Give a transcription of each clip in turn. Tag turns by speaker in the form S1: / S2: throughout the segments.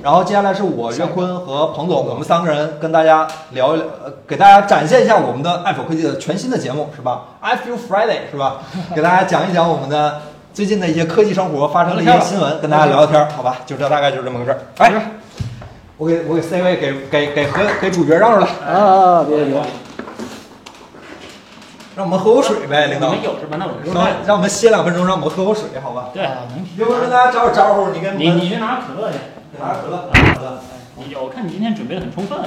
S1: 然后接下来是我岳坤和彭总，我们三个人跟大家聊一聊，呃给大家展现一下我们的爱否科技的全新的节目是吧？I Feel Friday 是 吧？给大家讲一讲我们的最近的一些科技生活发生的一些新闻，跟大家聊聊天儿，好吧？就这大概就是这么个事儿。哎，我给我给 C 位给给给和给主角让出来，
S2: 啊，别别别！
S1: 让我们喝口水呗，领导嗯
S3: 你。们有是吧？那我就
S1: 行
S3: 说。
S1: 让我们歇两分钟，让我们喝口水，好吧？
S3: 对，
S1: 要不跟大家招个招呼，你啊跟
S3: 你你去拿可乐去。
S1: 拿可乐，拿可乐。
S3: 你我看你今天准备的很充分啊。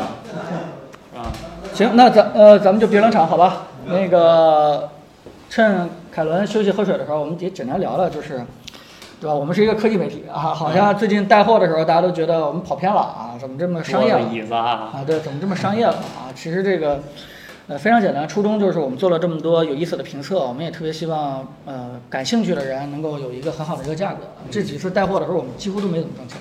S3: 啊，
S2: 行，那咱呃咱们就别冷场，好吧？那个趁凯伦休息喝水的时候，我们也简单聊聊，就是对吧？我们是一个科技媒体啊，好像最近带货的时候，大家都觉得我们跑偏了啊，怎么这么商业
S3: 多
S2: 了
S3: 有意思啊！
S2: 啊？对，怎么这么商业了啊？其实这个。呃，非常简单，初衷就是我们做了这么多有意思的评测，我们也特别希望，呃，感兴趣的人能够有一个很好的一个价格。啊这几次带货的时候，我们几乎都没怎么挣钱。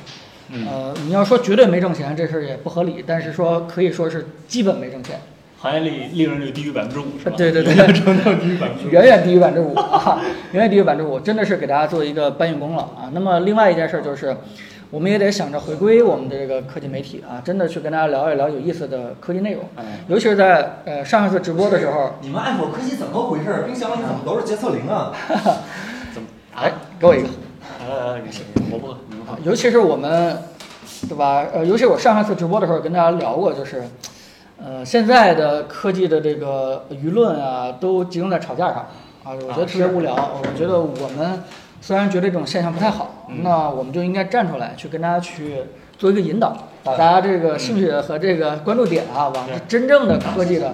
S3: 嗯，
S2: 呃，你要说绝对没挣钱，这事儿也不合理，但是说可以说是基本没挣钱，
S3: 行业利利润率低于百分之五是吧？
S2: 对对 对
S3: 利润率低于百分之五。
S2: 远远低于百分之五啊， 远远低于百分之五，真的是给大家做一个搬运工了啊。那么另外一件事儿就是，我们也得想着回归我们的这个科技媒体啊，真的去跟大家聊一聊有意思的科技内容，
S3: 哎，
S2: 尤其是在呃上一次直播的时候，
S1: 你们爱否科技怎么回事？冰箱里怎么都是洁厕灵啊？
S3: 怎么？啊
S2: 哎，，给我一个。
S3: 呃，你我不，你们
S2: 啊
S3: 好。，
S2: 尤其是我们，对吧？呃，尤其我上一次直播的时候跟大家聊过，就是，呃，现在的科技的这个舆论啊，都集中在吵架上啊，我觉得特别无聊。我觉得我们虽然觉得这种现象不太好，
S3: 嗯
S2: 那我们就应该站出来去跟大家去做一个引导，把大家这个兴趣和这个关注点啊，往
S3: 对
S2: 真正的科技的。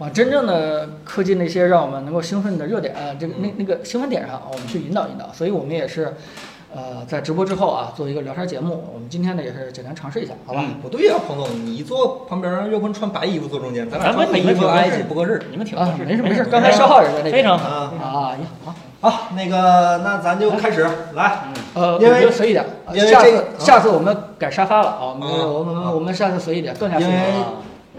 S2: 往真正的科技那些让我们能够兴奋的热点，呃，这个那那个兴奋点上，我们去引导引导。所以我们也是，呃，在直播之后啊，做一个聊天节目。我们今天呢也是简单尝试一下，好吧？
S1: 不对呀，彭总，你坐旁边，让岳坤穿白衣服坐中间，咱俩
S3: 咱们
S1: 穿黑衣
S3: 你们嗯
S1: 服
S3: 挺合
S1: 挨
S3: 适
S1: 起不合适。
S3: 你们挺
S2: 啊，没事没事，
S3: 没
S2: 刚才消耗人的那
S3: 嗯
S2: 个
S3: 非常好。
S1: 啊，
S2: 啊，也好。
S1: 好，那个，那咱就开始来。
S2: 呃，
S1: 因为
S2: 我觉得随意点，呃
S1: 因为
S2: 下
S1: 这
S2: 次
S1: 个
S2: 下次我们改沙发了啊，我们
S1: 啊
S2: 我
S1: 啊
S2: 们我们下次随意点，更加随意啊
S1: 因为
S2: 点。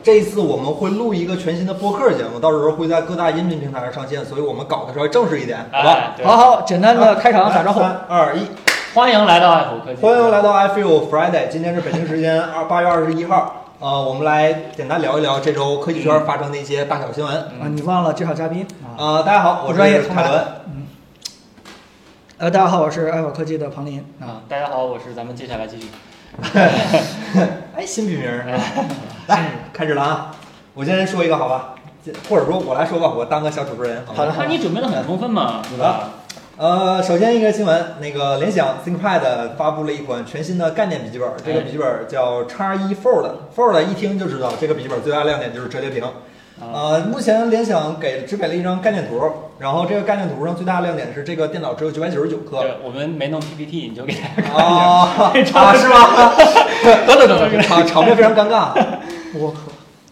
S1: 这一次我们会录一个全新的播客节目，到时候会在各大音频平台上上线，所以我们搞得稍微正式一点，好吧？
S3: 哎，对
S2: 好，好，简单的开场
S1: 来
S2: 打招呼。
S1: 三二一，
S3: 欢迎来到爱普科技，
S1: 欢迎来到 I Feel Friday，今天是北京时间二八月二十一号。呃，我们来简单聊一聊这周科技圈发生的一些大小新闻。
S2: 啊，
S3: 嗯
S2: 你忘了介绍嘉宾啊？
S1: 呃，大家好，我
S2: 专业
S1: 是凯
S2: 从
S1: 伦。
S2: 呃，大家好，我是爱宝科技的庞林啊。
S3: 啊！大家好，我是咱们接下来继续。
S1: 哎，新笔名儿， 来开始了啊！我先说一个好吧，这或者说我来说吧，我当个小主持人。
S2: 好
S1: 好
S2: 的
S1: 吧
S3: 我看你准备的很充分嘛，对吧？
S1: 呃，首先一个新闻，那个联想 ThinkPad 发布了一款全新的概念笔记本，这
S2: 哎
S1: 个笔记本叫 X1 Fold，Fold 一听就知道这个笔记本最大亮点就是折叠屏。
S3: 啊，
S1: 呃，目前联想给只给了一张概念图，然后这个概念图上最大的亮点是这个电脑只有九百九十九克。
S3: 对，我们没弄 PPT，你 就给大家
S1: 啊
S3: 这张
S1: 啊，是吗？等等等等， 场场面非常尴尬。
S2: 播客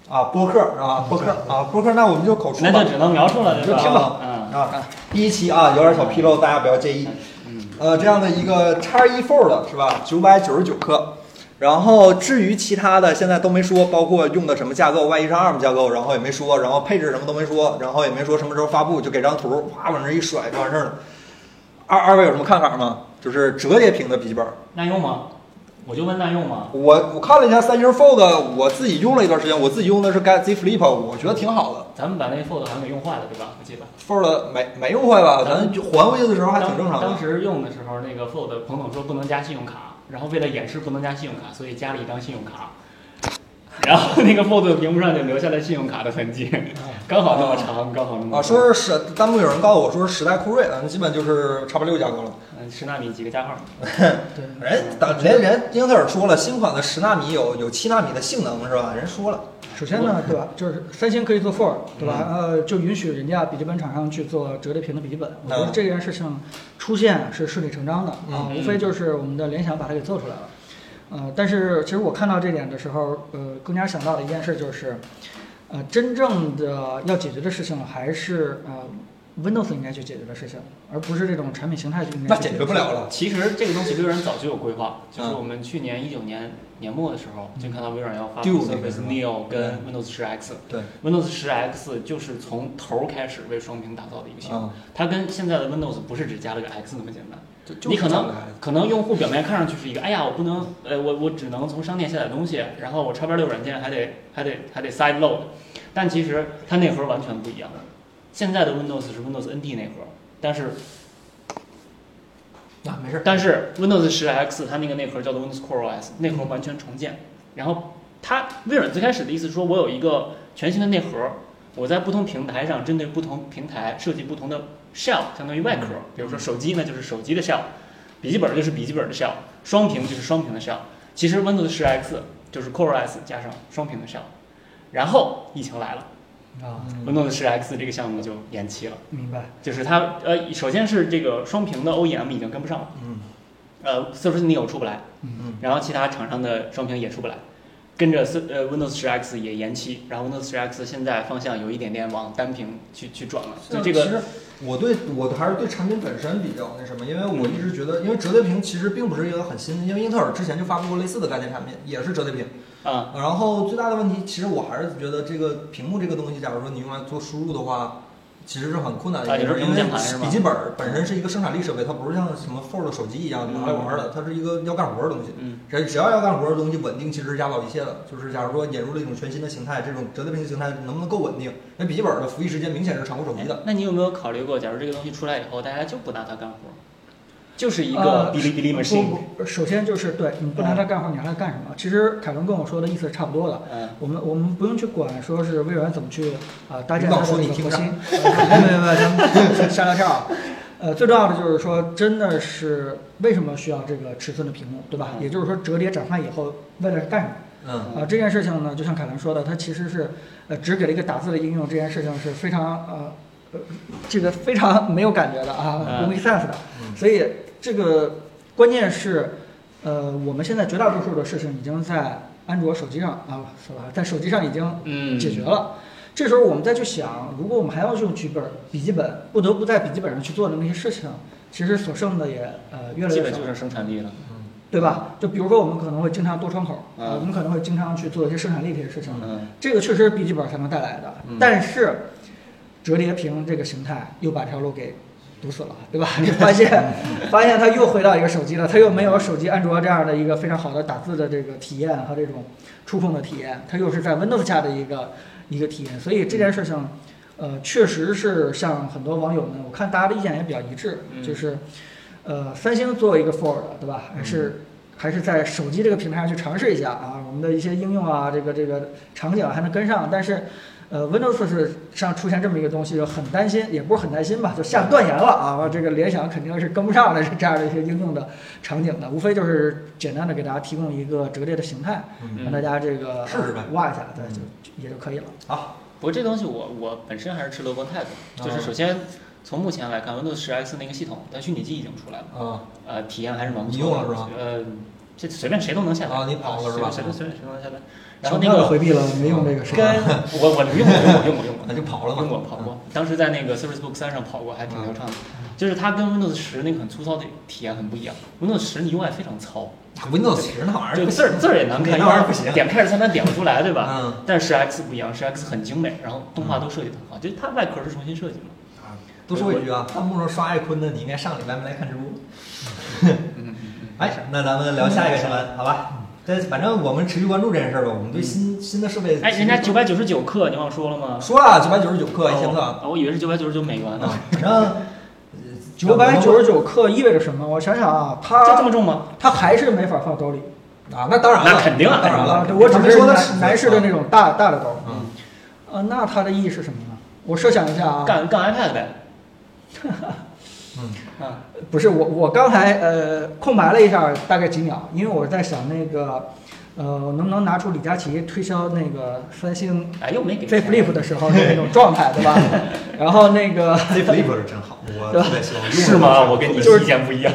S1: 啊，播客啊，播客啊，播客，那我们就口述
S3: 嗯那
S1: 吧
S3: 就只能描述了，对吧？
S1: 就听吧
S3: 嗯
S1: 啊。第一期啊，有点小纰漏，大家不要介意。
S3: 嗯，
S1: 呃，这样的一个叉一 fold 是吧？九百九十九克。然后至于其他的，现在都没说，包括用的什么架构，Y 一上 ARM 架构，然后也没说，然后配置什么都没说，然后也没说什么时候发布，就给张图，哗往这一甩就完事儿了。二二位有什么看法吗？就是折叠屏的笔记本，
S3: 耐用吗？我就问耐用吗？
S1: 我我看了一下三星 fold，我自己用了一段时间，我自己用的是 Galaxy Flip，我觉得挺好的。
S3: 咱们把那 Fold 好像给用坏了，对吧？我记得。
S1: Fold 没没用坏吧？咱就还回去的时候还挺正常
S3: 当
S1: 的
S3: 当。时用的时候，那个 Fold 彭总说不能加信用卡，然后为了掩饰不能加信用卡，所以加了一张信用卡。 然后那个 Fold 的屏幕上就留下了信用卡的痕 迹，刚好那么长，刚好那么
S1: 啊，说是时弹幕有人告诉我说是时代酷睿，啊，基本就是叉八六架构了。
S3: 嗯十纳米几个加号，
S2: 对，
S1: 人
S3: 嗯
S1: 当人人英特尔说了，新款的十纳米有有七纳米的性能是吧？人说了，
S2: 首先呢，对吧？就是三星可以做 Fold，对吧？
S1: 嗯
S2: 呃，就允许人家笔记本厂商去做折叠屏的笔记本。我觉得
S1: 嗯
S2: 这件事情出现是顺理成章的啊，
S3: 嗯
S2: 无非就是我们的联想把它给做出来了。呃，但是其实我看到这点的时候，呃，更加想到的一件事就是，呃，真正的要解决的事情还是呃 Windows 应该去解决的事情，而不是这种产品形态去应
S1: 那
S2: 该去
S1: 解
S2: 决
S1: 决
S2: 的
S1: 不
S2: 事情
S1: 了了。
S3: 其实这个东西微软早就有规划，就是
S1: 嗯
S3: 我们去年一九年年末的时候，就看到微软要发
S1: Duo
S3: 布
S1: 那个是
S3: Surface
S1: 吗嗯
S3: Neo 跟 Windows 10 X。
S1: 对，
S3: Windows 10 X 就是从头儿开始为双屏打造的一个系统，
S1: 嗯，
S3: 它跟现在的 Windows 不是只加了个 X 那么简单，
S1: 就就
S3: 你可
S1: 想
S3: 能
S1: 不开
S3: 可能用户表面看上去是一个，哎呀，我不能，呃，我我只能从商店下载东西，然后我超边六软件还得还得还得 side load，但其实它内核完全不一样。现在的 Windows 是 Windows NT 内核，但是
S1: 啊，没事儿。
S3: 但是 Windows 十 X 它那个内核叫做 Windows Core OS，内核完全重建。然后它微软最开始的意思是说，我有一个全新的内核，我在不同平台上针对不同平台设计不同的 shell，相当于外壳。比如说手机呢就是手机的 shell，笔记本就是笔记本的 shell，双屏就是双屏的 shell。其实 Windows 十 X 就是 Core OS 加上双屏的 shell。然后疫情来了
S2: 啊，
S1: 嗯
S3: ，Windows 十 X 这个项目就延期了。
S2: 明白。
S3: 就是它呃，首先是这个双屏的 OEM 已经跟不上了。
S1: 嗯
S3: 呃，Surface Neo 出不来，
S1: 嗯，
S3: 然后其他厂商的双屏也出不来，跟着 S 呃 Windows 10 X 也延期，然后 Windows 10 X 现在方向有一点点往单屏去去转了，就这
S1: 嗯其
S3: 个
S1: 实我对我还是对产品本身比较那什么，因为我一直觉得，因为折叠屏其实并不是一个很新的，因为英特尔之前就发布过类似的概念产品，也是折叠屏。
S3: 啊、
S1: 然后最大的问题，其实我还是觉得这个屏幕这个东西，假如说你用来做输入的话，其实是很困难的
S3: 啊
S1: 一件事
S3: 你
S1: 儿，
S3: 说
S1: 因为
S3: 用键盘是吧
S1: 笔记本本身是一个生产力设备，它不是像什么 Fold 手机一样拿来玩儿的，它是一个要干活儿的东西。
S3: 嗯，
S1: 只只要要干活的东西，稳定其实是压倒一切的。就是假如说引入了一种全新的形态，这种折叠屏的形态能不能够稳定？那笔记本的服役时间明显是长过手机的。
S3: 哎那你有没有考虑过，假如这个东西出来以后，大家就不拿它干活，就是一
S2: 呃
S3: 个哔哩哔哩 machine，
S2: 不不，首先就是对你不拿它干活，你拿它干什么？其实凯文跟我说的意思是差不多的。
S3: 嗯，
S2: 我们我们不用去管说是微软怎么去啊、呃搭建
S1: 你
S2: 它
S1: 老说
S2: 的这个
S1: 你
S2: 核
S1: 听着
S2: 心，呃没有没有，咱们 商量事儿啊。呃，最重要的就是说，真的是为什么需要这个尺寸的屏幕，对吧？
S3: 嗯
S2: 也就是说，折叠展开以后为了是干什么？
S1: 嗯
S2: 啊、这件事情呢，就像凯文说的，它其实是呃只给了一个打字的应用，这件事情是非常呃呃这个非常没有感觉的啊，
S3: 嗯
S2: 不 make sense 的。
S1: 嗯
S2: 所以这个关键是，呃，我们现在绝大多数的事情已经在安卓手机上啊，是吧？在手机上已经
S3: 嗯
S2: 解决了。这时候我们再去想，如果我们还要用剧本、笔记本，不得不在笔记本上去做的那些事情，其实所剩的也呃越来
S3: 基
S2: 越
S3: 本
S2: 少
S3: 就。是生产力了，
S1: 嗯，
S2: 对吧？就比如说我们可能会经常多窗口，
S3: 嗯
S2: 啊，我们可能会经常去做一些生产力这些事情，
S3: 嗯
S2: 这个确实是笔记本才能带来的。
S3: 嗯
S2: 但是折叠屏这个形态又把这条路给堵死了，对吧？ 你发现
S3: 嗯
S2: 发现它又回到一个手机了，它又没有手机安卓这样的一个非常好的打字的这个体验和这种触控的体验，它又是在 Windows 下的一个一个体验。所以这件事情，呃，确实是像很多网友们，我看大家的意见也比较一致，
S3: 嗯
S2: 就是呃，三星作为一个 Fold，对吧？还是还是在手机这个平台上去尝试一下啊，我们的一些应用啊，这个这个场景啊还能跟上，但是。呃，Windows 是上出现这么一个东西，就很担心，也不是很担心吧，就下断言了啊，这个联想肯定是跟不上的这样的一些应用的场景的，无非就是简单的给大家提供一个折叠的形态，
S1: 嗯
S2: 让大家这个
S1: 试试呗
S2: 挖一下，对，就就也就可以了。
S1: 好，
S3: 不过这东西我我本身还是持乐观态
S1: 啊
S3: 度，就是首先从目前来看，Windows 10 X 那个系统，它虚拟机已经出来了。
S1: 啊
S3: 呃，体验还是蛮不
S1: 你
S3: 错的。
S1: 用了是吧？
S3: 呃，这随便谁都能下载
S1: 啊你跑了是吧
S3: 随便随便谁都能下载。然
S2: 巧
S3: 后那
S2: 妙的
S3: 个
S2: 回避了没用这个事
S3: 跟
S2: 儿。啊
S3: 我我用过用过用过用过，
S1: 那就 跑了嘛嗯
S3: 用过跑过，当时在那个 Surface Book 三上跑过，还挺流畅的。就是它跟 Windows 十那个很粗糙的体验很不一样。Windows 十你 UI 非常糙，
S1: 啊，Windows 十那玩意
S3: 就
S1: 儿不
S3: 字儿字儿也难看，
S1: 那玩意儿不行。
S3: 点 P 三点不出来，对吧？
S1: 嗯
S3: 但是 X 不一样，是 X 很精美，然后动画都设计得很好，就是它外壳是重新设计嘛。
S1: 啊，多说一句啊，弹幕上刷爱坤的，你应该上礼拜没来看直播。
S3: 嗯嗯
S1: 哎，那咱们聊下一个新闻，好吧？这反正我们持续关注这件事儿吧。我们对新新的设备，
S3: 嗯。哎，人家九百九十九克，你忘说了吗？
S1: 说了九百九十九克一千克，
S3: 哦我以为是九百九十九美元呢。
S1: 啊，反正
S2: 九百九十九克意味着什么？我想想啊，
S3: 就这
S2: 它
S3: 么重吗？
S2: 它还是没法放兜里。
S1: 啊，那当然了，
S3: 那肯定啊
S1: 当然了
S2: 啊，对，我只
S1: 他们
S2: 是
S1: 说的
S2: 男
S1: 是
S2: 男士的那，种大大的兜。
S1: 嗯，
S2: 呃，那它的意义是什么呢？我设想一下啊，
S3: 干干 iPad 呗。
S1: 嗯
S3: 啊，
S2: 不是我，我刚才呃空白了一下，大概几秒，因为我在想那个，呃，我能不能拿出李佳琦推销那个三星
S3: 哎，又没给
S2: Z
S3: 钱。
S2: Flip 的时候的那种状态， 对吧？然后那个
S1: 这 Flip 是真好，我特别喜欢用。
S3: 是吗？我跟你
S2: 就是
S3: 意见不一样。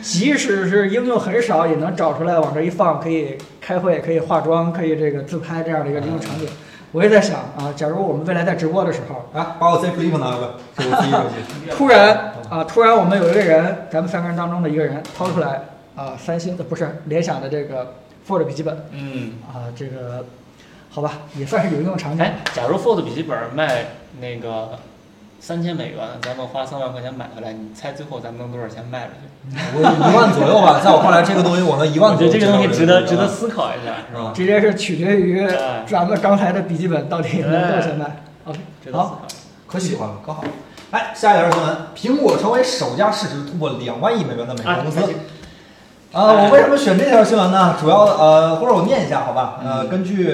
S2: 即使是应用很少，也能找出来往这一放，可以开会，可以化妆，可以这个自拍这样的一个应用场景。我也在想啊，假如我们未来在直播的时候，
S1: 啊，把我 Z Flip 拿过来，这我自己手机。
S2: 突然啊，突然我们有一个人，咱们三个人当中的一个人掏出来啊，三星的不是联想的这个 Fold 笔记本
S3: 嗯，
S2: 啊，这个好吧，也算是有用场景。
S3: 哎，假如 Fold 笔记本卖那个三千美元，咱们花三万块钱买回来，你猜最后咱们能多少钱卖出去？
S1: 我一万左右吧，在我看来，这个东西我能一万
S3: 我
S1: 左
S3: 觉
S1: 右。
S3: 得这个东西值得值得思考一下，是
S1: 是
S3: 吧？
S1: 吧？
S2: 直接是取决于
S3: 哎
S2: 咱们刚才的笔记本到底能多少钱卖。OK，
S3: 值得思
S2: 好，
S3: 考。
S1: 可喜欢了，可好。哎，下一条新闻，苹果成为首家市值突破两万亿美元的美国公司。
S3: 哎
S1: 啊，我为什么选这条新闻呢？主要呃，或者我念一下好吧？呃，根据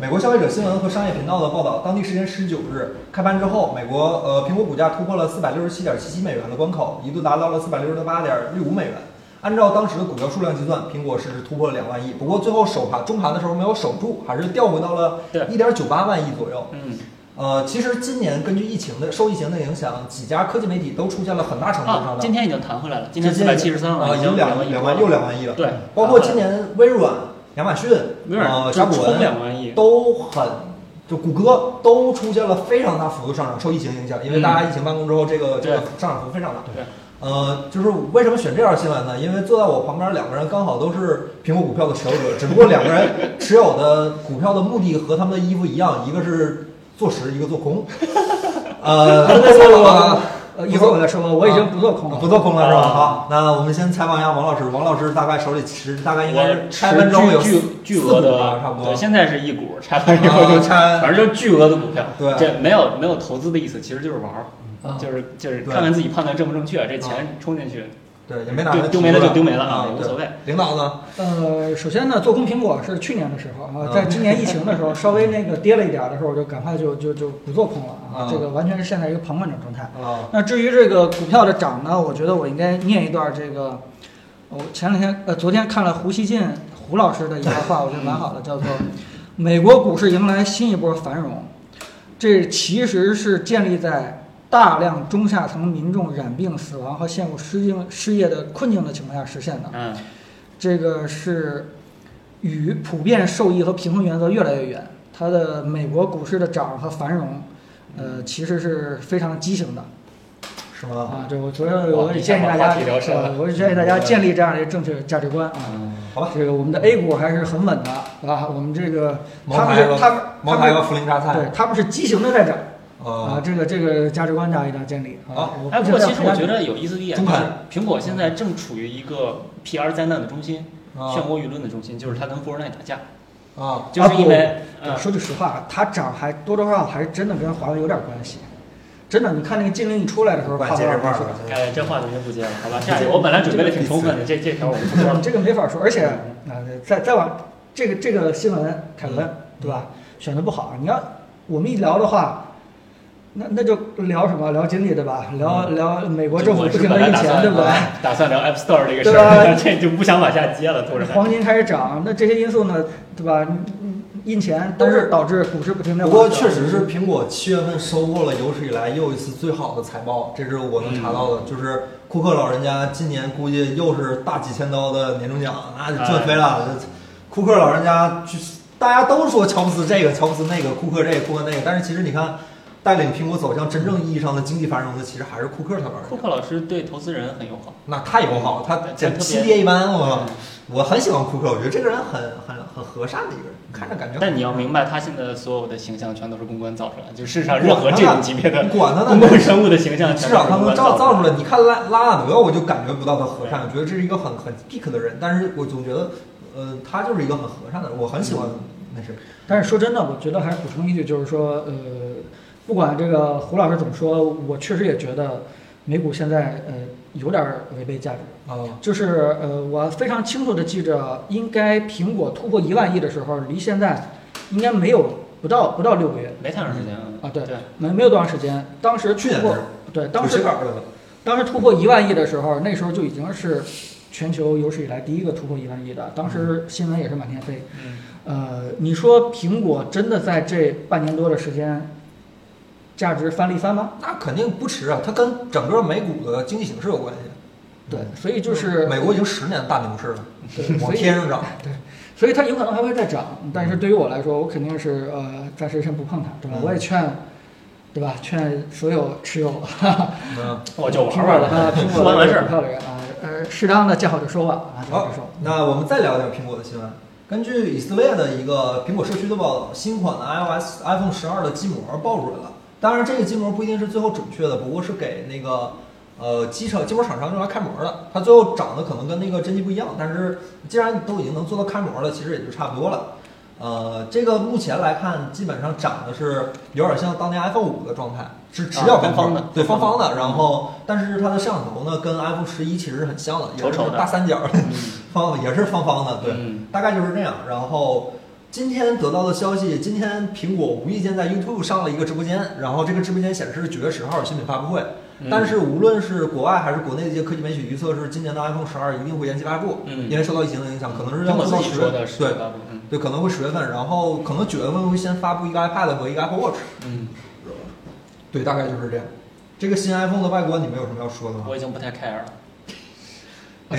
S1: 美国消费者新闻和商业频道的报道，当地时间十九日开盘之后，美国呃苹果股价突破了四百六十七点七七美元的关口，一度达到了四百六十八点六五美元。按照当时的股票数量计算，苹果市值突破了两万亿，不过最后首盘中盘的时候没有守住，还是掉回到了
S3: 对
S1: 一点九八万亿左右。
S3: 嗯
S1: 呃，其实今年根据疫情的受疫情的影响，几家科技媒体都出现了很大程度
S3: 啊
S1: 上，的
S3: 今天已经弹回来了，今天四百七十三
S1: 啊，
S3: 了，
S1: 已
S3: 经
S1: 经
S3: 两万
S1: 两
S3: 亿
S1: 两万又两万亿了。
S3: 对，
S1: 包括今年微软、亚马逊、
S3: 微软
S1: 呃、甲骨
S3: 冲
S1: 文
S3: 两万亿，
S1: 都很，就谷歌都出现了非常大幅度上涨，受疫情影响，因为大家疫情办公之后，这个这个
S3: 嗯对
S1: 上涨幅度非常大。
S3: 对，
S1: 呃，就是为什么选这条新闻呢？因为坐在我旁边两个人刚好都是苹果股票的持有者，只不过两个人持有的股票的目的和他们的衣服一样，一个是做实，一个做 空。呃，
S2: 不
S1: 不
S2: 不
S1: 做
S2: 不
S1: 了，
S2: 呃，一会儿我再说吧，我已经不做空了
S1: 不。做空了是吧？
S3: 啊
S1: 好，那我们先采访一下王老师。王老师大概手里持大概应该
S3: 我
S1: 是拆分中有
S3: 巨
S1: 四
S3: 巨
S1: 四
S3: 额
S1: 股吧
S3: 的，
S1: 差不多
S3: 对，。现在是一股，拆完
S1: 啊
S3: 以后就
S1: 拆
S3: 反正就巨额的股票。
S1: 对
S3: 这没有没有投资的意思，其实就是玩儿，
S2: 啊
S3: 就是就是
S1: 对
S3: 看看自己判断正不正确，这钱冲进去
S1: 对，也没拿
S3: 丢丢没了就丢没了啊，也无所。谓。
S1: 领导呢？
S2: 呃，首先呢，做空苹果是去年的时候啊
S1: 啊，
S2: 在今年疫情的时候稍微那个跌了一点儿的时候，我就赶快就就就不做空了
S1: 啊
S2: 啊，这个完全是现在一个旁观者状态。
S1: 啊，
S2: 那至于这个股票的涨呢，我觉得我应该念一段这个，我前两天呃昨天看了胡锡进胡老师的一段话，我觉得蛮好的，叫做“美国股市迎来新一波繁荣”，这其实是建立在大量中下层民众染病、死亡和陷入失应失业的困境的情况下实现的。
S3: 嗯，
S2: 这个是与普遍受益和平衡原则越来越远。它的美国股市的涨和繁荣，呃，其实是非常畸形的
S1: 是吗？
S2: 啊。这我昨天
S3: 哇
S2: 我也
S3: 你
S2: 建议
S3: 想把
S2: 大
S3: 话
S2: 家
S3: 题聊深了
S2: 呃，我也建议大
S1: 嗯
S2: 家建立这样的一个正确价值观啊。
S1: 好吧，
S2: 这个我们的 A 股还是很稳的，对吧？我们这个
S1: 茅
S2: 他们
S1: 台
S2: 是
S1: 和
S2: 他们
S1: 茅
S2: 他
S1: 台和
S2: 们
S1: 涪陵榨
S2: 对
S1: 菜。
S2: 他们是畸形的在涨啊。
S1: 啊，
S2: 这个这个价值观大家一定要建立啊
S1: 好。
S2: 我
S3: 哎，
S2: 不
S3: 不过
S2: 知道
S3: 其实
S2: 大
S3: 我
S2: 家
S3: 觉得有意思的一点，
S1: 中
S3: 就是
S1: 肯
S3: 苹果现在正处于一个 PR 灾难的中心，
S1: 啊
S3: 漩涡舆论的中心，就是它跟富士奈打架，
S2: 哦
S1: 啊，
S3: 就是因为嗯
S2: 说句实话，它涨还多多少少还真的跟华为有点关系。真的，你看那个禁令一出来的时候，
S1: 不
S2: 华
S1: 管
S2: 为
S1: 接这块
S2: 说
S1: 儿了，
S3: 哎，这话咱就不接了，好吧？下一个我本来准备的挺充分的，这这条我们不说
S2: 我
S3: 了
S2: 们。这个没法说。而且啊，再再往这个这个新闻，凯文对吧？选的不好，你要我们一聊的话。那那就聊什么？聊经济对吧？聊聊美国政府不停的印钱对不对？
S3: 打啊算聊 App Store 这个事
S2: 对吧
S3: 儿， 这就不想往下接了，突 然。
S2: 黄金开始涨，那这些因素呢，对吧？你你印钱都
S1: 但
S2: 是
S1: 是
S2: 导致股市不停的。
S1: 不过确实是苹果七月份收购了有史以来又一次最好的财报，这是我能查到
S3: 嗯
S1: 的。就是库克老人家今年估计又是大几千刀的年终奖，那就
S3: 哎
S1: 赚飞了。这库克老人家去，大家都说乔布斯这个，乔布斯那个，库克这个，库克那个，但是其实你看，带领苹果走向真正意义上的经济繁荣的，其实还是库克他老人
S3: 库
S1: 家。
S3: 克老师对投资人很友好，
S1: 那太友好了，他
S3: 对
S1: 简
S3: 他
S1: 直
S3: 特别
S1: 亲爹一般。
S2: 啊
S1: 我我很喜欢库克，我觉得这个人很很很和善的一个人，看着感觉。
S3: 嗯但你要明白，他现在的所有的形象全都是公关造出来的，就世上任何这
S1: 啊
S3: 种级别的
S1: 管他呢，
S3: 公共人物的形象，
S1: 至少他
S3: 们
S1: 能造造出来。你看拉拉纳德，我就感觉不到他和善，我觉得这是一个很很 geek 的人，但是我总觉得，呃，他就是一个很和善的人，我很喜欢那谁。
S2: 但是说真的，我觉得还是补充一句，就是说，呃，不管这个胡老师怎么说，我确实也觉得美股现在呃有点儿违背价值。
S1: 啊
S3: 嗯
S2: 就是呃，我非常清楚的记着，应该苹果突破一万亿的时候，离现在应该没有不到不到六个月，
S3: 没太长时间
S1: 嗯
S2: 啊对
S3: 对，
S2: 没没有多长时间。当时突
S1: 呃去年的
S2: 破
S1: 事儿，
S2: 对，当
S1: 九
S2: 时
S1: 七板儿的
S2: 当时突破一万亿的时候，那时候就已经是全球有史以来第一个突破一万亿的，当时新闻也是满天飞。
S3: 嗯，
S2: 呃，你说苹果真的在这半年多的时间价值翻了一番吗？
S1: 那肯定不迟啊，它跟整个美股的经济形势有关系。
S2: 对，所以
S3: 嗯
S2: 就是，
S1: 美国已经十年大牛市 了，
S2: 对
S1: 往
S2: 所以
S1: 天上涨。
S2: 所以它有可能还会再涨，
S3: 嗯
S2: 但是对于我来说，我肯定是呃暂时先不碰它，对吧？
S1: 嗯
S2: 我也劝，对吧？劝所有持有哈哈
S1: 嗯，
S3: 我就玩
S2: 苹
S3: 玩
S2: 果的啊，苹
S3: 说
S2: 果
S3: 完哦完事
S2: 的股
S3: 儿。
S2: 票的人啊，呃，适当的见好就收吧，啊，见好
S1: 好
S2: 就收。，
S1: 那我们再聊一点苹果的新闻。根据以色列的一个苹果社区的报道，新款的 iOS iPhone 十二的机模爆出来了。当然，这个筋膜不一定是最后准确的，不过是给那个呃机车筋膜厂商用来开模的。它最后长得可能跟那个真机不一样，但是既然都已经能做到开模了，其实也就差不多了。呃，这个目前来看，基本上长得是有点像当年 iPhone 五的状态，是直角
S3: 啊
S1: 跟
S3: 方方的嗯
S1: 对
S3: 方
S1: 方
S3: 方
S1: 方
S3: 的
S1: 的。然后，但是它的摄像头呢，跟 iPhone 十一其实很像的，也
S3: 丑
S1: 是
S3: 丑的
S1: 大三角，
S3: 嗯
S1: 方也是方方的，对，
S3: 嗯
S1: 大概就是这样。然后今天得到的消息，今天苹果无意间在 YouTube 上了一个直播间，然后这个直播间显示九月十号有新品发布会。
S3: 嗯
S1: 但是无论是国外还是国内的一些科技媒体预测是今年的 iPhone 十二一定会延期发布，
S3: 嗯
S1: 因为受到疫情的影响，可能是
S3: 跟
S1: 要
S3: 我自
S1: 到
S3: 己
S1: 十
S3: 说的
S1: 月，
S3: 是
S1: 对
S3: 吧嗯
S1: 对，可能会十月份，然后可能九月份会先发布一个 iPad 和一个 Apple Watch，
S3: 嗯，
S1: 对，大概就是这样。这个新 iPhone 的外观，你们有什么要说的吗？
S3: 我已经不太 care 了。哎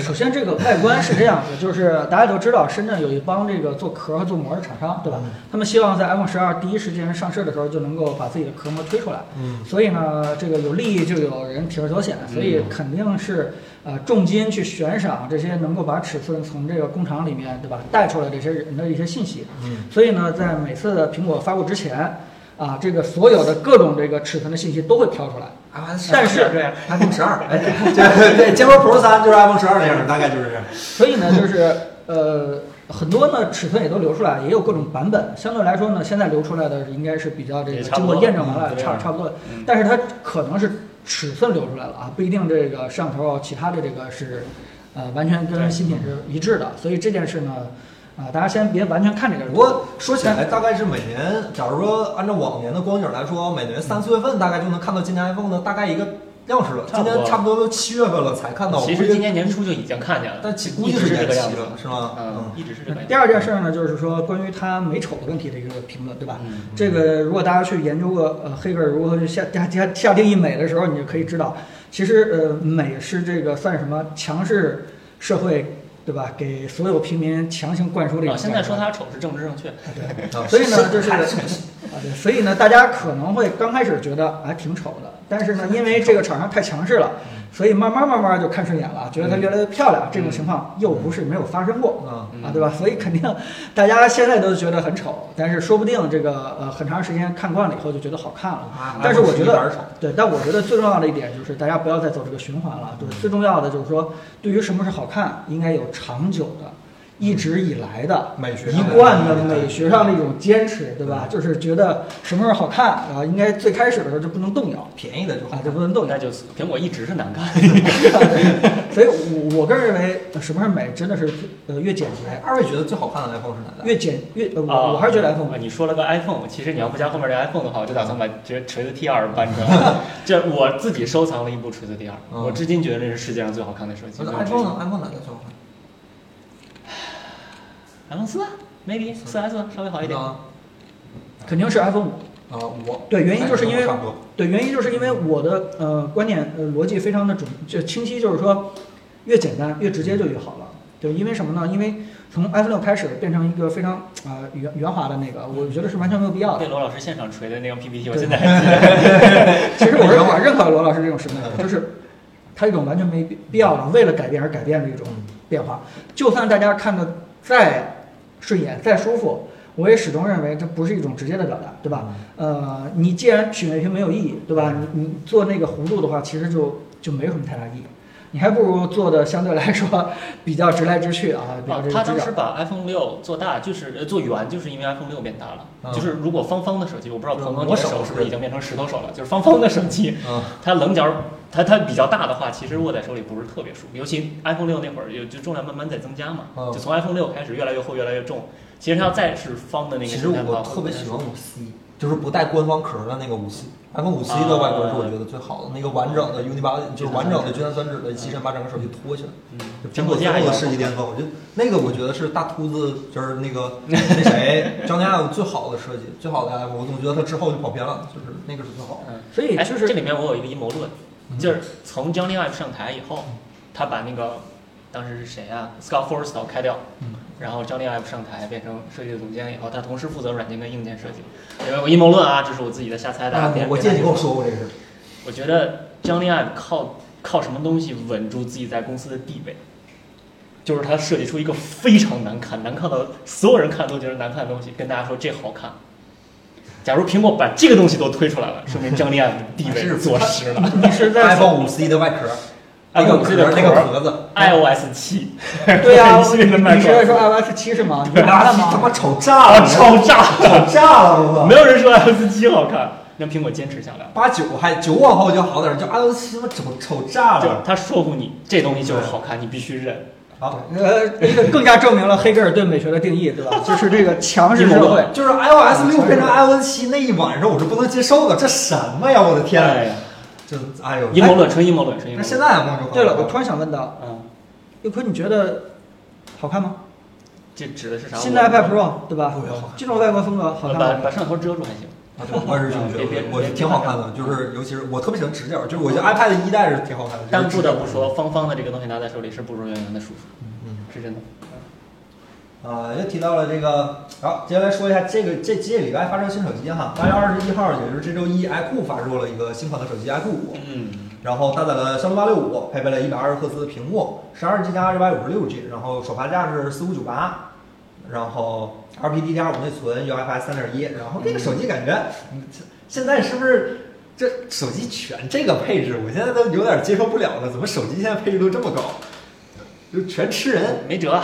S2: 啊首先，这个外观是这样子，就是大家都知道，深圳有一帮这个做壳和做膜的厂商，对吧
S1: 嗯？
S2: 他们希望在 iPhone 十二第一时间上市的时候就能够把自己的壳膜推出来。
S1: 嗯
S2: 所以呢，这个有利益就有人铤而走险，所
S3: 嗯
S2: 以肯定是呃重金去悬赏这些能够把尺寸从这个工厂里面对吧带出来这些人的一些信息。
S1: 嗯
S2: 所以呢，在每次的苹果发布之前，啊，这个所有的各种这个尺寸的信息都会飘出来。
S1: 啊
S2: 但是
S1: 这样 iPhone 十二，哎，这个对，坚果 Pro 三就是 iPhone 十二那样的，大概就是这样。
S2: 所以呢，就是呃，很多呢尺寸也都流出来，也有各种版本。相对来说呢，现在流出来的应该是比较这个
S3: 也差
S2: 经
S3: 不多
S2: 过验证完了，
S3: 嗯
S2: 差
S3: 对
S2: 差不多了
S3: 嗯。
S2: 但是它可能是尺寸流出来了啊，不一定这个摄像头啊，其他的这个是呃完全
S3: 对
S2: 跟新品是一致的。所以这件事呢，啊、大家先别完全看这个。
S1: 不过说起来，大概是每年，假如说按照往年的光景来说，每年三四月份大概就能看到今年 iPhone 的大概一个样式了。
S3: 差
S1: 今
S3: 不多
S1: 年差不多都七月份了才看到，
S3: 其
S1: 我估
S3: 实
S1: 计
S3: 今，年年初就已经看见了，
S1: 但其估计
S3: 一直是这
S1: 延
S3: 个样
S1: 期
S3: 子，
S1: 了，是吗？
S3: 嗯，一直是这个样子。
S2: 第二件事呢，就是说关于它美丑的问题的一个评论，对吧？
S3: 嗯，
S2: 这个如果大家去研究过呃黑格尔如何去下下下下定义美的时候，你就可以知道，其实呃美是这个算什么强势社会对吧？给所有平民强行灌输的一种
S3: 啊，
S2: 价值观。
S3: 现在说他丑是政治正确，
S2: 啊对。
S1: 啊
S2: 所以呢，就是啊，对，所以呢，大家可能会刚开始觉得还啊挺丑的，嗯但是呢，因为这个厂商太强势了，所以慢慢慢慢就看顺眼了，觉得它越来越漂亮。这种情况又不是没有发生过。
S1: 嗯
S3: 嗯
S2: 啊，对吧？所以肯定大家现在都觉得很丑，但是说不定这个呃很长时间看惯了以后就觉得好看了。
S1: 啊
S2: 但是我
S1: iPhone
S2: 觉
S1: 11还
S2: 得
S1: 是丑
S2: 对，但我觉得最重要的一点就是大家不要再走这个循环了。对，最重要的就是说，对于什么是好看，应该有长久的、一直以来的
S1: 美学
S2: 一贯的美学上的一种坚持，对吧？就是觉得什么时候好看啊，应该最开始的时候就不能动摇
S1: 便宜的就好
S2: 啊，就不能动摇
S3: 那。就是苹果一直是难看。
S2: 所以我，我个人认为，呃什么是美，真的是呃越简洁
S1: 哎，二位觉得最好看的 iPhone 是哪代？
S2: 越简越呃
S3: 啊
S2: 我我还是觉得 iPhone
S3: 啊你说了个 iPhone，其实你要不加后面这 iPhone 的话，我就打算把这锤子 T 二搬出来。这我自己收藏了一部锤子 T 二，
S1: 嗯
S3: 我至今觉得这是世界上最好看的手机。
S1: 那
S3: 没有之一
S1: iPhone 呢？iPhone 哪代最好看？
S3: ？iPhone 四啊，maybe 四 S 稍微好一点。
S1: 啊，
S2: 肯定是 iPhone 五。
S1: 啊我
S2: 对，原因就是因为
S1: 差不多。
S2: 对，原因就是因为我的呃观点呃逻辑非常的准，就清晰，就是说越简单越直接就越好了。对，因为什么呢？因为从 iPhone 六开始变成一个非常呃圆圆滑的那个，我觉得是完全没有必要的
S3: 被。罗老师现场锤的那张 PPT，我
S2: 嗯对
S3: 现在还记得。
S2: 其实我是我认可罗老师这种审美，就是他一种完全没必要的为了改变而改变的一种变化。就算大家看的再顺眼、再舒服，我也始终认为这不是一种直接的表达，对吧？呃，你既然品味平没有意义，对吧？你你做那个弧度的话，其实就就没有什么太大意义。你还不如做的相对来说 比较直来直去啊，比较
S1: 哦
S3: 啊
S2: 这，个
S3: 他
S2: 直
S3: 当
S2: 角
S3: 时。把 iPhone 六做大，就是呃做圆，就是因为 iPhone 六变大了。
S1: 嗯
S3: 就是如果方方的手机，我不知道
S1: 嗯
S3: 鹏鹏你
S1: 我
S3: 的
S1: 手
S3: 手是不
S1: 是
S3: 是已经变成石头手了？就是方方的手机，
S1: 啊，
S3: 它棱角它它比较大的话，其实握在手里不是特别舒服。尤其 iPhone 六那会儿，就就重量慢慢在增加嘛，
S1: 嗯
S3: 就从 iPhone 六开始越来越厚，越来越重。其实它要再是方的那个
S1: 其
S3: 形
S1: 实
S3: 态的
S1: 我
S3: 话，
S1: 特别喜欢
S3: 会
S1: 五 C，就是不带官方壳的那个五 C。iPhone 五 C 的外观是我觉得最好的，那个完整的 Unibody 就是完整的聚碳酸酯的机身，把整个手机托起来。
S3: 不太舒服。嗯，
S1: 苹
S3: 苹
S1: 果
S3: 果
S1: 最
S3: 架
S1: 后
S3: 也
S1: 的
S3: 要
S1: 世纪巅峰，我觉得那个我觉得是大秃子，就是那个 那谁张家有最好的设计，最好的 iPhone。我总觉得他之后就跑偏了，就是那个是最好的。
S3: 嗯，
S2: 所以
S3: 哎，
S2: 就是
S3: 这里面我有一个阴谋论，
S1: 嗯
S3: 就是从 Johnny Ive 上台以后，他把那个当时是谁啊，Scott Forstall 开掉
S1: 嗯，
S3: 然后 Johnny Ive 上台变成设计的总监以后，他同时负责软件跟硬件设计。因为我阴谋论啊，这是我自己的瞎猜的。别
S1: 嗯
S3: 人
S1: 我
S3: 别
S1: 记得
S3: 人
S1: 你跟我说过这个事。
S3: 我觉得 Johnny Ive 靠靠什么东西稳住自己在公司的地位？就是他设计出一个非常难看、难看到所有人看都觉得难看的东西，跟大家说这好看。假如苹果把这个东西都推出来了，说明张立安的地
S1: 是
S3: 位坐实 了。
S2: 你是在说
S1: iPhone 五 C 的外壳，那
S3: iPhone
S1: 个
S3: 5C
S1: 壳
S3: 的
S1: 那个
S3: 壳
S1: 壳 子，
S3: iOS 七，
S2: 对
S1: 啊
S2: 呀、
S3: 一系列的卖
S2: 你是在
S3: 壳
S2: 说 iOS 七是吗？你
S1: 那
S2: 麻 烦
S1: 他
S2: 吗？
S1: 妈丑炸
S3: 啊，
S1: 了，
S3: 超炸！
S1: 丑炸了，我操！
S3: 没有人说 iOS 七好看，让苹果坚持下来。
S1: 八九还九往后就好点儿，就 iOS 七他妈丑丑炸
S3: 就
S1: 了。
S3: 是
S1: 啊
S3: 他说服你这东西就是好看，你必须认。
S1: 好，
S2: 呃，这更加证明了黑格尔对美学的定义，对 吧？就是这个强势社
S3: 阴谋
S2: 会
S3: 论。
S1: 就是 iOS 六变成 iOS 七那一晚上，我是不能接受的，这什么呀！我的天
S3: 哎
S1: 哪，
S3: 呀，
S1: 这哎呦，哎
S3: 阴谋论，纯阴谋论，纯
S1: 那
S3: 阴谋论。
S1: 现在啊我就好
S2: 对了，我突然想问到，
S3: 嗯，
S2: 又坤，你觉得好看吗？
S3: 这指的是啥？
S2: 新的 iPad Pro 对吧
S1: 不要？
S2: 这种外国风格好
S3: 把
S2: 看吗？
S3: 把摄像头遮住还行。
S1: 啊对我也是这么觉
S3: 别别
S1: 得，我
S3: 别
S1: 挺好看的，就是尤其是我特别喜欢直角，就是我觉得 iPad 一代是挺好看的。
S3: 但
S1: 就是直
S3: 不
S1: 角
S3: 得不，说，方方的这个东西拿在手里是不如圆圆的舒服，
S1: 嗯
S3: 是真的。
S1: 啊，又提到了这个，好，接下来说一下这个这这礼拜发售新手机哈，八月二十一号，也就是这周一，iQOO 发售了一个新款的手机 iQOO 五，
S3: 嗯，
S1: 然后搭载了骁龙八六五，配备了一百二十赫兹的屏幕，十二 G 加二百五十六 G，然后首发价是四五九八，然后 LPDDR 五内存，UFS 三点一，然后这个手机感觉，嗯这现在是不是这手机全这个配置，我现在都有点接受不了了，怎么手机现在配置都这么高，就全吃人。
S3: 没辙，啊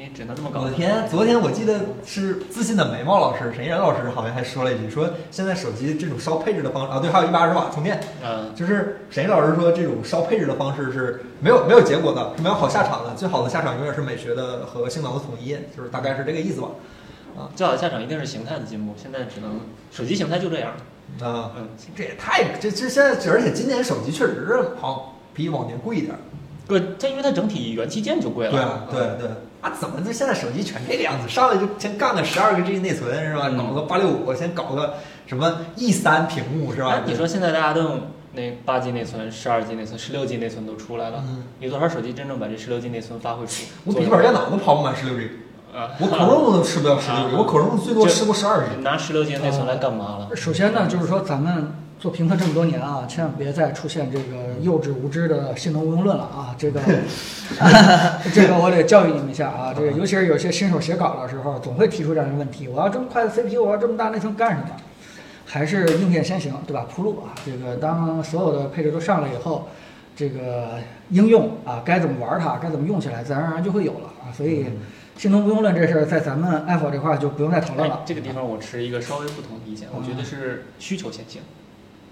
S3: 你只能这么搞
S1: 我的。嗯天！昨天我记得是自信的眉毛老师、沈一然老师好像还说了一句，说现在手机这种烧配置的方式啊，对，还有一百二十瓦充电，
S3: 嗯，
S1: 就是沈一老师说，这种烧配置的方式是没有没有结果的，是没有好下场的。最好的下场永远是美学的和性能的统一，就是大概是这个意思吧。
S3: 最好的下场一定是形态的进步，现在只能手机形态就这样。
S1: 啊、
S3: 嗯，
S1: 这也太这这现在，而且今年手机确实是好比往年贵一点。
S3: 对，它因为它整体元器件就贵了。
S1: 对啊，对
S3: 嗯
S1: 对啊，怎么就现在手机全这个样子？上来就先干个十二个 G 内存是吧？
S3: 嗯
S1: 搞个八六五，先搞个什么 E 三屏幕是吧
S3: 哎，？你说现在大家都用那八 G 内存、十二 G 内存、十六 G 内存都出来了，
S1: 嗯
S3: 有多少手机真正把这十六 G 内存发挥出？
S1: 我笔记本电脑都跑不满十六 G，
S3: 啊，
S1: 我 Chrome 都吃不了十
S3: 嗯
S1: 六 G，我 Chrome 最多
S3: 就
S1: 吃过十二 G。
S3: 嗯拿十六 G 内存来干嘛了？
S2: 首先呢，就是说咱们做评测这么多年啊，千万别再出现这个幼稚无知的性能无用论了啊！这 个， 这个我得教育你们一下啊！这个尤其是有些新手写稿的时候，总会提出这样的问题：我要这么快的 CPU，我要这么大内存干什么？还是硬件先行，对吧？铺路啊！这个当所有的配置都上来以后，这个应用啊，该怎么玩它，该怎么用起来，自然而然就会有了啊！所以，
S3: 嗯
S2: 性能无用论这事儿，在咱们 Apple 这块儿就不用再讨论
S3: 哎
S2: 了。，
S3: 这个地方我持一个稍微不同的意见，我觉得是需求先行，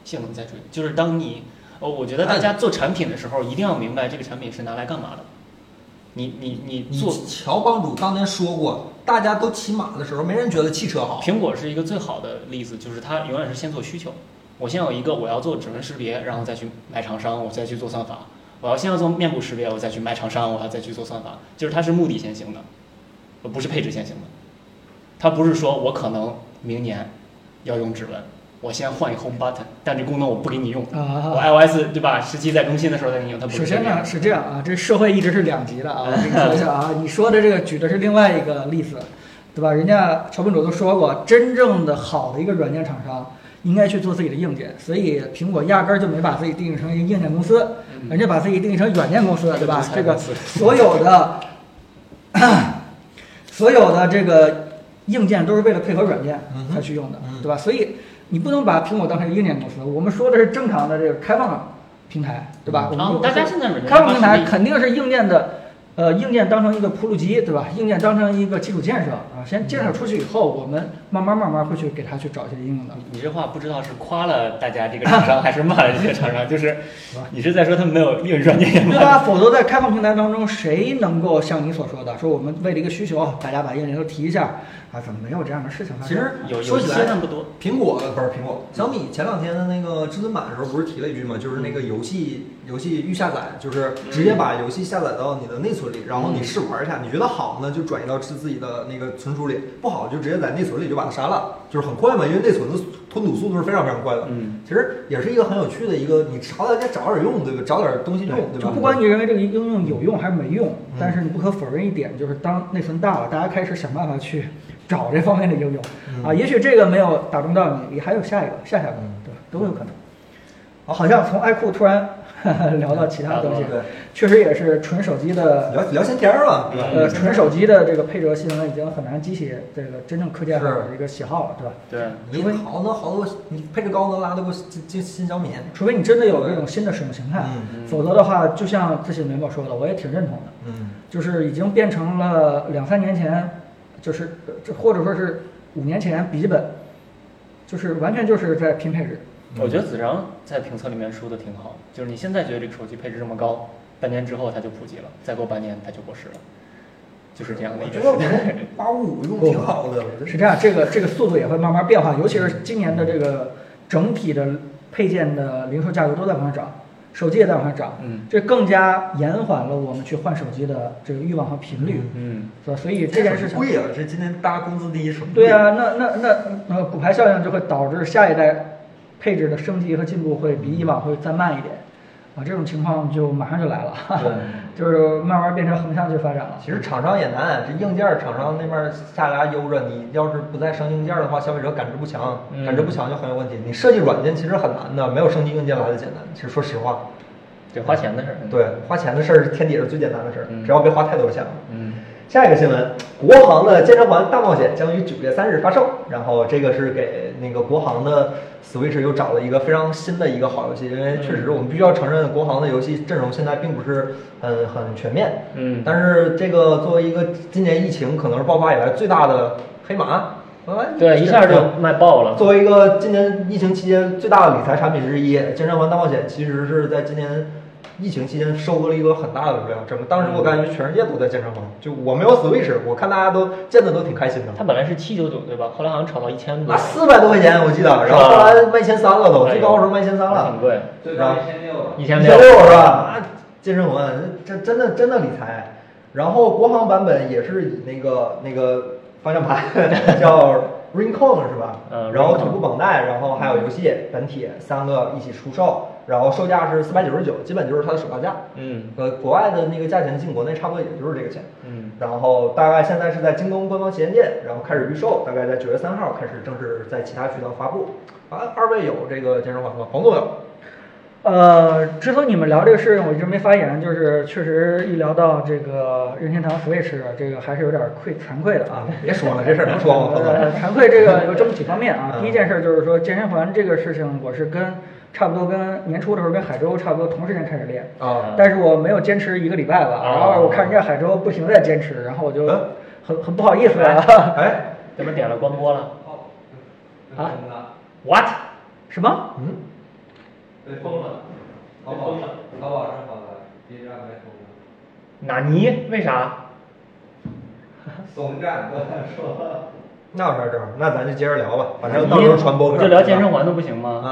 S3: 性能再追。就是当你，哦，我觉得大家做产品的时候，一定要明白这个产品是拿来干嘛的。你你你
S1: 你
S3: 做
S1: 乔帮主当年说过，大家都骑马的时候，没人觉得汽车好。
S3: 苹果是一个最好的例子，就是它永远是先做需求。我先有一个我要做指纹识别，然后再去买厂商，我再去做算法。我要先要做面部识别，我再去买厂商，我要再去做算法。就是它是目的先行的，呃不是配置先行的。它不是说我可能明年要用指纹，我先换一 Home Button，但这功能我不给你用，
S2: 啊，
S3: 我 iOS 对吧？十七在更新的时候再给你用。它不是
S2: 首先
S3: 这样
S2: 呢是这样啊，这社会一直是两极的啊。我跟你说一下啊，你说的这个举的是另外一个例子，对吧？人家乔本主都说过，真正的好的一个软件厂商应该去做自己的硬件，所以苹果压根儿就没把自己定义成一个硬件公司，
S3: 嗯
S2: 人家把自己定义成软件公司，对吧？这个
S3: 是
S2: 所有的 所有的这个硬件都是为了配合软件
S1: 嗯哼
S2: 才去用的，
S1: 嗯
S2: 对吧？所以你不能把苹果当成一个硬件公司，我们说的是正常的这个开放的平台，对吧？我们
S3: 啊
S2: 用，的
S3: 大
S2: 是
S3: 家现在软件
S2: 开放平
S3: 是
S2: 台
S3: 一
S2: 肯定是硬件的，呃，硬件当成一个铺路机，对吧？硬件当成一个基础建设啊，先建设出去以后，我们慢慢慢慢会去给它去找一些应
S4: 啊
S2: 用的。
S3: 你你这话不知道是夸了大家这个厂商，还是骂了这些厂商？ 就是你是在说他们没有运软件研
S2: 对吧？
S3: 发？
S2: 否则在开放平台当中，谁能够像你所说的，说我们为了一个需求，大家把硬件都提一下啊？怎么没有这样的事情发
S1: 其
S2: 生？
S1: 实
S3: 有有
S1: 说
S3: 一
S1: 起
S3: 些
S1: 来，
S3: 但不多。
S1: 苹果呃不是苹果，小米前两天的那个至尊版的时候，不是提了一句吗？就是那个游戏游戏预下载，就是直接把游戏下载到你的内存里，然后你试玩一下，你觉得好呢就转移到自自己的那个存储里，不好就直接在内存里就把它删了，就是很快嘛，因为内存的吞吐速度是非常非常快的。
S3: 嗯，
S1: 其实也是一个很有趣的一个，你朝大家找点用，对吧？找点东西用，对
S2: 就
S1: 吧？
S2: 不管你认为这个应用有用还是没用
S1: 嗯，
S2: 但是你不可否认一点，就是当内存大了，大家开始想办法去找这方面的应用
S1: 嗯
S2: 啊。也许这个没有打中到你，也还有下一个、下下个
S1: 嗯，
S2: 对吧？都有可能。好像从爱酷突然 聊到其他东西，
S1: 对，
S2: 确实也是纯手机的，
S1: 聊聊闲天儿嘛，对吧？
S2: 呃，纯手机的这个配置和性能已经很难激起这个真正科技爱好者的一个喜好了，对吧？
S4: 对，
S1: 你好能好多，你配置高能拉得过新新新小米。
S2: 除非你真的有这种新的使用形态，
S1: 嗯
S2: 否则的话，就像自信眉毛说的，我也挺认同的，
S1: 嗯
S2: 就是已经变成了两三年前，就是呃这或者说是五年前笔记本，就是完全就是在拼配置。
S4: 我觉得子章在评测里面说的挺好，就是你现在觉得这个手机配置这么高，半年之后它就普及了，再过半年它就过时了，就是这样的
S1: 我
S4: 一个
S1: 觉得
S4: 时
S1: 我
S4: 代。
S1: 这八五五用挺好的，我
S2: 是
S1: 这
S2: 这样，这个这个速度也会慢慢变化，尤其是今年的这个整体的配件的零售价格都在往上涨，手机也在往上涨，
S4: 嗯
S2: 这更加延缓了我们去换手机的这个欲望和频率，
S4: 嗯，
S2: 是吧？所以这件事情，
S1: 贵啊，这今天大家工资低，什么
S2: 对啊，那那那那骨牌效应就会导致下一代配置的升级和进步会比以往会再慢一点，啊，这种情况就马上就来了，哈哈
S1: 对
S2: 就是慢慢变成横向去发展了。
S1: 其实厂商也难，这硬件厂商那边下来悠着，你要是不再升硬件的话，消费者感知不强，
S4: 嗯
S1: 感知不强就很有问题。你设计软件其实很难的，没有升级硬件来的简单。其实说实话，
S4: 对，花钱的事儿。，
S1: 对花钱的事儿是天底下最简单的事儿，
S4: 嗯
S1: 只要别花太多钱了。
S4: 嗯，
S1: 下一个新闻，国航的健身环大冒险将于九月三日发售。然后这个是给那个国航的呃 Switch 又找了一个非常新的一个好游戏，因为确实我们必须要承认，国航的游戏阵容现在并不是很很全面。
S4: 嗯
S1: 但是这个作为一个今年疫情可能是爆发以来最大的黑马，
S4: 对，一下就卖爆了。
S1: 作为一个今年疫情期间最大的理财产品之一，健身环大冒险其实是在今年疫情期间收割了一个很大的流量。整个当时
S4: 嗯
S1: 我感觉全世界都在健身环，就我没有 Switch，我看大家都健的都挺开心的。
S4: 它本来是七九九对吧？后来好像炒到一千多
S1: 啊，，四百多块钱我记得，然后后来卖千三了都，最高的时候卖千三
S4: 哎很
S1: 了，
S4: 贵，
S5: 最高一千六了。
S4: 一
S1: 千
S4: 千
S1: 六是吧？啊，健身环这真的真的理财。然后国行版本也是以那个那个方向盘 叫 Rincon 是吧？
S4: 嗯
S1: 然后
S4: Rincon
S1: 腿部绑带，然后还有游戏本体三个一起出售，然后售价是四百九十九，基本就是它的首发价。
S4: 嗯
S1: 呃，国外的那个价钱进国内差不多也就是这个钱。
S4: 嗯，
S1: 然后大概现在是在京东官方旗舰店，然后开始预售，大概在九月三号开始正式在其他渠道发布。啊，二位有这个健身环吗？黄总有。
S2: 呃，之所以你们聊这个事情，我一直没发言，就是确实一聊到这个任天堂 Switch，这啊个还是有点愧惭愧的啊。
S1: 别说了，这事儿能说吗？黄
S2: 呃
S1: 总，
S2: 惭愧这个有这么几方面啊。
S1: 嗯
S2: 第一件事就是说健身环这个事情，我是跟差不多跟年初的时候跟海州差不多同时间开始练，
S1: 啊，
S2: 但是我没有坚持一个礼拜吧，
S4: 哦
S2: 然后我看人家海州不停地在坚持，然后我就
S1: 嗯
S2: 很很不好意思啊。
S1: 哎，
S4: 怎么点了关播了
S5: 哦，
S2: 啊
S5: 真的，
S4: ？What？
S2: 什么？
S1: 嗯，
S5: 被封了，淘宝上淘宝上好的，B 站被封了，
S4: 纳尼？为啥？
S5: 总站跟他说，
S1: 那有啥事儿？那咱就接着聊吧，反
S4: 纳
S1: 正
S4: 尼
S3: 嗯
S1: 到时候传播
S4: 不
S1: 客
S4: 就聊健身环的不行吗？
S1: 啊。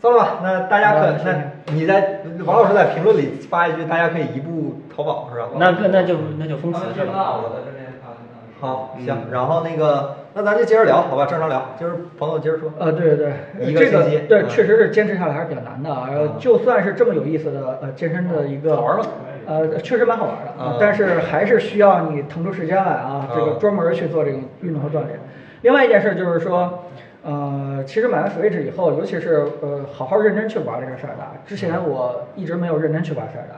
S1: 算了吧，那大家可
S2: 嗯
S1: 那你在王老师在评论里发一句，大家可以移步淘宝是吧？
S4: 那个那就那就
S5: 他
S4: 封
S5: 们
S4: 死
S5: 是
S4: 是
S5: 骂我
S4: 吧？
S5: 的，这边他们那
S1: 好，行，
S4: 嗯
S1: 然后那个那咱就接着聊，好吧？正常聊，就是朋友接着说。
S2: 呃，对对
S1: 一
S2: 对，
S1: 个
S2: 这
S1: 星期
S2: 个对，
S1: 嗯
S2: 确实是坚持下来还是比较难的啊。然
S1: 嗯
S2: 后就算是这么有意思的呃健身的一个
S1: 好玩吗？
S2: 呃，确实蛮好玩的
S1: 嗯
S2: 啊，但是还是需要你腾出时间来啊
S1: 嗯，
S2: 这个专门去做这种运动和锻炼。另外一件事就是说，呃，其实买完 Switch 以后，尤其是呃，好好认真去玩这个塞尔达。之前
S1: 嗯
S2: 我一直没有认真去玩塞尔达，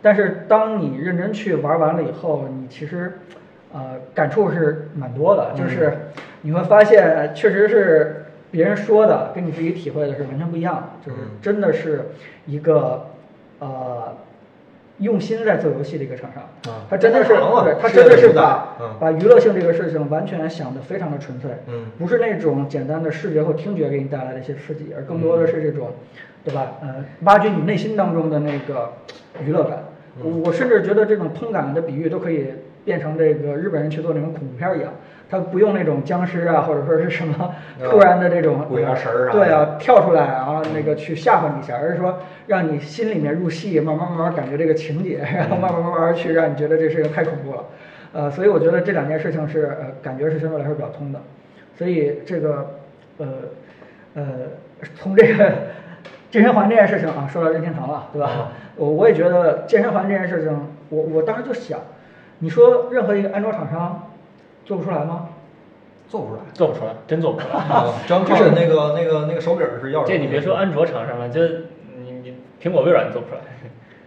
S2: 但是当你认真去玩完了以后，你其实呃感触是蛮多的，
S1: 嗯
S2: 就是你会发现确实是。别人说的跟你自己体会的是完全不一样的，就是
S1: 嗯
S2: 真的是一个，呃，用心在做游戏的一个厂商
S1: 啊，
S2: 他真的
S1: 这
S2: 是，
S1: 个行啊
S2: 对，他
S1: 是有
S2: 真的是
S1: 优待
S2: 把
S1: 嗯
S2: 把娱乐性这个事情完全想得非常的纯粹，
S1: 嗯
S2: 不是那种简单的视觉或听觉给你带来的一些刺激，而
S1: 嗯
S2: 更多的是这种，对吧？呃，挖掘你内心当中的那个娱乐感。
S1: 嗯
S2: 我甚至觉得这种碰感的比喻都可以变成这个日本人去做那种恐怖片儿一样，他不用那种僵尸啊，或者说是什么
S1: 嗯
S2: 突然的这种
S1: 鬼啊神儿啊嗯
S2: 对啊，跳出来啊，那个去吓唬你一下，而是说让你心里面入戏，慢慢慢慢感觉这个情节，然后
S1: 嗯
S2: 慢慢慢慢去让你觉得这事情太恐怖了。呃，所以我觉得这两件事情是呃，感觉是相对来说比较通的。所以这个呃呃，从这个 健身环这件事情啊，说到任天堂了，对
S1: 嗯
S2: 吧？我我也觉得健身环这件事情，我我当时就想，你说任何一个安卓厂商做不出来吗？
S1: 做不出来。
S3: 做不出来，真做不出来。
S1: 啊，专靠着那个那个那个手柄儿是要
S3: 这你别说安卓厂商了，就你你苹果、微软做不出来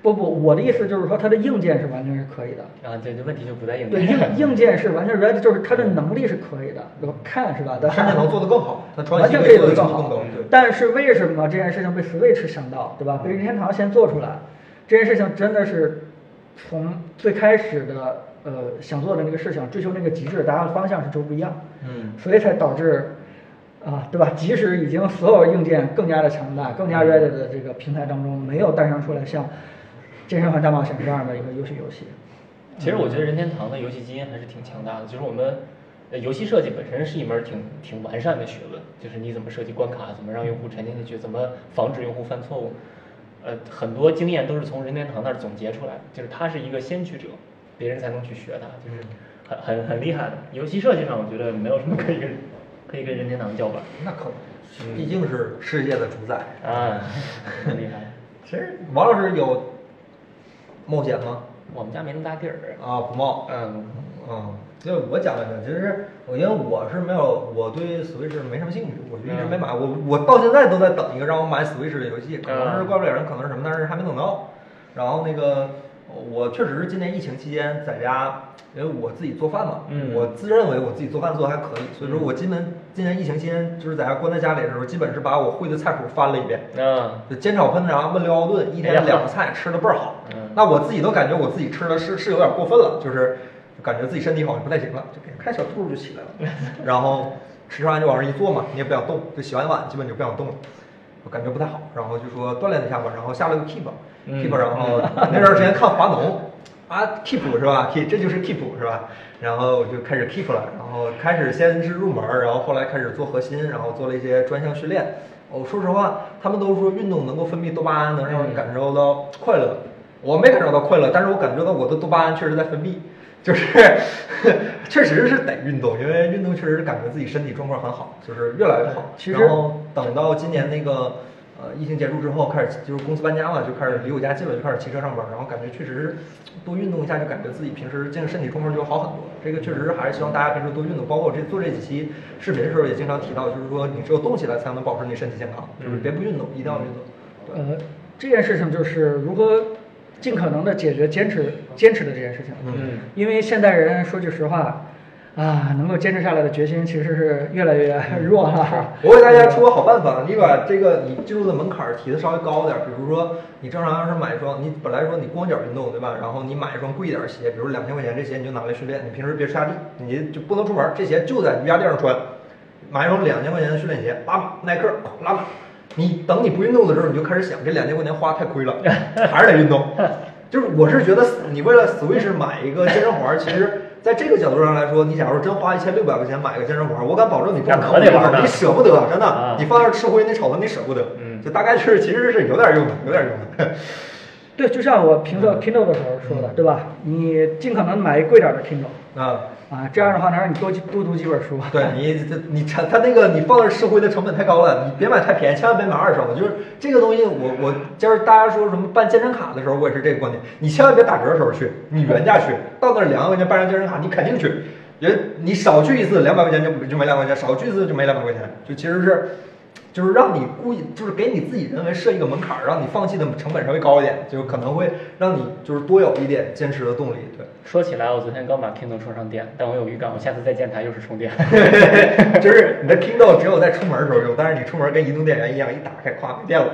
S2: 不不，我的意思就是说，它的硬件是完全是可以的。
S3: 啊，这这问题就不在硬
S2: 对
S3: 件上。
S2: 硬硬件是完全 ready，就是它的能力是可以的，我看是吧？但
S1: 甚至能做得更好，它传感
S2: 完
S1: 器
S2: 全
S1: 可
S2: 可以
S1: 以
S2: 做
S1: 做
S2: 得
S1: 得更
S2: 更好
S1: 高。对，
S2: 但是为什么这件事情被 Switch 想到，对吧？被任天堂先做出来，这件事情真的是从最开始的呃想做的那个事情，追求那个极致，大家的方向是都不一样，
S1: 嗯
S2: 所以才导致啊，对吧？即使已经所有硬件更加的强大，更
S1: 嗯
S2: 加 ready 的这个平台当中，没有诞生出来像《健身环大冒险》这样的一个优秀游戏。
S3: 其实我觉得任天堂的游戏基因还是挺强大的，就是我们呃游戏设计本身是一门挺挺完善的学问，就是你怎么设计关卡，怎么让用户沉浸进去，怎么防止用户犯错误，呃，很多经验都是从任天堂那儿总结出来的，就是他是一个先驱者，别人才能去学他，就是很很很厉害的。游戏设计上，我觉得没有什么可以跟可以跟任天堂叫板
S1: 那可不，毕竟是世界的主宰。
S3: 啊，很厉害。
S1: 其实王老师有冒险吗？
S3: 我们家没那么大地儿，
S1: 啊，不冒。
S3: 嗯，
S1: 嗯，就是我讲一下，其实我因为我是没有，我对 Switch 没什么兴趣，我就一直没
S3: 嗯
S1: 买。我我到现在都在等一个让我买 Switch 的游戏，可能是
S3: 嗯
S1: 怪不了人，可能是什么，但是还没等到。然后那个，我确实是今年疫情期间在家，因为我自己做饭嘛，
S3: 嗯
S1: 我自认为我自己做饭做的还可以，所以说我今年今年疫情期间就是在家关在家里的时候，基本是把我会的菜谱翻了一遍。
S3: 啊，
S1: 就煎炒烹炸焖溜熬炖，一
S3: 哎呀
S1: 天两个菜吃的倍儿好。
S3: 嗯
S1: 那我自己都感觉我自己吃的是是有点过分了，就是就感觉自己身体好像不太行了，就给看小兔儿就起来 了，然后吃完就往上一坐嘛，你也不想动，就洗完碗基本就不想动了。我感觉不太好，然后就说锻炼一下吧，然后下了个 Keep，Keep，、
S3: 嗯
S1: 然后那段时间看华农，啊 Keep 是吧？Keep 这就是 Keep 是吧？然后我就开始 Keep 了，然后开始先是入门儿，然后后来开始做核心，然后做了一些专项训练。我、说实话，他们都说运动能够分泌多巴胺，能让人
S2: 嗯
S1: 感受到快乐。我没感受到快乐，但是我感觉到我的多巴胺确实在分泌，就是 确实是得运动，因为运动确实是感觉自己身体状况很好，就是越来越好。
S2: 其实
S1: 然后等到今年那个呃疫情结束之后，开始就是公司搬家嘛，就开始离我家近了，就开始骑车上班，然后感觉确实是多运动一下，就感觉自己平时这个身体状况就好很多。这个确实还是希望大家平时多运动，包括我这做这几期视频的时候也经常提到，就是说你只有动起来才能保持你身体健康，就是别不运动，一定要运动。对，
S2: 呃，这件事情就是如何尽可能的解决坚持坚持的这件事情。
S1: 嗯，
S2: 因为现代人说句实话，啊，能够坚持下来的决心其实是越来 越
S1: 嗯
S2: 弱了。
S1: 我给大家出个好办法，你把这个你进入的门槛儿提的稍微高一点儿，比如说你正常要是买一双，你本来说你光脚运动对吧？然后你买一双贵一点儿的鞋，比如两千块钱这鞋你就拿来训练，你平时别下地，你就不能出门儿，这鞋就在瑜伽垫上穿，买一双两千块钱的训练鞋，拉满耐克哐拉满。你等你不运动的时候，你就开始想这两千块钱花太亏 了，还是得运动。就是我是觉得你为了 Switch 买一个健身环儿，其实在这个角度上来说，你假如真花一千六百块钱买一个健身环儿，我敢保证你中
S3: 那
S1: 午
S3: 可得玩儿呢
S1: 你舍不得，真
S3: 啊
S1: 的，你放那儿吃灰，你瞅着你舍不得，
S3: 嗯
S1: 就大概是其实是有点用的，有点用的，
S2: 对，就像我评
S1: 嗯
S2: 测 Kindle 的时候说的，对吧？你尽可能买贵点的 Kindle，
S1: 啊，
S2: 啊，这样的话能让你多几多读几本书。
S1: 嗯 对你这你成他那个你放那儿吃灰的成本太高了，你别买太便宜，千万别买二手。就是这个东西我，我今儿大家说什么办健身卡的时候，我也是这个观点，你千万别打折的时候去，你原价去，到那儿两万块钱办张健身卡，你肯定去。人你少去一次，两百块钱就就没两百块钱，少去一次就没两百块钱，就其实是。就是让你故意，就是给你自己认为设一个门槛儿，让你放弃的成本稍微高一点，就可能会让你就是多有一点坚持的动力。对，
S3: 说起来，我昨天刚把 Kindle 充上电，但我有预感，我下次再见它又是充电。
S1: 就是你的 Kindle 只有在出门的时候用，但是你出门跟移动电源一样，一打开咵没电了，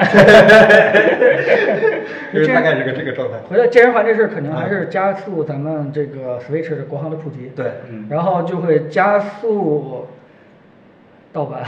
S1: 就是大概这个这个状态。
S2: 回到健身环这事儿，肯定还是加速咱们这个 Switch 的国行的普及。
S1: 对，
S3: 嗯
S2: 然后就会加速盗版，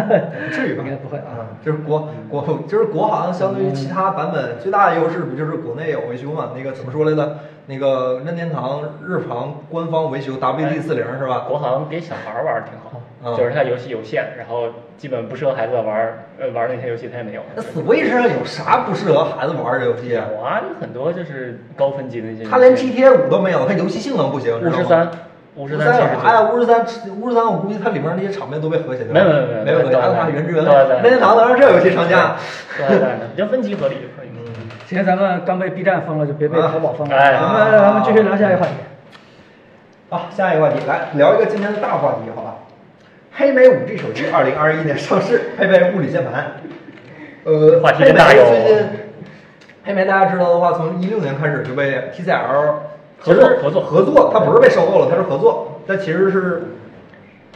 S1: 至于吧
S2: 应该不会啊。
S1: 啊，就是国国就是国行相对于其他版本最大的优势不就是国内有维修嘛？那个怎么说来着？那个任天堂日常官方维修 WD 四零是吧？
S3: 国行给小孩儿玩儿挺好，
S1: 嗯
S3: 就是它游戏有限，然后基本不适合孩子玩儿，呃，玩儿那些游戏它也没有。
S1: 那 Switch 上有啥不适合孩子玩的游戏啊？
S3: 有啊，有很多就是高分级的那些游戏。
S1: 它连 GTA 五都没有，它游戏性能不行，知
S3: 嗯五
S1: 道吗
S3: 十三，五
S1: 五
S3: 十
S1: 十
S3: 三
S1: 三
S3: 其
S1: 有
S3: 实
S1: 啥呀？哎五十三，五十三，我估计它里面那些场面都被和谐掉了。
S3: 没有没有没有
S1: 没有和谐，
S3: 对
S1: 按它原汁原味
S3: 对对。
S1: 任天堂能让这游戏上架？
S3: 对对对，比较分级合理就可以。
S1: 嗯，
S2: 今天咱们刚被 B 站封了，就别
S1: 啊
S2: 被淘宝封了。
S3: 哎
S2: 咱们咱们继续聊下一个话题。
S1: 好，下一个话题，来聊一个今天的大话题，好吧？黑莓五 G 手机二零二一年上市，配备物理键盘。呃，
S3: 话题
S1: 黑莓
S3: 大哟
S1: 最近，黑莓大家知道的话，从一六年开始就被 TCL 其
S3: 合作
S1: 实
S3: 合作
S1: 合作，它不是被收购了，它是合作，它其实是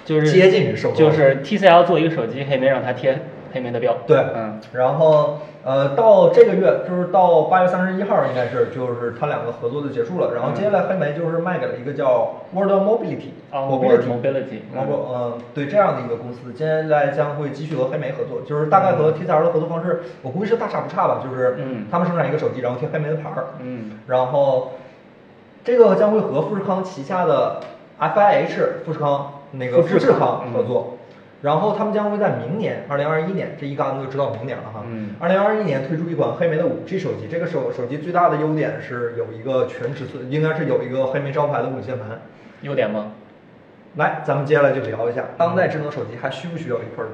S3: 就是
S1: 接近于收购，
S3: 就是 TCL 做一个手机，黑莓让它贴黑莓的标。
S1: 对，
S3: 嗯，
S1: 然后呃，到这个月就是到八月三十一号，应该是就是它两个合作就结束了。然后接下来黑莓就是卖给了一个叫 World Mobility，
S3: 哦
S1: Mobility
S3: World Mobility，嗯
S1: Mobile，嗯，对这样的一个公司，接下来将会继续和黑莓合作，就是大概和 TCL 的合作方式，我估计是大差不差吧，就是
S3: 嗯
S1: 他们生产一个手机，然后贴黑莓的牌儿，
S3: 嗯，
S1: 然后这个将会和富士康旗下的 FIH 富士康那个
S3: 富
S1: 富
S3: 士
S1: 士
S3: 康
S1: 康
S3: 嗯
S1: 合作，然后他们将会在明年二零二一年这一竿子就直到明年了哈
S3: 嗯，
S1: 二零二一年推出一款黑莓的五 G 手机，这个手手机最大的优点是有一个全尺寸，应该是有一个黑莓招牌的物理键盘。
S3: 优点吗？
S1: 来，咱们接下来就聊一下当代智能手机还需不需要一块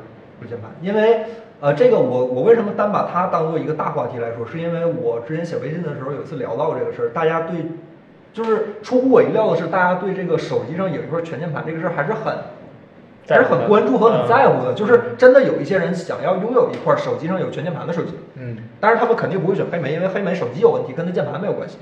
S1: 物键盘？因为呃，这个我我为什么单把它当做一个大话题来说，是因为我之前写微信的时候有一次聊到过这个事儿，大家对就是出乎我意料的是，大家对这个手机上有一块全键盘这个事儿还是很。还是
S3: 在乎的
S1: 很关注和
S3: 嗯
S1: 很在乎的，就是真的有一些人想要拥有一块手机上有全键盘的手机，
S3: 嗯，
S1: 但是他们肯定不会选黑莓，因为黑莓手机有问题，跟它键盘没有关 系。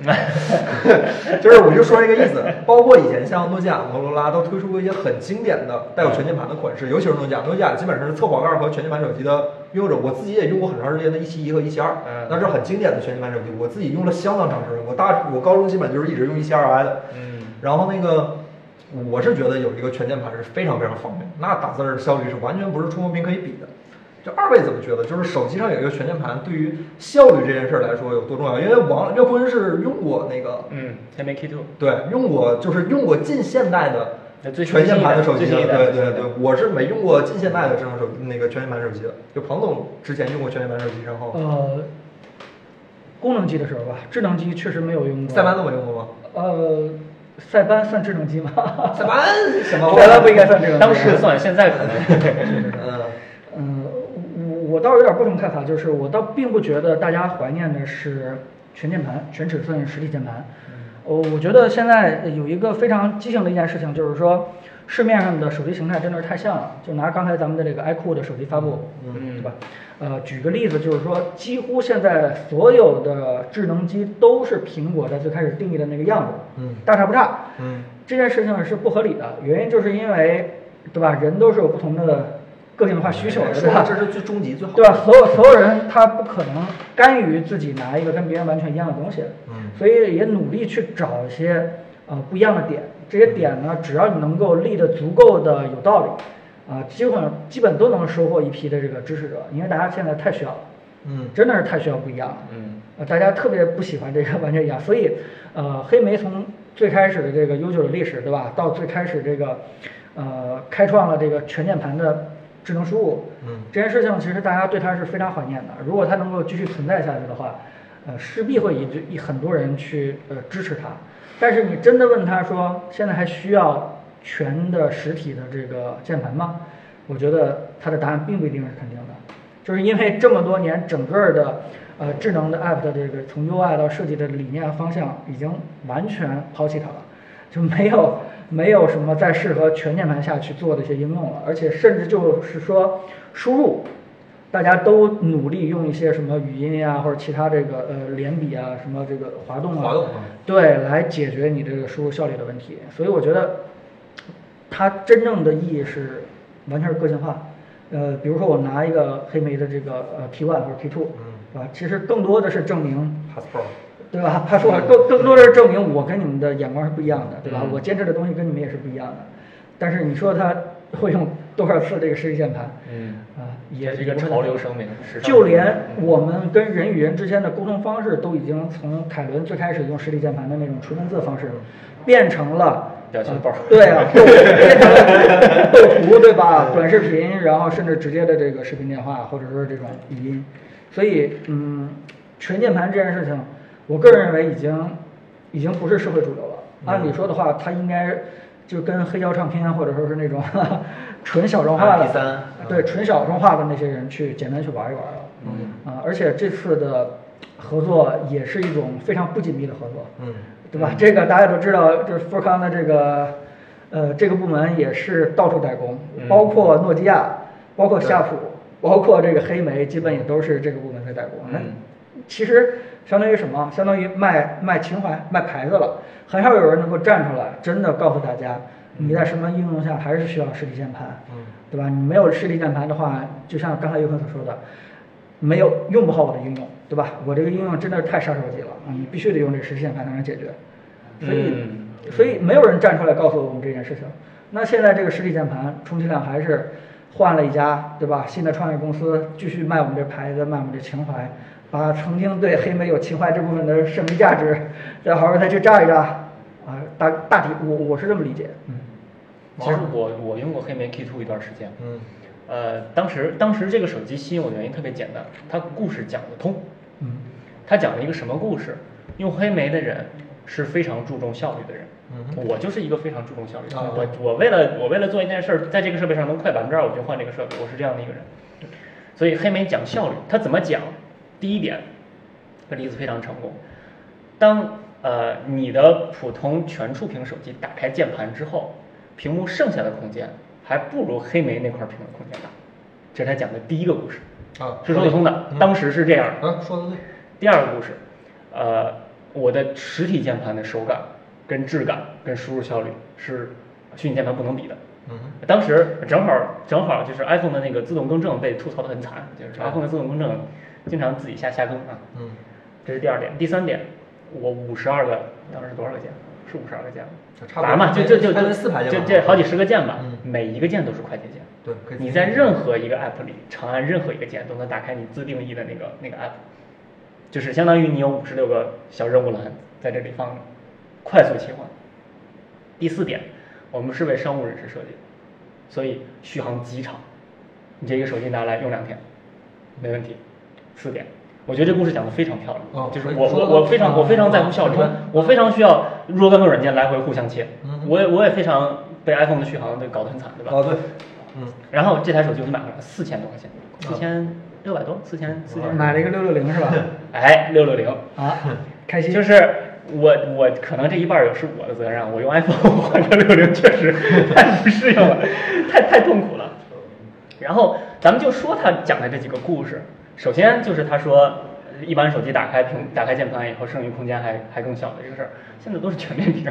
S1: 就是我就说这个意思。包括以前像诺基亚、摩托罗拉都推出过一些很经典的带有全键盘的款式，尤其是诺基亚，诺基亚基本上是侧滑盖和全键盘手机的拥有者。我自己也用过很长时间的一七一和一七二
S3: 嗯，
S1: 那是很经典的全键盘手机，我自己用了相当长时间。我大我高中基本就是一直用一七二 i 的，
S3: 嗯，
S1: 然后那个。我是觉得有一个全键盘是非常非常方便，那打字儿的效率是完全不是触摸屏可以比的。这二位怎么觉得？就是手机上有一个全键盘，对于效率这件事儿来说有多重要？因为王岳坤是用过那个，
S3: 嗯，黑莓 K two。
S1: 对，用过就是用过近现代
S3: 那
S1: 的
S3: 最
S1: 全键盘的手机
S3: 最
S1: 的，
S3: 新一代
S1: 对
S3: 最新
S1: 对
S3: 一代
S1: 对，我是没用过近现代的智能手那个全键盘手机的。就彭总之前用过全键盘手机，然后
S3: 嗯
S2: 呃，功能机的时候吧，智能机确实没有用过。
S1: 塞班都没用过吗？
S2: 呃，塞班算智能机吗？
S1: 塞班什么？
S2: 塞班不应该算智能机。
S3: 当时算，现在可能。
S1: 嗯，
S2: 嗯，我我倒有点不同看法，就是我倒并不觉得大家怀念的是全键盘、全尺寸实体键盘。哦，我觉得现在有一个非常畸形的一件事情，就是说市面上的手机形态真的是太像了。就拿刚才咱们的这个 iQOO 的手机发布，
S3: 嗯
S2: 对吧？呃，举个例子，就是说几乎现在所有的智能机都是苹果在最开始定义的那个样子，
S1: 嗯
S2: 大差不差。
S1: 嗯，
S2: 这件事情是不合理的，原因就是因为，对吧？人都是有不同的个性化需求的，对吧？
S1: 哎这是最终极最好的
S2: 对吧？所有所有人他不可能甘于自己拿一个跟别人完全一样的东西，
S1: 嗯
S2: 所以也努力去找一些呃不一样的点。这些点呢，只要你能够立得足够的有道理，啊、基本基本都能收获一批的这个支持者，因为大家现在太需要了，
S1: 嗯
S2: 真的是太需要不一样了。
S3: 嗯
S2: 呃，大家特别不喜欢这个完全一样，所以，呃，黑莓从最开始的这个悠久的历史，对吧，到最开始这个，呃，开创了这个全键盘的智能输入，
S1: 嗯
S2: 这件事情其实大家对它是非常怀念的。如果它能够继续存在下去的话，呃，势必会以以很多人去呃支持它。但是你真的问他说，现在还需要全的实体的这个键盘吗？我觉得他的答案并不一定是肯定的，就是因为这么多年整个的呃智能的 app 的这个从 UI 到设计的理念和方向已经完全抛弃它了。就没有 没有什么再适合全键盘下去做的一些应用了，而且甚至就是说输入，大家都努力用一些什么语音呀、或者其他这个呃连笔啊什么这个滑动啊，
S1: 滑动啊
S2: 对，来解决你这个输入效率的问题。所以我觉得它真正的意义是完全是个性化。呃，比如说我拿一个黑莓的这个呃 P1 或者 P2，
S1: 嗯
S2: 对吧？其实更多的是证明
S1: passport，
S2: 对
S3: 嗯
S2: 吧？他说更更多的是证明我跟你们的眼光是不一样的，对吧？
S3: 嗯
S2: 我坚持的东西跟你们也是不一样的。但是你说他会用多少次这个实体键盘？
S3: 嗯，
S2: 啊，
S3: 也
S2: 也
S3: 是一个
S2: 不会
S3: 潮流声明时尚
S2: 就连
S3: 嗯
S2: 我们跟人与人之间的沟通方式，都已经从凯伦最开始用实体键盘的那种纯文字方式，变成了
S3: 表情包
S2: 呃对啊， 斗变成了斗图对吧？短视频，然后甚至直接的这个视频电话，或者说这种语音。所以，嗯，全键盘这件事情，我个人认为已经已经不是社会主流了。
S3: 嗯
S2: 按理说的话，它应该就跟黑胶唱片或者说是那种 纯小众化的
S1: MP3 嗯
S2: 对纯小众化的那些人去简单去玩一玩了。
S1: 嗯
S2: 啊，而且这次的合作也是一种非常不紧密的合作。
S1: 嗯
S2: 对吧？这个大家都知道，就是富士康的这个呃，这个部门也是到处代工
S3: 嗯，
S2: 包括诺基亚，包括夏普，包括这个黑莓，基本也都是这个部门在代工。 那
S3: 嗯
S2: 其实相当于什么？相当于卖卖情怀、卖牌子了。很少有人能够站出来，真的告诉大家，你在什么应用下还是需要实体键盘，对吧？你没有实体键盘的话，就像刚才游客所说的，没有用不好我的应用，对吧？我这个应用真的是太杀手级了啊！你必须得用这个实体键盘才能解决。所以
S3: 嗯，
S2: 所以没有人站出来告诉我们这件事情。那现在这个实体键盘充其量还是换了一家，对吧？新的创业公司继续卖我们这牌子，卖我们这情怀，把曾经对黑莓有情怀这部分的剩余价值，再好好再去榨一榨，啊，大大体我我是这么理解，嗯，
S3: 其实我我用过黑莓 K Two 一段时间，
S1: 嗯，
S3: 呃，当时当时这个手机吸引我的原因特别简单，它故事讲得通。
S2: 嗯，
S3: 它讲了一个什么故事？用黑莓的人是非常注重效率的人。嗯，我就是一个非常注重效率的人。
S1: 啊
S3: 我我为了我为了做一件事儿，在这个设备上能快百分之二，我就换这个设备。我是这样的一个人。所以黑莓讲效率，它怎么讲？第一点，这例子非常成功。当呃你的普通全触屏手机打开键盘之后，屏幕剩下的空间还不如黑莓那块屏幕空间大，这是他讲的第一个故事，
S1: 啊
S3: 是说得通的。
S1: 嗯
S3: 当时是这样的。
S1: 啊，说的对，
S3: 第二个故事，呃，我的实体键盘的手感、跟质感、跟输入效率是虚拟键盘不能比的。
S1: 嗯
S3: 当时正好正好就是 iPhone 的那个自动更正被吐槽的很惨，就是 iPhone 的自动更正经常自己下下更啊。
S1: 嗯，
S3: 这是第二点。第三点，我五十二个当时多少个键？是五十二个键吗
S1: 就？差不多
S3: 反正嘛，就就就
S1: 拆
S3: 就
S1: 分四排键
S3: 就
S1: 吧
S3: 这好几十个键吧
S1: 嗯，
S3: 每一个键都是快捷键。
S1: 对可以
S3: 你
S1: 自
S3: 在
S1: 定义
S3: 任何一个 app 里长按任何一个键，都能打开你自定义的那个那个 app，就是相当于你有五十六个小任务栏在这里放着，快速切换。第四点，我们是为商务人士设计的，所以续航极长，你这个手机拿来用两天，没问题。四点，我觉得这故事讲得非常漂亮，
S1: 哦
S3: 就是
S1: 可以
S3: 我
S1: 说
S3: 我
S1: 得
S3: 我
S1: 通
S3: 非常我非常在乎效率，我非常需要若干个软件来回互相切，我也我也非常被 iPhone 的续航这搞得很惨，对吧？
S1: 啊嗯对，嗯，
S3: 然后这台手机我就买回来，四千多块钱，四千六百多，四千四千。
S2: 买了一个六六零是 吧？
S3: 哎，六六零，
S2: 啊，开心，
S3: 就是我我可能这一半儿也是我的责任，我用 iPhone 换成六零确实太不适应了，太太痛苦了。然后咱们就说他讲的这几个故事，首先就是他说。一般手机打开屏、打开键盘以后，剩余空间还还更小的这个事儿，现在都是全面屏，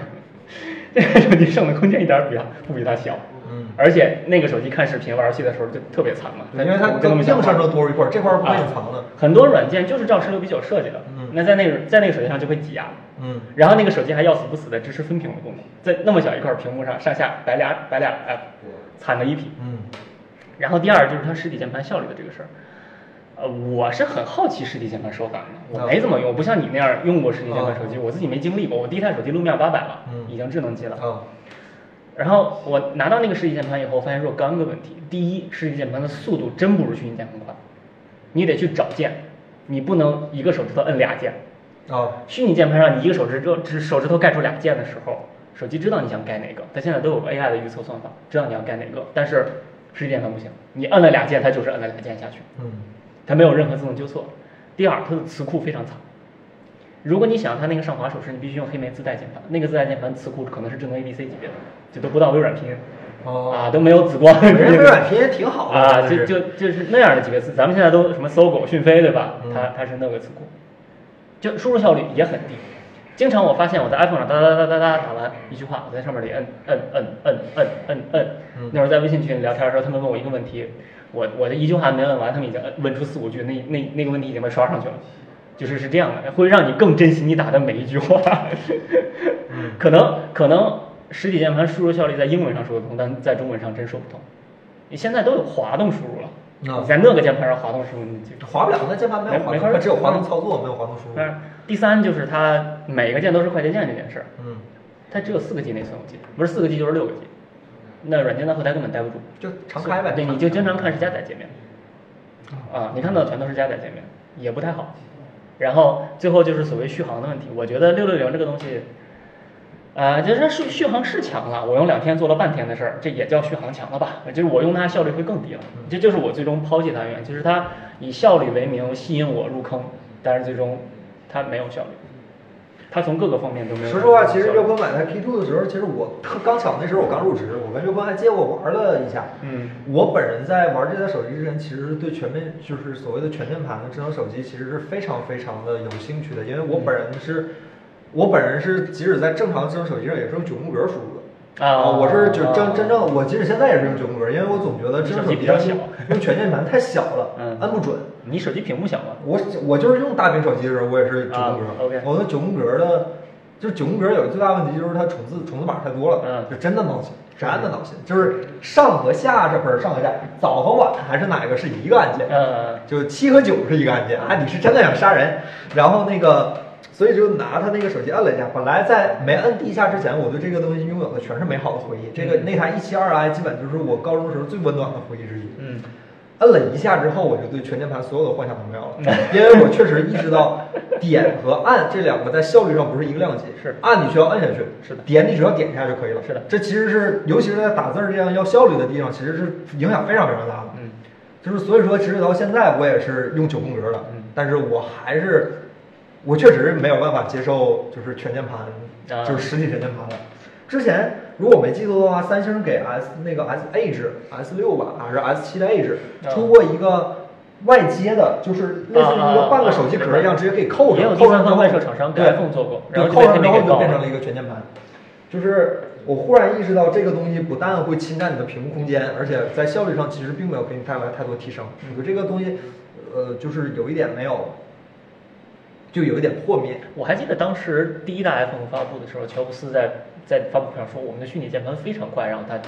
S3: 这个手机剩的空间一点儿比它不比它小。
S1: 嗯
S3: 而且那个手机看视频玩游戏的时候就特别惨嘛，
S1: 对因为它
S3: 我跟他
S1: 跟
S3: 们
S1: 硬
S3: 讲话
S1: 上都多出一块儿，这块儿不给你藏的
S3: 啊。很多软件就是照十六比九设计的，
S1: 嗯
S3: 那在那个在那个手机上就会挤压，
S1: 嗯
S3: 然后那个手机还要死不死的支持分屏的功能，在那么小一块屏幕上上下摆俩摆俩 app，惨的一批。
S1: 嗯
S3: 然后第二就是它实体键盘效率的这个事儿，呃，我是很好奇实体键盘手感
S1: 嗯
S3: 的，我没怎么用，不像你那样用过实体键盘手机，我自己没经历过。我第一台手机路面八百了，
S1: 嗯
S3: 已经智能机了，
S1: 啊，
S3: 然后我拿到那个实体键盘以后，我发现若干个问题。第一，实体键盘的速度真不如虚拟键盘快，你得去找键，你不能一个手指头摁俩键。
S1: 啊，
S3: 虚拟键盘上，你一个手指头指手指头盖住俩键的时候，手机知道你想盖哪个，它现在都有 AI 的预测算法，知道你要盖哪个。但是实体键盘不行，你摁了俩键，它就是摁了俩键下去。
S1: 嗯
S3: 它没有任何自动纠错。第二，它的词库非常惨。如果你想它那个上滑手势，你必须用黑莓自带键盘，那个自带键盘词库可能是智能 ABC 级别的，就都不到微软拼音，
S1: 哦
S3: 啊 都没有紫光，
S1: 我觉得微软平也挺好的
S3: 啊，
S1: 真
S3: 就
S1: 的是
S3: 就就是那样的级别词，咱们现在都什么搜狗、讯飞对吧？
S1: 嗯
S3: 它它是那个词库，就输入效率也很低。经常我发现我在 iPhone 上哒哒哒哒哒打完一句话，我在上面里摁摁摁摁摁摁摁。
S1: 嗯
S3: 那会儿在微信群里聊天的时候，他们问我一个问题，我我的一句话没问完，他们已经摁问出四五句，那那那个问题已经被刷上去了。就是是这样的，会让你更珍惜你打的每一句话。 可能可能实体键盘输入效率在英文上说得通，但在中文上真说不通。你现在都有滑动输入了，
S1: 啊哦
S3: 你在那个键盘上滑动输入，你就
S1: 滑不了，那键盘没有滑
S3: 没没
S1: 动，
S3: 法儿
S1: 它只有滑动操作，没有滑动输入。
S3: 当然，第三就是它每个键都是快捷键这件事儿，
S1: 嗯，
S3: 它只有四个 G 内存，我记得不是四个 G 就是六个 G，那软件在后台根本待不住。
S1: 就常开哦呗。
S3: 对，你就经常看是加载界面，啊，你看到的全都是加载界面，也不太好。然后最后就是所谓续航的问题，我觉得六六零这个东西，呃，就是续续航是强啊了，我用两天做了半天的事儿，这也叫续航强了吧？就是我用它效率会更低了，这就是我最终抛弃它的原因，就是它以效率为名吸引我入坑，但是最终它没有效率。
S4: 它从各个方面都没有。
S1: 说实话，其实热播买它 P two 的时候，其实我特刚巧那时候我刚入职，我跟热播还接过玩了一下。
S4: 嗯，
S1: 我本人在玩这台手机之前，其实对全面就是所谓的全面盘的智能手机，其实是非常非常的有兴趣的，因为我本人是，我本人是即使在正常的智能手机上也是用九宫格输入的。
S3: 啊
S1: 我是就真
S3: 啊
S1: 真正我即使现在也是用九宫格，因为我总觉得智能手机上
S3: 手机比较小
S1: 用全键盘太小了，
S3: 嗯
S1: 按不准。
S3: 你手机屏幕小吗？
S1: 我我就是用大屏手机的时候，我也是九宫格。
S3: 啊，OK
S1: 我的九宫格的，就是九宫格有一个最大问题就是它重字重字码太多了，
S3: 嗯
S1: 就真的闹心，真的闹心。就是上和下是不是上和下，早和晚还是哪个是一个按键？
S3: 嗯
S1: 就七和九是一个按键啊，你是真的想杀人。然后那个，所以就拿他那个手机摁了一下。本来在没摁地下之前，我对这个东西拥有的全是美好的回忆。这
S3: 嗯
S1: 个那台一七二 i 基本就是我高中时候最温暖的回忆之一。
S3: 嗯，
S1: 摁了一下之后，我就对全键盘所有的幻想都没有
S3: 嗯
S1: 了，因为我确实意识到点和按这两个在效率上不是一个量级，
S3: 是
S1: 按你需要摁下去，
S3: 是的
S1: 点你只要点一下就可以了，
S3: 是的
S1: 这其实是尤其是在打字儿这样要效率的地方，其实是影响非常非常大的。
S3: 嗯，
S1: 就是所以说，其实到现在我也是用九宫格的，
S3: 嗯
S1: 但是我还是我确实没有办法接受就是全键盘，
S3: 啊
S1: 就是实体全键盘了。之前如果没记错的话，三星给 S 那个 S Edge S 六吧，还是 S 七的 Edge
S3: 啊
S1: 出过一个外接的，就是类似于一
S3: 啊啊
S1: 个
S3: 啊
S1: 半个手机壳一样，
S3: 啊
S1: 直接可以扣
S3: 也有
S1: 上，
S3: 第
S1: 扣
S3: 三
S1: 上之
S3: 方
S1: 后
S3: 外设厂商跟
S1: 对
S3: iPhone 做过然
S1: 对，
S3: 后
S1: 扣上之后
S3: 被
S1: 就
S3: 告
S1: 变
S3: 了
S1: 成了一个全键盘。就是我忽然意识到，这个东西不但会侵占你的屏幕空间，而且在效率上其实并没有给你带来太多提升。我觉得这个东西，呃，就是有一点没有，就有一点破灭。
S3: 我还记得当时第一代 iPhone 发布的时候，乔布斯在在发布会上说我们的虚拟键盘非常快，然后他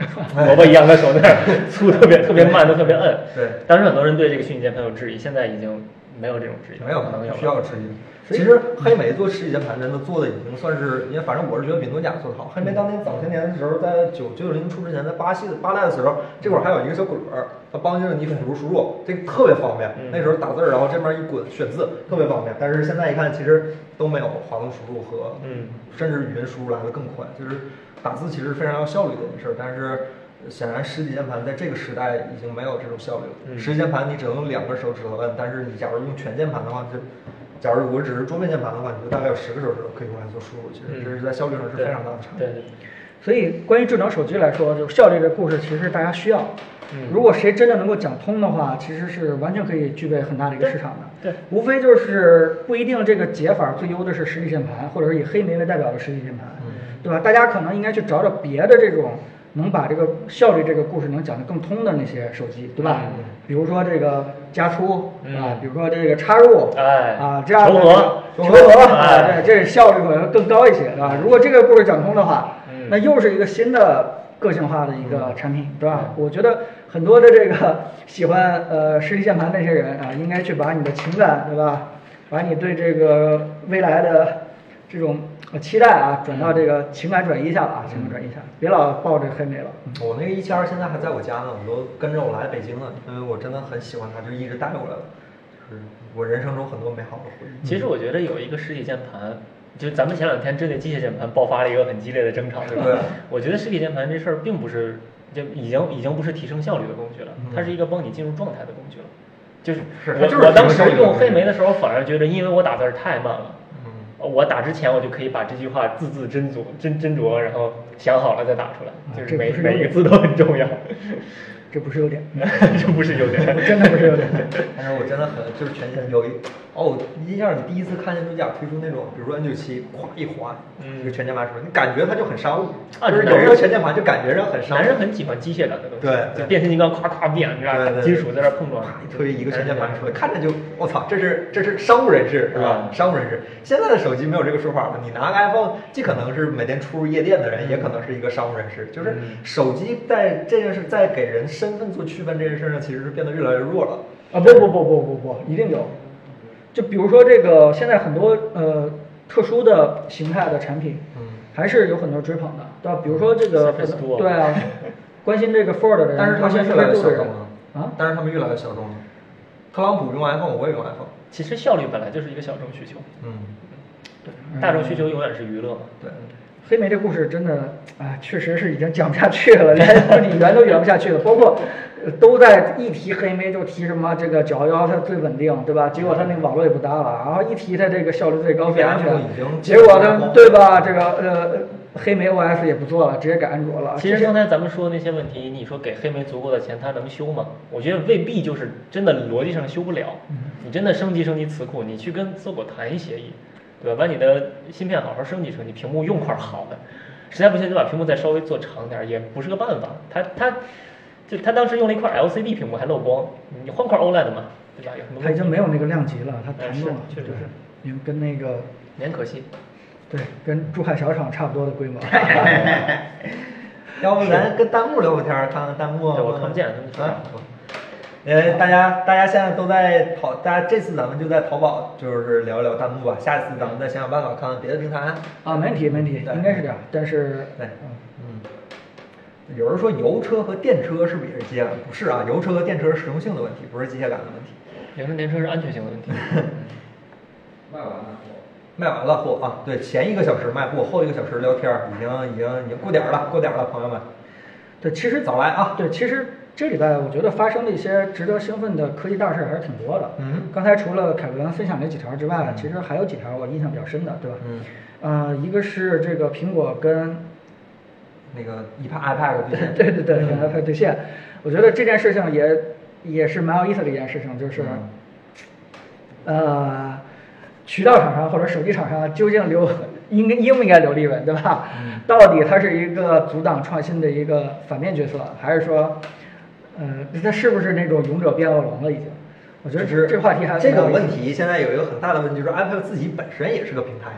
S3: 萝卜一样在手那儿粗特别特别慢，都特别摁。
S1: 对
S3: 当时很多人对这个虚拟键盘有质疑，现在已经没有这种质疑了，
S1: 没有
S3: 可能有
S1: 不需要
S3: 了。
S1: 质疑。其实黑莓做实体键盘真的做的已经算是，因为反正我是觉得比诺亚做的好。黑莓当年早些年的时候，在九九九零出之前，在巴西的八代的时候，这会儿还有一个小滚轮儿，它帮着你辅助输入，这个特别方便。
S3: 嗯
S1: 那时候打字儿，然后这边一滚选字，特别方便。但是现在一看，其实都没有滑动输入和
S3: 嗯
S1: 甚至语音输入来的更快。就是打字其实非常要效率的一件事儿，但是显然实体键盘在这个时代已经没有这种效率了。
S3: 嗯
S1: 实体键盘你只能用两根手指头摁，但是你假如用全键盘的话，就假如我只是桌面键盘的话，你就大概有十个手指头可以用来做输入，其实
S3: 嗯
S1: 这是在效率上是非常大的差别。
S3: 对对，
S2: 所以，关于智能手机来说，就效率这个故事，其实大家需要。
S3: 嗯
S2: 如果谁真的能够讲通的话，其实是完全可以具备很大的一个市场的。
S3: 对对
S2: 无非就是不一定这个解法最优的是实体键盘，或者是以黑莓为代表的实体键盘，
S3: 嗯
S2: 对吧？大家可能应该去找找别的这种能把这个效率这个故事能讲得更通的那些手机，对吧？
S3: 嗯
S2: 比如说这个加粗，
S3: 嗯
S2: 啊，比如说这个插入，
S3: 哎
S2: 啊，这样的
S3: 求和
S2: 求
S1: 求
S2: 和，
S1: 和
S2: 啊，对，这效率可能更高一些，对吧？如果这个故事讲通的话，
S3: 嗯
S2: 那又是一个新的个性化的一个产品，对吧？我觉得很多的这个喜欢呃实体键盘那些人啊，应该去把你的情感，对吧？把你对这个未来的这种呃期待啊，转到这个情感转移一下啊，情感转移一下，别老抱着黑莓了。
S1: 我那个一七二现在还在我家呢，我都跟着我来北京了，因为我真的很喜欢它，就一直带过来了，就是我人生中很多美好的回忆。
S3: 其实我觉得有一个实体键盘，就是咱们前两天针对机械键盘爆发了一个很激烈的争吵，对吧？
S1: 对啊
S3: 我觉得实体键盘这事儿并不是，就已经已经不是提升效率的工具了，它是一个帮你进入状态的工具了。就是
S1: 嗯是它
S3: 我
S1: 就是
S3: 我当
S1: 提升效
S3: 时
S1: 率的
S3: 用
S1: 工具
S3: 黑莓的时候，反而觉得因为我打字儿太慢了。
S1: 嗯，
S3: 我打之前，我就可以把这句话字字斟酌、斟斟酌，然后想好了再打出来，就是
S2: 这
S3: 每
S2: 不是
S3: 每一
S2: 优
S3: 个字都很 重要，
S2: 这不是优点，
S3: 这不是优点。
S2: 真的不是优点。
S1: 但是我真的很就是全新有一哦，我印象里第一次看见诺基亚推出那种，比如说 N 九七，咵一滑，
S3: 嗯
S1: 一个全键盘出来，你感觉它就很商务，
S3: 啊
S1: 就是
S3: 男
S1: 有一
S3: 人
S1: 个全键盘就感觉上很商务，
S3: 男人很喜欢机械感的东西，
S1: 对对
S3: 就变形金刚夸夸变，你知道
S1: 对对
S3: 吧？
S1: 对
S3: 金属在这儿碰撞哎
S1: 啪，一推一个全键盘出来，
S3: 来，
S1: 看着就我操，这是这是商务人士是吧？
S3: 嗯
S1: 商务人士，现在的手机没有这个说法了，你拿个 iPhone，既可能是每天出入夜店的人，也可能是一个商务人士，就是
S3: 嗯
S1: 手机在这件事在给人身份做区分这件事上，其实是变得越来越弱了。
S2: 啊，不不不不不不，一定有。就比如说这个，现在很多呃特殊的形态的产品，
S1: 嗯，
S2: 还是有很多追捧的，对吧？比如说这个
S3: Surface Duo
S2: 对啊，关心这个 Ford 的人，
S1: 但是他
S2: 关心
S1: 们越
S2: 这
S1: 来
S2: 个
S1: 越小
S2: 的人
S1: 众了
S2: 啊，
S1: 但是他们越来越小众了。特朗普用 iPhone，我也用 iPhone。
S3: 其实效率本来就是一个小众需求，
S1: 嗯，
S3: 大众需求永远是娱乐嘛。
S1: 对，
S2: 黑哎莓这故事真的啊，确实是已经讲不下去了，连你圆都圆不下去了。包括呃都在一提黑莓就提什么这个九幺幺它最稳定，对吧？结果它那个网络也不搭了，然后一提它这个效率最高、最安
S1: 这个已
S2: 全，
S1: 经
S2: 结果它对吧？这个呃黑莓 OS 也不做了，直接改安卓了。
S3: 其实刚才咱们说的那些问题，你说给黑莓足够的钱，它能修吗？我觉得未必，就是真的逻辑上修不了。
S1: 嗯
S3: 你真的升级升级词库，你去跟搜狗谈一协议，对吧？把你的芯片好好升级升级，屏幕用块儿好的，实在不行就把屏幕再稍微做长点儿，也不是个办法。它它就它当时用了一块 LCD 屏幕还漏光，你换块 OLED E 嘛，对吧？有什么问题？
S2: 它已经没有那个量级了，它
S3: 哎
S2: 弹
S3: 是
S2: 动了，
S3: 确实
S2: 对
S3: 是，
S2: 因为跟那个
S3: 很可惜。
S2: 对跟珠海小厂差不多的规 模。
S1: 要不咱跟弹幕聊会天儿，看看弹幕。
S3: 对我看不见他们
S1: 啊。呃，大家大家现在都在淘，大家这次咱们就在淘宝，就是聊一聊弹幕吧。下一次咱们再想想办法，看看别的平台。
S2: 啊，没问题，没问题，
S1: 对
S2: 应该是这样。但是，
S1: 对
S2: 嗯
S1: 嗯，有人说油车和电车是不是也是机械感？不是啊，油车和电车是实用性的问题，不是机械感的问题。
S3: 两轮电车是安全性的问题。
S5: 卖完了，
S1: 卖完了货啊，对，前一个小时卖货，后一个小时聊天儿，已经已经已经过点儿了，过点儿了，朋友们，
S2: 对，其实
S1: 早来啊。
S2: 对，其实这礼拜我觉得发生的一些值得兴奋的科技大事还是挺多的。
S1: 嗯
S2: 刚才除了凯文分享这几条之外，其实还有几条我印象比较深的，对吧？
S1: 嗯。
S2: 呃，一个是这个苹果跟
S1: 那个一派 iPad 最 近
S2: 对对对，跟 iPad 对线，我觉得这件事情也也是蛮有意思的一件事情，就是，
S1: 嗯
S2: 呃，渠道厂商或者手机厂商究竟留应该应不应该留利润，对吧？
S1: 嗯
S2: 到底它是一个阻挡创新的一个反面角色，还是说，呃，它是不是那种勇者变恶龙了已经？我觉得
S1: 就是
S2: 这话题还
S1: 这个
S2: 蛮有意思
S1: 问题现在有一个很大的问题，就是 Apple 自己本身也是个平台，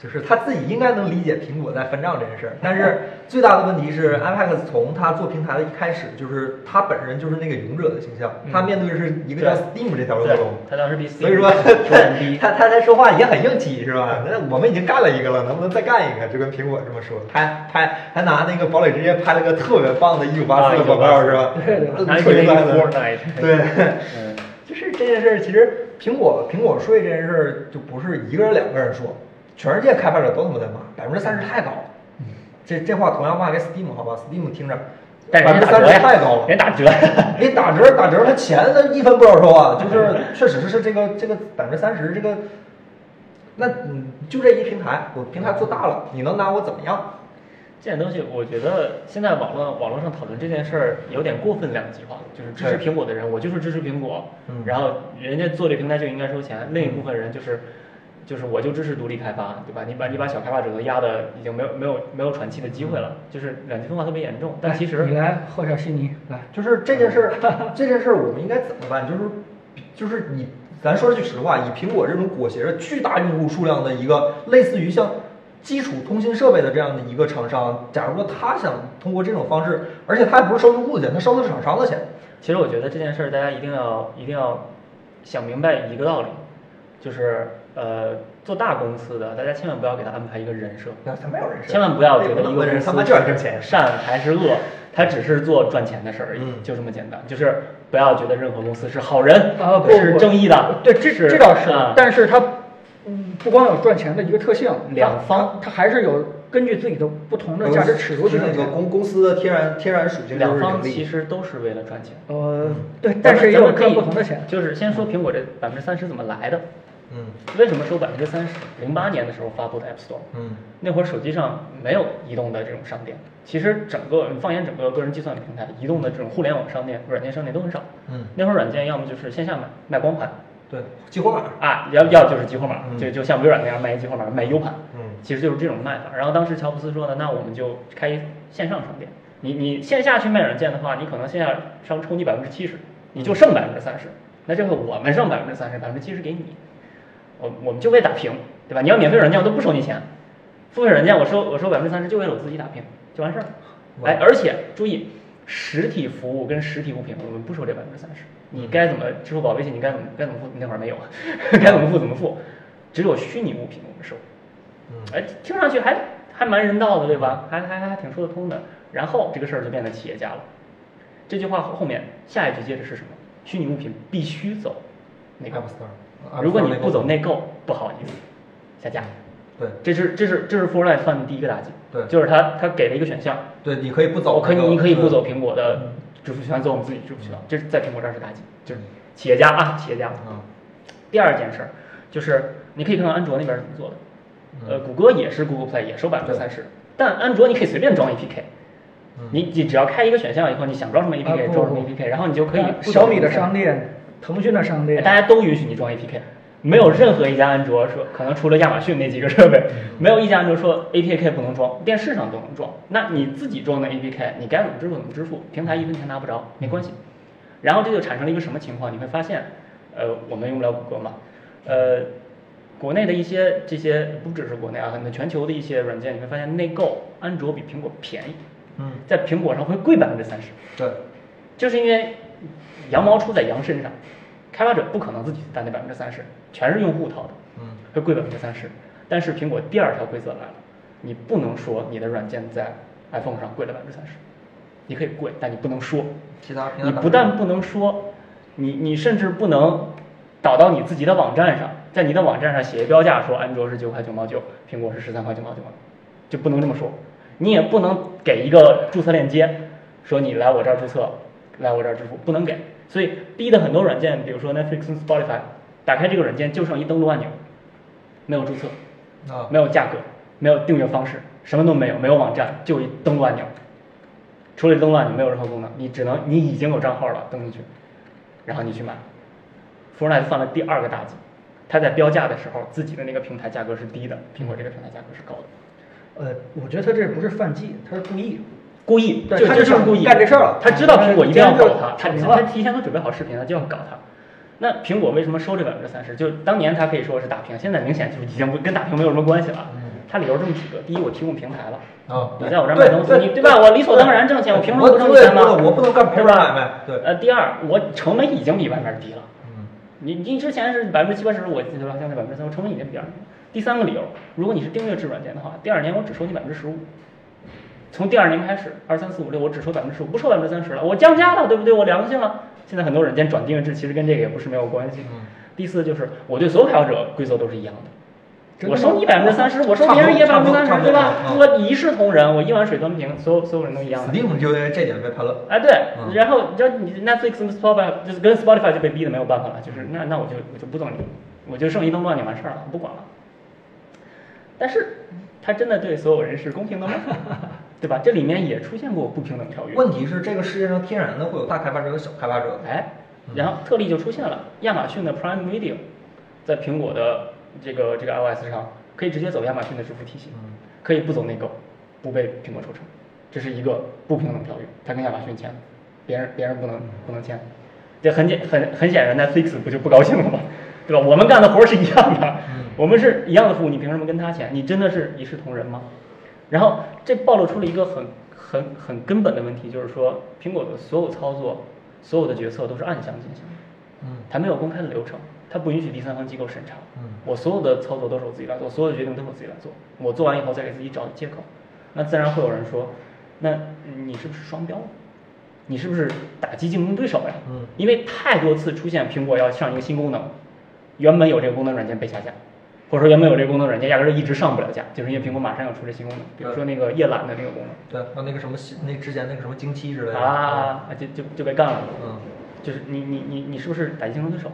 S1: 就是他自己应该能理解苹果在分账这件事儿。但是 最大的问题是，iPad 从他做平台的一开始，就是他本身就是那个勇者的形象，
S2: 嗯
S1: 他面对的是一个叫 Steam 这条路
S3: 对
S1: 中，
S3: 他当时比 Steam
S1: 所以说
S3: 更牛逼
S1: 他他他他说话也很硬气，是吧？那我们已经干了一个了，能不能再干一个？就跟苹果这么说，拍拍还拿那个堡垒之夜拍了个特别棒的1984的广告，是吧？
S2: 对对
S3: 拿一
S1: 特别
S3: 个嗯
S1: 棒的
S3: Fortnite
S1: 对。就是这件事儿，其实苹果苹果税这件事儿就不是一个人两个人说，全世界开发者都他妈在骂，百分之三十太高了。
S3: 嗯
S1: 这这话同样话给 Steam 好吧，Steam 听着，
S3: 但是
S1: 百分
S3: 人
S1: 之三十
S3: 家打折呀
S1: 太高了，
S3: 人家打折。
S1: 你打折打折，他钱他一分不少收啊，就是确实是这个这个百分之三十这个，那嗯就这一平台，我平台做大了，你能拿我怎么样？
S3: 这件东西，我觉得现在网络网络上讨论这件事儿有点过分两极化，就是支持
S1: 对
S3: 苹果的人，我就是支持苹果，
S1: 嗯
S3: 然后人家做这平台就应该收钱；另一部分人就是，就是我就支持独立开发，对吧？你把你把小开发者都压的已经没有没有没有喘气的机会
S1: 嗯
S3: 了，就是两极分化特别严重。但其实
S2: 哎你来后小悉尼来，
S1: 就是这件事儿，这件事儿我们应该怎么办？就是，就是你，咱说句实话，以苹果这种裹挟着巨大用户数量的一个类似于像基础通信设备的这样的一个厂商，假如说他想通过这种方式，而且他也不是收用户的钱，他收的是厂商的钱。
S3: 其实我觉得这件事儿大家一定要一定要想明白一个道理，就是呃，做大公司的大家千万不要给他安排一个人设，
S1: 那他没有人设，
S3: 千万不要觉得一个
S1: 人
S3: 公司
S1: 他妈就爱挣钱。
S3: 善还是恶，他只是做赚钱的事儿而已，
S1: 嗯
S3: 就这么简单。就是不要觉得任何公司是好人，
S2: 啊不
S3: 是
S2: 不
S3: 正义的，
S2: 对，这
S3: 是
S2: 这倒是
S3: 啊，
S2: 但是它嗯不光有赚钱的一个特性，它
S3: 两方呃
S2: 它它还是有根据自己的不同的价值尺度去
S1: 那
S2: 赚
S1: 个
S2: 钱。
S1: 公公司的天然天然属性就
S3: 两
S1: 是
S3: 方
S1: 盈
S3: 其
S1: 利。
S3: 实都是为了赚钱。
S2: 呃， 对，但是也有
S3: 咱们可以
S2: 赚不同的钱。
S3: 就是先说苹果这百分之三十怎么来的，
S1: 嗯
S3: 为什么说百分之三十？零八年的时候发布的 App Store，
S1: 嗯
S3: 那会儿手机上没有移动的这种商店，其实整个放眼整个个人计算的平台，移动的这种互联网商店、软件商店都很少。
S1: 嗯，
S3: 那会儿软件要么就是线下买卖光盘，
S1: 对，激活码。
S3: 啊，要要就是激活码，
S1: 嗯
S3: 就就像微软那样卖一激活码，卖 U 盘，
S1: 嗯
S3: 其实就是这种卖法。然后当时乔布斯说呢，那我们就开一线上商店，你你线下去卖软件的话，你可能线下商抽你百分之七十，你就剩百分之三十，那这回我们剩百分之三十，百分之七十给你，我我们就为打平，对吧？你要免费软件我都不收你钱，付费软件我收我收百分之三十，就为了我自己打平，就完事儿。
S1: 哇
S3: 哎，而且注意，实体服务跟实体物品，我们不收这百分之三十。你该怎么支付宝、微信，你该怎么该怎么付？那会儿没有啊， 该怎么付怎么付，只有虚拟物品我们收。
S1: 嗯
S3: 哎，听上去还还蛮人道的，对吧？还还还挺说得通的。然后这个事儿就变得企业家了。这句话后后面下一句接着是什么？虚拟物品必须走那个
S1: App Store，
S3: 如果你
S1: App Store
S3: 不走内购，不好意思，下架。
S1: 对
S3: 这是这是这是 Fortnite 犯的第一个大忌，
S1: 对
S3: 就是他他给了一个选项，
S1: 对，你可以不走
S3: 我可
S1: 那
S3: 以
S1: 个，
S2: 嗯
S1: 嗯
S3: 你可以
S1: 对
S3: 不走苹果的支
S2: 啊
S3: 付权走我们自己支付权，这是在苹果这儿是垃圾，就是
S2: 嗯
S3: 企业家啊，企业家。
S5: 啊，
S3: 第二件事儿就是你可以看看安卓那边是怎么做的，
S2: 嗯
S3: 呃，谷歌也是 Google Play 也收百分之三十，但安卓你可以随便装 APK，你
S1: 嗯
S3: 你只要开一个选项以后，你想装什么
S2: 嗯啊
S3: APK
S2: 不
S3: 装什么
S2: 不
S3: APK，然后你就可以
S2: 呃小米的
S3: 省
S2: 商店、腾讯的商店，
S3: 大家都允许你装 APK，没有任何一家安卓说，可能除了亚马逊那几个设备，没有一家安卓说 APK 不能装，电视上都能装。那你自己装的 APK，你该怎么支付怎么支付，平台一分钱拿不着，没关系。然后这就产生了一个什么情况？你会发现，呃，我们用不了谷歌嘛，呃，国内的一些这些不只是国内啊，很多全球的一些软件，你会发现内购安卓比苹果便宜，
S1: 嗯，
S3: 在苹果上会贵百分之三十。
S1: 对，
S3: 就是因为羊毛出在羊身上，开发者不可能自己担那百分之三十，全是用户掏的，
S1: 嗯，
S3: 会贵百分之三十。但是苹果第二条规则来了，你不能说你的软件在 iPhone 上贵了百分之三十，你可以贵，但你不能说，
S1: 其他平台
S3: 你不但不能说，你你甚至不能导到你自己的网站上，在你的网站上写一标价说安卓是九块九毛九，苹果是十三块九毛九，就不能这么说。你也不能给一个注册链接，说你来我这儿注册，来我这儿支付，不能给。所以逼的很多软件，比如说 Netflix 跟 Spotify，打开这个软件就剩一登录按钮，没有注册，
S1: 啊，
S3: 没有价格，没有订阅方式，什么都没有，没有网站，就一登录按钮。除了登录按钮没有任何功能，你只能你已经有账号了，登进去，然后你去买。f o r n i t e 犯了第二个大忌，它在标价的时候，自己的那个平台价格是低的，苹果这个平台价格是高的，
S2: 呃，我觉得他这不是犯忌，他是故意。
S3: 故意，
S2: 对
S3: 就
S2: 他
S3: 这
S2: 就是
S3: 是故意
S2: 干这事儿了
S3: 他知道苹果一定要搞他，
S2: 他
S3: 他
S2: 就
S3: 他他提前都准备好视频了，就要搞他。那苹果为什么收这百分之三十？就当年它可以说是打平，现在明显就已经不跟打平没有什么关系了。它理由这么几个：第一，我提供平台了，
S1: 啊，
S3: 你在我这儿卖东西，
S1: 对
S3: 你对吧？我理所当然挣钱，我凭什么
S1: 我
S3: 不挣钱呢？
S1: 对我不能干赔
S3: 对
S1: 本
S3: 吧
S1: 买卖，对，
S3: 呃，第二，我成本已经比外面低了。
S1: 嗯，
S3: 你你之前是百分之七八十，我对吧？现在百分之三，我成本已经比较低了。第三个理由，如果你是订阅制软件的话，第二年我只收你百分之十五。从第二年开始，二三四五六，我只收百分之十五，不收百分之三十了。我降价了，对不对？我良心了。现在很多软件转订阅制，其实跟这个也不是没有关系。
S1: 嗯
S3: 第四就是我对所有开发者规则都是一样的，
S2: 真的吗
S3: 我收你百分之三十，我收别人也百
S1: 差
S3: 分
S1: 不
S3: 之
S1: 多
S3: 三
S1: 差
S3: 十，
S1: 不
S3: 对
S1: 多
S3: 吧？
S1: 嗯
S3: 我一视同仁，我一碗水端平，所有所有人都一样的。
S1: ，Steam 就因为这点被喷了，
S3: 哎，对，
S1: 嗯
S3: 然后你知道你 Netflix 跟 Spotify 就是跟 Spotify 就被逼的没有办法了，就是
S1: 嗯
S3: 那那我就我就不等你，我就剩一登录按钮完事儿了，我不管了。但是它真的对所有人是公平 的吗？对吧？这里面也出现过不平等条约。
S1: 问题是这个世界上天然的会有大开发者和小开发者，
S3: 哎，
S1: 嗯
S3: 然后特例就出现了，亚马逊的 Prime Video 在苹果的这个这个 iOS 上可以直接走亚马逊的支付体系，
S1: 嗯
S3: 可以不走内购，不被苹果抽成，这是一个不平等条约，它跟亚马逊签，别人别人不能不能签，这很简很很显然，Netflix 不就不高兴了吗？ 对吧？我们干的活儿是一样的，我们是一样的服务，你凭什么跟他签？你真的是一视同仁吗？然后这暴露出了一个很很很根本的问题，就是说苹果的所有操作、所有的决策都是暗箱进行的，
S1: 嗯，
S3: 它没有公开的流程，它不允许第三方机构审查，
S1: 嗯，
S3: 我所有的操作都是我自己来做，所有的决定都是我自己来做，我做完以后再给自己找借口，那自然会有人说，那你是不是双标了？你是不是打击竞争对手呀？
S1: 嗯，
S3: 因为太多次出现苹果要上一个新功能，原本有这个功能软件被下架，或者说原本有这个功能软件压根儿就一直上不了架，就是因为苹果马上要出这新功能，比如说那个夜览的那个功能
S1: 对，还有那个什么那之前那个什么经期之类的，
S3: 啊，就就就被干了。
S1: 嗯，
S3: 就是你你你你是不是打击竞争对手？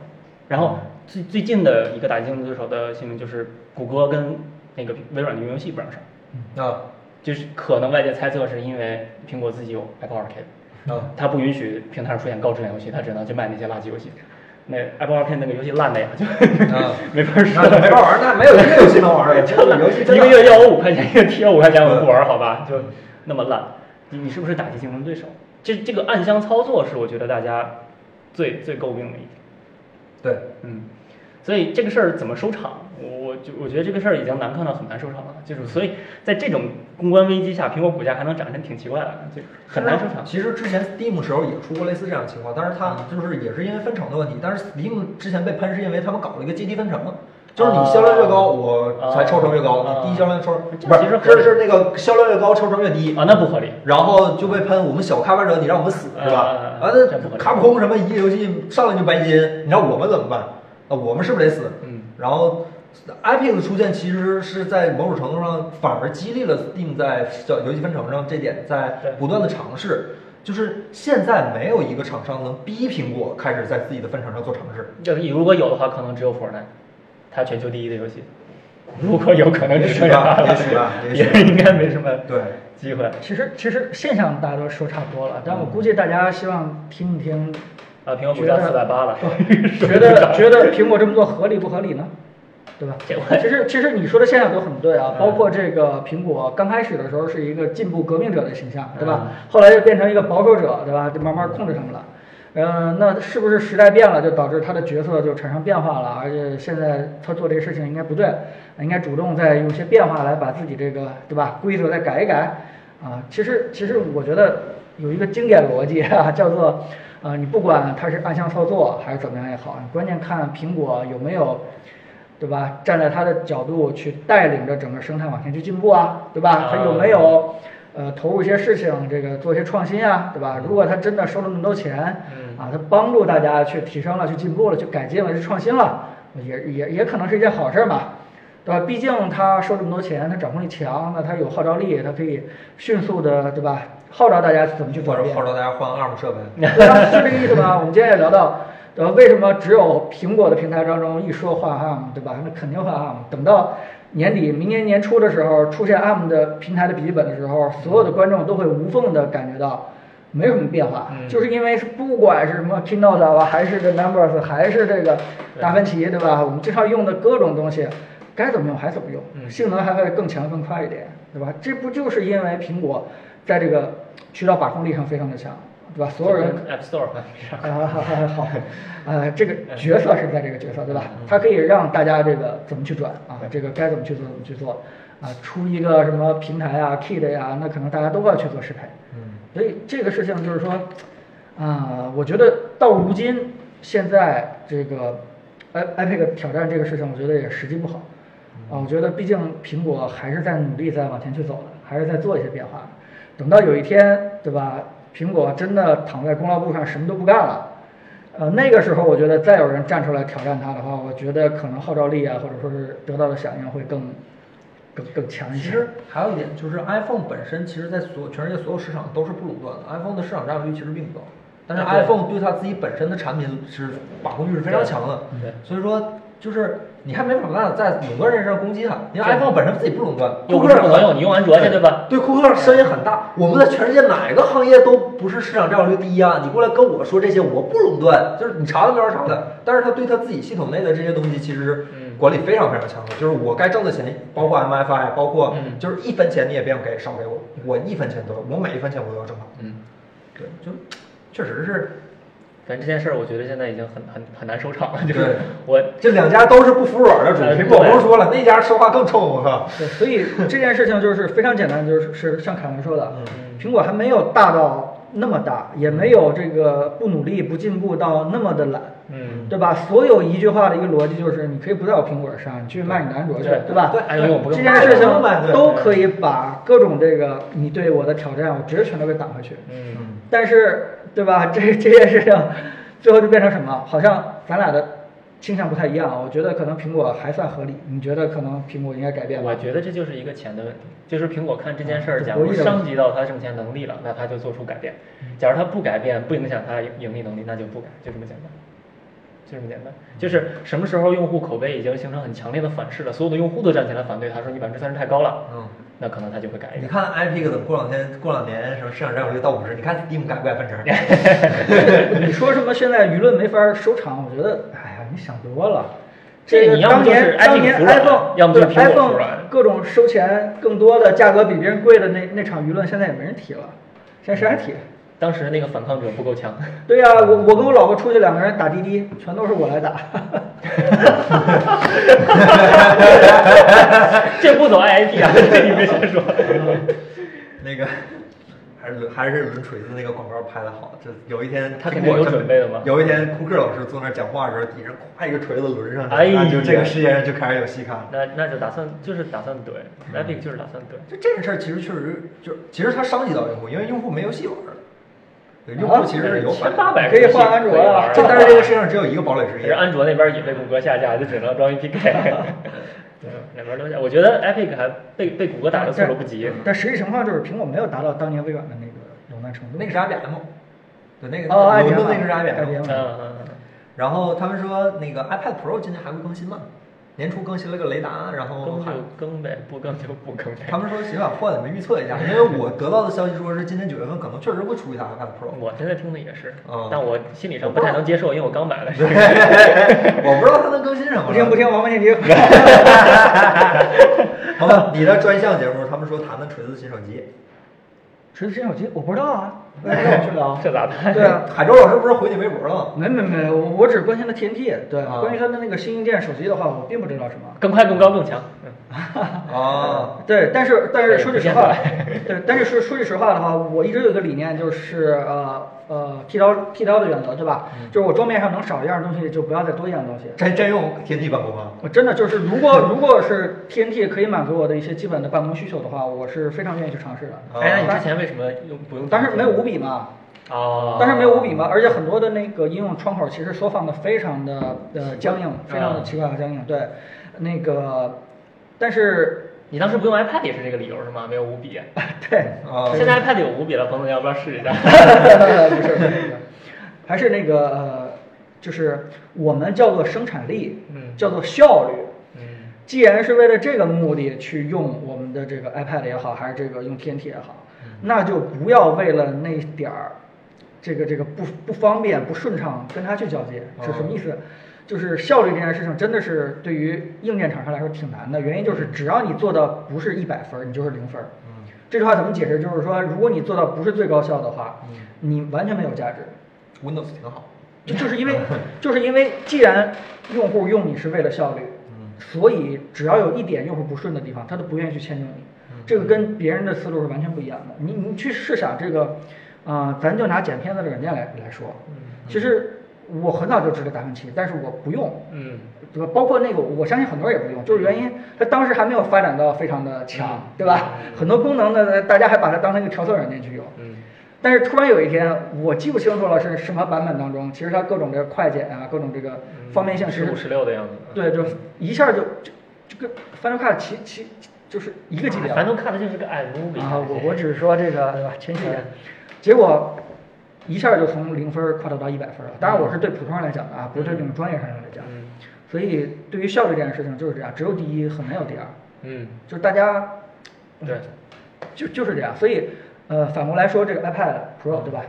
S3: 然后
S1: 嗯
S3: 最最近的一个打击竞争对手的新闻就是谷歌跟那个微软的云游戏不让上，
S1: 啊
S3: 就是可能外界猜测是因为苹果自己有 Apple Arcade，
S1: 啊，
S3: 它不允许平台上出现高质量游戏，它只能去卖那些垃圾游戏。那 Apple Arcade 那个游戏烂的呀，就
S1: 啊
S3: 没法说
S1: 那。没法玩儿，那没有一个游戏能玩 儿的，这个游戏真
S3: 一
S1: 的嗯
S3: 个月要我五块钱，一个月贴我五块钱，我不玩儿好吧？就那么烂，你你是不是打击竞争对手？这这个暗箱操作是我觉得大家最最诟病的一点。
S1: 对，
S3: 嗯，所以这个事儿怎么收场？我我就我觉得这个事儿已经难看到很难收场了，就是所以在这种公关危机下，苹果股价还能涨，真挺奇怪的，就很难收嗯场。
S1: 其实之前 Steam 时候也出过类似这样的情况，但是它就是也是因为分成的问题，但是 Steam 之前被喷是因为他们搞了一个阶梯分成。就是你销量越高，我才抽成越高；
S3: 啊
S1: 你低销量抽成
S3: 这
S1: 不
S3: 哦其实
S1: 是
S3: 合理
S1: 是是那个销量越高，抽成越低
S3: 啊，那不合理。
S1: 然后就被喷，我们小开发者，你让我们死是吧？
S3: 啊
S1: 啊，
S3: 这不合
S1: 那
S3: 理
S1: 卡普空什么一个游戏上来就白金，你让我们怎么办？啊，我们是不是得死？
S3: 嗯。
S1: 然后呃 Epic 的出现其实是在某种程度上反而激励了 Steam 在小游戏分成上这点在
S3: 对
S1: 不断的尝试。就是现在没有一个厂商能逼苹果开始在自己的分厂上做尝试。
S3: 要是如果有的话，可能只有 Fortnite，它全球第一的游戏。如果有可能只剩下它
S1: 也
S3: 了
S1: 许吧，也许
S3: 也
S1: 吧也许
S3: 应该没什么
S1: 对
S3: 机会。
S2: 其实其实线上大家都说差不多了，但我
S3: 嗯
S2: 估计大家希望听一听，
S3: 啊，苹果股价四百八了，
S2: 觉得觉得苹果这么做合理不合理呢？对吧
S3: 这我？
S2: 其实其实你说的现象都很对啊，
S3: 嗯
S2: 包括这个苹果刚开始的时候是一个进步革命者的形象，对
S3: 嗯
S2: 吧？后来又变成一个保守者，对吧？就慢慢控制上了。嗯，那是不是时代变了，就导致他的角色就产生变化了？而且现在他做这个事情应该不对，应该主动再用一些变化来把自己这个对吧规则再改一改啊。其实其实我觉得有一个经典逻辑啊， 叫做啊，你不管他是暗箱操作还是怎么样也好，关键看苹果有没有对吧？站在他的角度去带领着整个生态往前去进步啊，对吧？他有没有呃投入一些事情，这个做一些创新啊，对
S1: 嗯
S2: 吧？如果他真的收了那么多钱，啊，他帮助大家去提升了、去进步了、去改进了、去创新了，也也也可能是一件好事儿嘛。对吧？毕竟他收这么多钱，他掌控力强，那他有号召力，他可以迅速的，对吧？号召大家
S3: 嗯
S2: 怎么去
S1: 或
S2: 转
S1: 者
S2: 变
S1: 号。召大家换 ARM 设备。
S2: 对啊，是这个意思吧？我们今天也聊到，呃，为什么只有苹果的平台当中一说换 ARM，对吧？那肯定换 ARM。等到年底、明年年初的时候，出现 ARM 的平台的笔记本的时候，所有的观众都会无缝的感觉到。没有什么变化，就是因为是不管是什么 Keynote 啊，还是这 Numbers，还是这个达芬奇，对吧？我们经常用的各种东西，该怎么用还怎么用，性能还会更强更快一点，对吧？这不就是因为苹果在这个渠道把控力上非常的强，对吧？所有 人
S3: App Store 吧没啥
S2: 啊，好，好好，呃，这个角色是在这个角色，对吧？它可以让大家这个怎么去转啊，这个该怎么去做怎么去做，啊，出一个什么平台啊、Key 的呀，那可能大家都要去做适配。
S1: 嗯，
S2: 所以这个事情就是说，啊，我觉得到如今现在这个 i iPad 挑战这个事情，我觉得也时机不好。
S1: 嗯
S2: 啊，我觉得毕竟苹果还是在努力在往前去走的，还是在做一些变化的。等到有一天，对吧？苹果真的躺在功劳簿上什么都不干了，呃，那个时候我觉得再有人站出来挑战它的话，我觉得可能号召力啊，或者说是得到的响应会更更更强一
S1: 其
S2: 些。
S1: 实还有一点就是 iPhone 本身，其实在所有全世界所有市场都是不垄断的。iPhone 的市场占有率其实并不高，但是
S3: 哎对
S1: iPhone 对它自己本身的产品是把控欲是非常强的。
S3: 对，
S1: 所以说就是你还没法办法在垄断人上攻击它，因为
S3: 对
S1: iPhone 本身自己不垄断。
S3: 又
S1: 库
S3: 不
S1: 克
S3: 是不能用，你用安卓去对吧？
S1: 对，库克声音很大。
S3: 嗯
S1: 我们在全世界哪个行业都不是市场占有率第一啊！你过来跟我说这些，我不垄断，就是你查都没法查的。
S3: 嗯
S1: 但是他对他自己系统内的这些东西，其实管理非常非常强的。就是我该挣的钱，包括 MFI，包括
S3: 嗯
S1: 就是一分钱你也别想给少给我，我一分钱都要，我每一分钱我都要挣好。
S3: 嗯，
S1: 对，就确实是
S3: 反正这件事儿，我觉得现在已经很很很难收场了。就
S1: 对
S3: 是我
S1: 这两家都是不服软的主。
S3: 哎
S1: 苹果
S3: 对
S1: 不用说了，那家说话更冲，我靠。
S2: 对，所以这件事情就是非常简单，就是是像凯文说
S3: 嗯
S2: 的，苹果还没有大到那么大，也没有这个不努力不进步到那么的懒，
S3: 嗯，
S2: 对吧？所有一句话的一个逻辑就是，你可以不在我苹果上，你去卖你的安卓去，
S3: 对
S2: 对吧？
S3: 对哎呦我不
S2: 这
S3: 用
S2: 件
S3: 卖
S2: 事
S1: 我不用卖
S2: 情
S1: 对
S2: 都可以把各种这个你对我的挑战，我直接全都给挡回去。
S3: 嗯，
S2: 但是，对吧？这这件事情最后就变成什么？好像咱俩的倾向不太一样啊。我觉得可能苹果还算合理，你觉得可能苹果应该改变吗
S3: 我？觉得这就是一个钱的问题，就是苹果看这件事儿，
S2: 嗯
S3: 假
S2: 博
S3: 如
S2: 弈的问
S3: 伤及到它挣钱能力了，那它就做出改变；
S1: 嗯
S3: 假如它不改变，不影响它盈利能力，那就不改，就这么简单。就这么简单，就是什么时候用户口碑已经形成很强烈的反噬了，所有的用户都站起来反对，他说你百分之三十太高了，
S1: 嗯。
S3: 那可能他就会改一
S1: 你
S3: 改。
S1: 看 iPic 怎么过两天、过两年什么市场占有率到五十？你看 Steam 改不改 分成？
S2: 你说什么现在舆论没法收场？我觉得，哎呀，你想多了。
S3: 这
S2: 个
S3: 你要
S2: 当
S3: 么就是
S2: 年
S3: iPhone
S2: 当年
S3: 服软
S2: iPhone，
S3: 要么就是
S2: 对
S3: 苹果服
S2: iPhone
S3: 软
S2: 各种收钱更多的价格比别人贵的那那场舆论，现在也没人提了。现在谁还提？
S3: 当时那个反抗者不够强，
S2: 对呀、我我跟我老婆出去，两个人打滴滴，全都是我来打。
S3: 这不走 IIP 啊，这你别先说。
S1: 嗯那个还是轮还是轮锤子那个广告拍的好，就有一天他
S3: 肯定有准备的嘛
S1: 有一天库克老师坐那儿讲话的时候，底下咵一个锤子轮上去，
S3: 哎呀
S1: 那就这个世界上就开始有戏看了。
S3: 那那就打算就是打算怼，Epic
S1: 嗯
S3: 就是打算怼。
S1: 就这件事儿其实确实就其实它伤及到用户，因为用户没游戏玩儿，对用
S2: 啊
S1: 户其实是有
S3: 千
S1: 反
S3: 八
S1: 应的。
S3: 百
S2: 可以换安卓呀
S3: 啊，
S1: 这 但是这个世界上只有一个堡垒之
S3: 可是啊
S1: 夜，
S3: 安卓那边也被谷歌下架，就只能装 APK。对，两边都下。我觉得 Epic 还被被谷歌打的措手不及。
S2: 但实际情况就是，苹果没有达到当年微软的那个垄断么程度。
S1: 那个是 IBM，对，那个
S2: 哦
S1: 伦
S2: ，IBM
S1: 敦那个是
S2: 啊
S1: IBM。
S2: IBM
S3: 嗯嗯
S1: 然后他们说那个 iPad Pro 今年还会更新吗？年初更新了个雷达，然
S3: 嗯，
S1: 后
S3: 更
S1: 哦还
S3: 就更呗，不更就不更呗。
S1: 他们说谁把换了没预测一下，因为我得到的消息说是今年九月份可能确实会出一台 iPad Pro。
S3: 我现在听的也是
S2: 哦
S1: 嗯，
S3: 但我心理上不太能接受，因为我刚买了。
S1: 我不知道它能更新什么。
S2: 不听不听，王八念经。
S1: 好吧，你的专项节目，他们说谈的锤子新手机。
S2: 锤子新手机我不知道 啊，我也不知道。
S3: 这咋办？
S1: 对啊，海州老师不是回你微博了吗？
S2: 没没没，我我只关心了 TNT。对，
S1: 啊
S2: 关于它的那个新硬件手机的话，我并不知道什么。
S3: 更快、更高、更
S2: 哦
S3: 强。嗯
S1: 啊，
S2: 对，但是但是
S3: 对
S2: 说句实
S3: 不见
S2: 话
S3: 得，
S2: 对，但是说说句实话的话，我一直有一个理念，就是呃呃剃刀剃刀的原则，对吧？
S3: 嗯
S2: 就是我桌面上能少一样东西，就不要再多一样东西。
S1: 真真用天地办公吗？
S2: 我真的就是，如果如果是 TNT 可以满足我的一些基本的办公需求的话，我是非常愿意去尝试的。
S1: 啊
S3: 哎，那你之前为什么用不用？
S2: 但是没有五笔嘛，
S3: 哦，
S2: 但是没有五笔嘛，而且很多的那个应用窗口其实缩放的非常的呃僵硬，非常的奇怪和僵硬。对，那个，但是
S3: 你当时不用 iPad 也是这个理由是吗？没有五笔。
S2: 对，
S1: 啊，
S3: 现在 iPad 有五笔了，彭总要不要试一 下？
S2: 不是不是，不是还是那个呃，就是我们叫做生产力，
S3: 嗯
S2: 叫做效率。
S3: 嗯，
S2: 既然是为了这个目的去用我们的这个 iPad 也好，还是这个用 TNT 也好，那就不要为了那点儿这个这个不不方便、不顺畅跟它去交接，是什么意思？就是效率这件事情真的是对于硬件厂商来说挺难的，原因就是只要你做到不是一百分儿，你就是零分儿。这句话怎么解释？就是说，如果你做到不是最高效的话，你完全没有价值。
S1: Windows 挺好。
S2: 就就是因 为就是因为既然用户用你是为了效率，
S3: 嗯
S2: 所以只要有一点用户不顺的地方，他都不愿意去迁就你。
S3: 嗯
S2: 这个跟别人的思路是完全不一样的。你你去试想这个，啊、咱就拿剪片子的软件来来说，
S3: 嗯
S2: 其实我很早就知道达芬奇，但是我不用，
S3: 嗯，
S2: 对吧？包括那个，我相信很多人也不用，就是原因它当时还没有发展到非常的
S3: 嗯
S2: 强，对吧？很多功能呢，大家还把它当成一个调色软件去用。
S3: 嗯。
S2: 但是突然有一天，我记不清楚了是什么版本当中，其实它各种这个快剪啊，各种这个方便性，其
S3: 十
S2: 实
S3: 嗯五十六的样子。
S2: 对，就一下就就就跟 Final Cut 其其就是一个级别了。
S3: 哎反正看的就是个 iMovie
S2: 啊，我我只是说这个对吧，谦虚一点。结果一下就从零分儿跨到到一百分儿了。当然，我是对普通人来讲的啊，不是对那种专业上来讲。
S3: 嗯
S2: 所以，对于效率这件事情就是这样，只有第一，很难有第二，
S3: 嗯，
S2: 就是大家
S3: 对，
S2: 就就是这样。所以，呃，反过来说，这个 iPad
S3: 嗯
S2: Pro 对吧？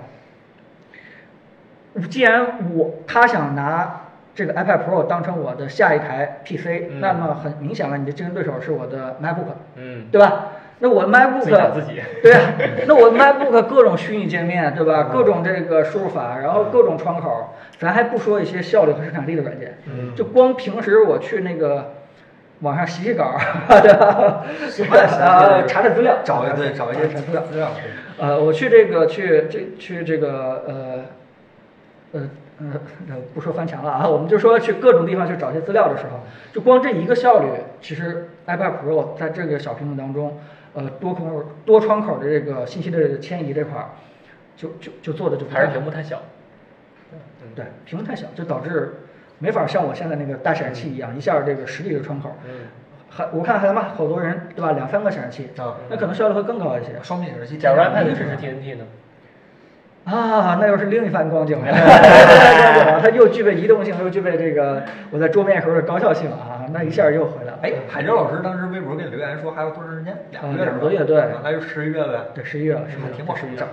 S2: 既然我他想拿这个 iPad Pro 当成我的下一台 PC，、
S3: 嗯
S2: 那么很明显了，你的竞争对手是我的 MacBook。
S3: 嗯，
S2: 对吧？那我 MacBook
S3: 自己打自己
S2: 对 啊，那我 MacBook 各种虚拟界面，对
S3: 嗯
S2: 吧？各种这个输入法，然后各种窗口，咱还不说一些效率和生产力的软件，
S1: 嗯
S2: 就光平时我去那个网上洗洗稿， 对吧？啊，查查资料，
S1: 找一对找一些
S2: 查查资料，
S1: 资料。
S2: 呃，我去这个去这去这个呃呃呃呃，不说翻墙了啊，我们就说去各种地方去找一些资料的时候，就光这一个效率，其实 iPad Pro 在这个小屏幕当中，呃，多窗口多窗口的这个信息的迁移这块儿，就就就做的就不
S3: 还是
S2: 太
S3: 屏幕太小。
S1: 嗯
S2: 对，屏幕太小，就导致没法像我现在那个大显示器一样，一下这个十几个窗口。
S3: 嗯
S2: 还我看还蛮好多人对吧？两三个显示器
S1: 啊，
S2: 那可能效率会更高一些。
S1: 双面显示器，
S3: 假如 iPad 支持 TNT 呢？
S2: 啊，那又是另一番光景 了。它又具备移动性，又具备这个我在桌面时候的高效性啊，那一下又回来了。
S1: 哎，海州老师当时微博给你留言说还有多长时间？两个月是吧，
S2: 啊两个月对
S1: 那就十一月呗。
S2: 对，十一月了，是吧？
S1: 挺好
S2: 十一月
S1: 整。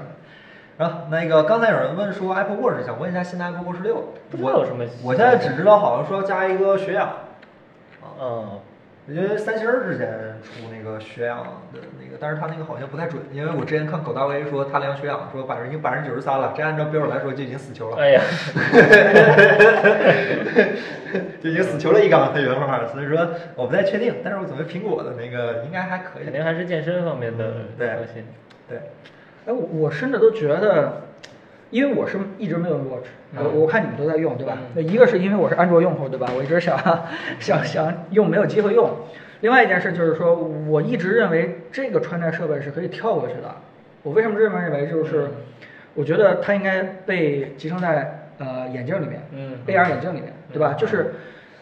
S1: 啊，那个刚才有人问说 Apple Watch，想问一下新的 Apple Watch 六，
S3: 不知道
S1: 我
S3: 有什么
S1: 我现在只知道好像说要加一个血氧，哦
S3: 嗯，
S1: 因为三星儿之前出那个血氧的那个，但是它那个好像不太准，因为我之前看狗大威说他量血氧说百分之已经百分之九十三了，这按照标准来说就已经死球了，
S3: 哎呀，
S1: 就已经死球了一杠，它原话，所以说我不太确定，但是我总觉得苹果的那个应该还可以
S3: 肯，定还是健身方面的
S1: 嗯对
S3: 革新。
S1: 对，
S2: 哎，我我甚至都觉得，因为我是一直没有用 Watch，我我看你们都在用，对吧？一个是因为我是安卓用户，对吧？我一直想想想用，没有机会用。另外一件事就是说，我一直认为这个穿戴设备是可以跳过去的。我为什么这么认为？就是我觉得它应该被集成在呃眼镜里面，
S3: 嗯
S2: ，AR 眼镜里面，对吧？就是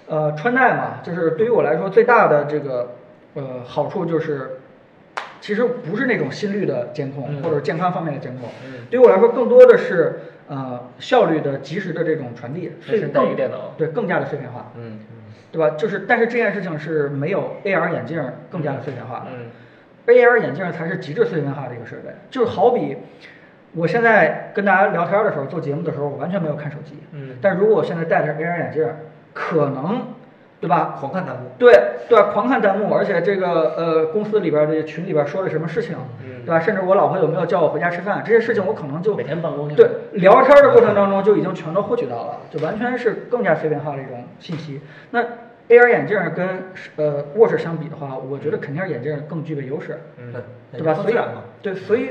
S2: 呃穿戴嘛，就是对于我来说最大的这个呃好处就是其实不是那种心率的监控
S3: 嗯
S2: 或者健康方面的监控，对于我来说更多的是呃效率的及时的这种传递，
S3: 随
S2: 是
S3: 身带一
S2: 更
S3: 个电脑，
S2: 对更加的碎片化，
S3: 嗯
S2: 对吧？就是但是这件事情是没有 AR 眼镜更加的碎片化的，
S3: 嗯
S2: AR 眼镜才是极致碎片化的一个设备，就是好比我现在跟大家聊天的时候、做节目的时候，我完全没有看手机。
S3: 嗯
S2: 但如果我现在戴着 AR 眼镜，可能，对吧？
S1: 狂看弹幕。
S2: 对对，狂看弹幕，而且这个呃公司里边的群里边说了什么事情，对吧？甚至我老婆有没有叫我回家吃饭，这些事情我可能就
S3: 嗯每天办公就
S2: 对聊天的过程当中就已经全都获取到了，就完全是更加碎片化的一种信息。那 AR 眼镜跟呃 Watch 相比的话，我觉得肯定是眼镜更具备优势。
S3: 嗯
S1: 对，
S2: 对吧？所以对，所以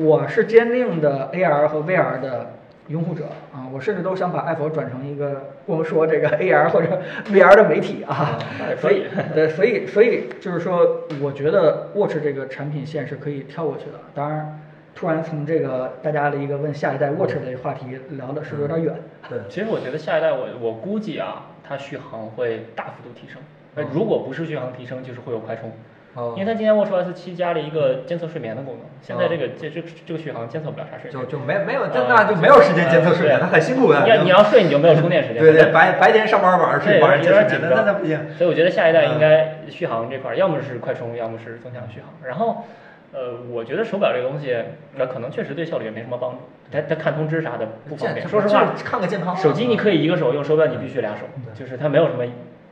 S2: 我是坚定的 AR 和 VR 的拥护者啊！我甚至都想把 Apple 转成一个光说这个 AR 或者 VR 的媒体啊。
S3: 那也可
S2: 所
S3: 以
S2: 以，对，所以，所以就是说，我觉得 Watch 这个产品线是可以跳过去的。当然，突然从这个大家的一个问下一代 Watch 的话题聊的是不是有点远？
S1: 对，
S3: 其实我觉得下一代我我估计啊，它续航会大幅度提升。那如果不是续航提升，就是会有快充。
S1: 哦哦
S3: 因为它今年 WatchOS 七加了一个监测睡眠的功能，现在这个这这这个续航监测不了啥睡
S1: 就
S3: 眠。
S1: 就没没有，
S3: 呃
S1: 那那就没有时间监测睡眠，
S3: 呃
S1: 他很辛苦的。
S3: 你要你要睡，你就没有充电时间。
S1: 对对，白白天上班，晚上
S3: 这
S1: 睡，晚上
S3: 有
S1: 监测
S3: 点
S1: 睡
S3: 紧
S1: 眠，那
S3: 张，
S1: 那不行。嗯
S3: 所以我觉得下一代应该续航这块儿，要么是快充，要么是增强续航。然后，呃，我觉得手表这个东西，那可能确实对效率也没什么帮助，它它看通知啥的不方便。
S1: 这
S3: 说实话
S1: 这，嗯看个健康啊。
S3: 手机你可
S1: 以
S3: 以一个手用，手表你必须俩手，就是它没有什么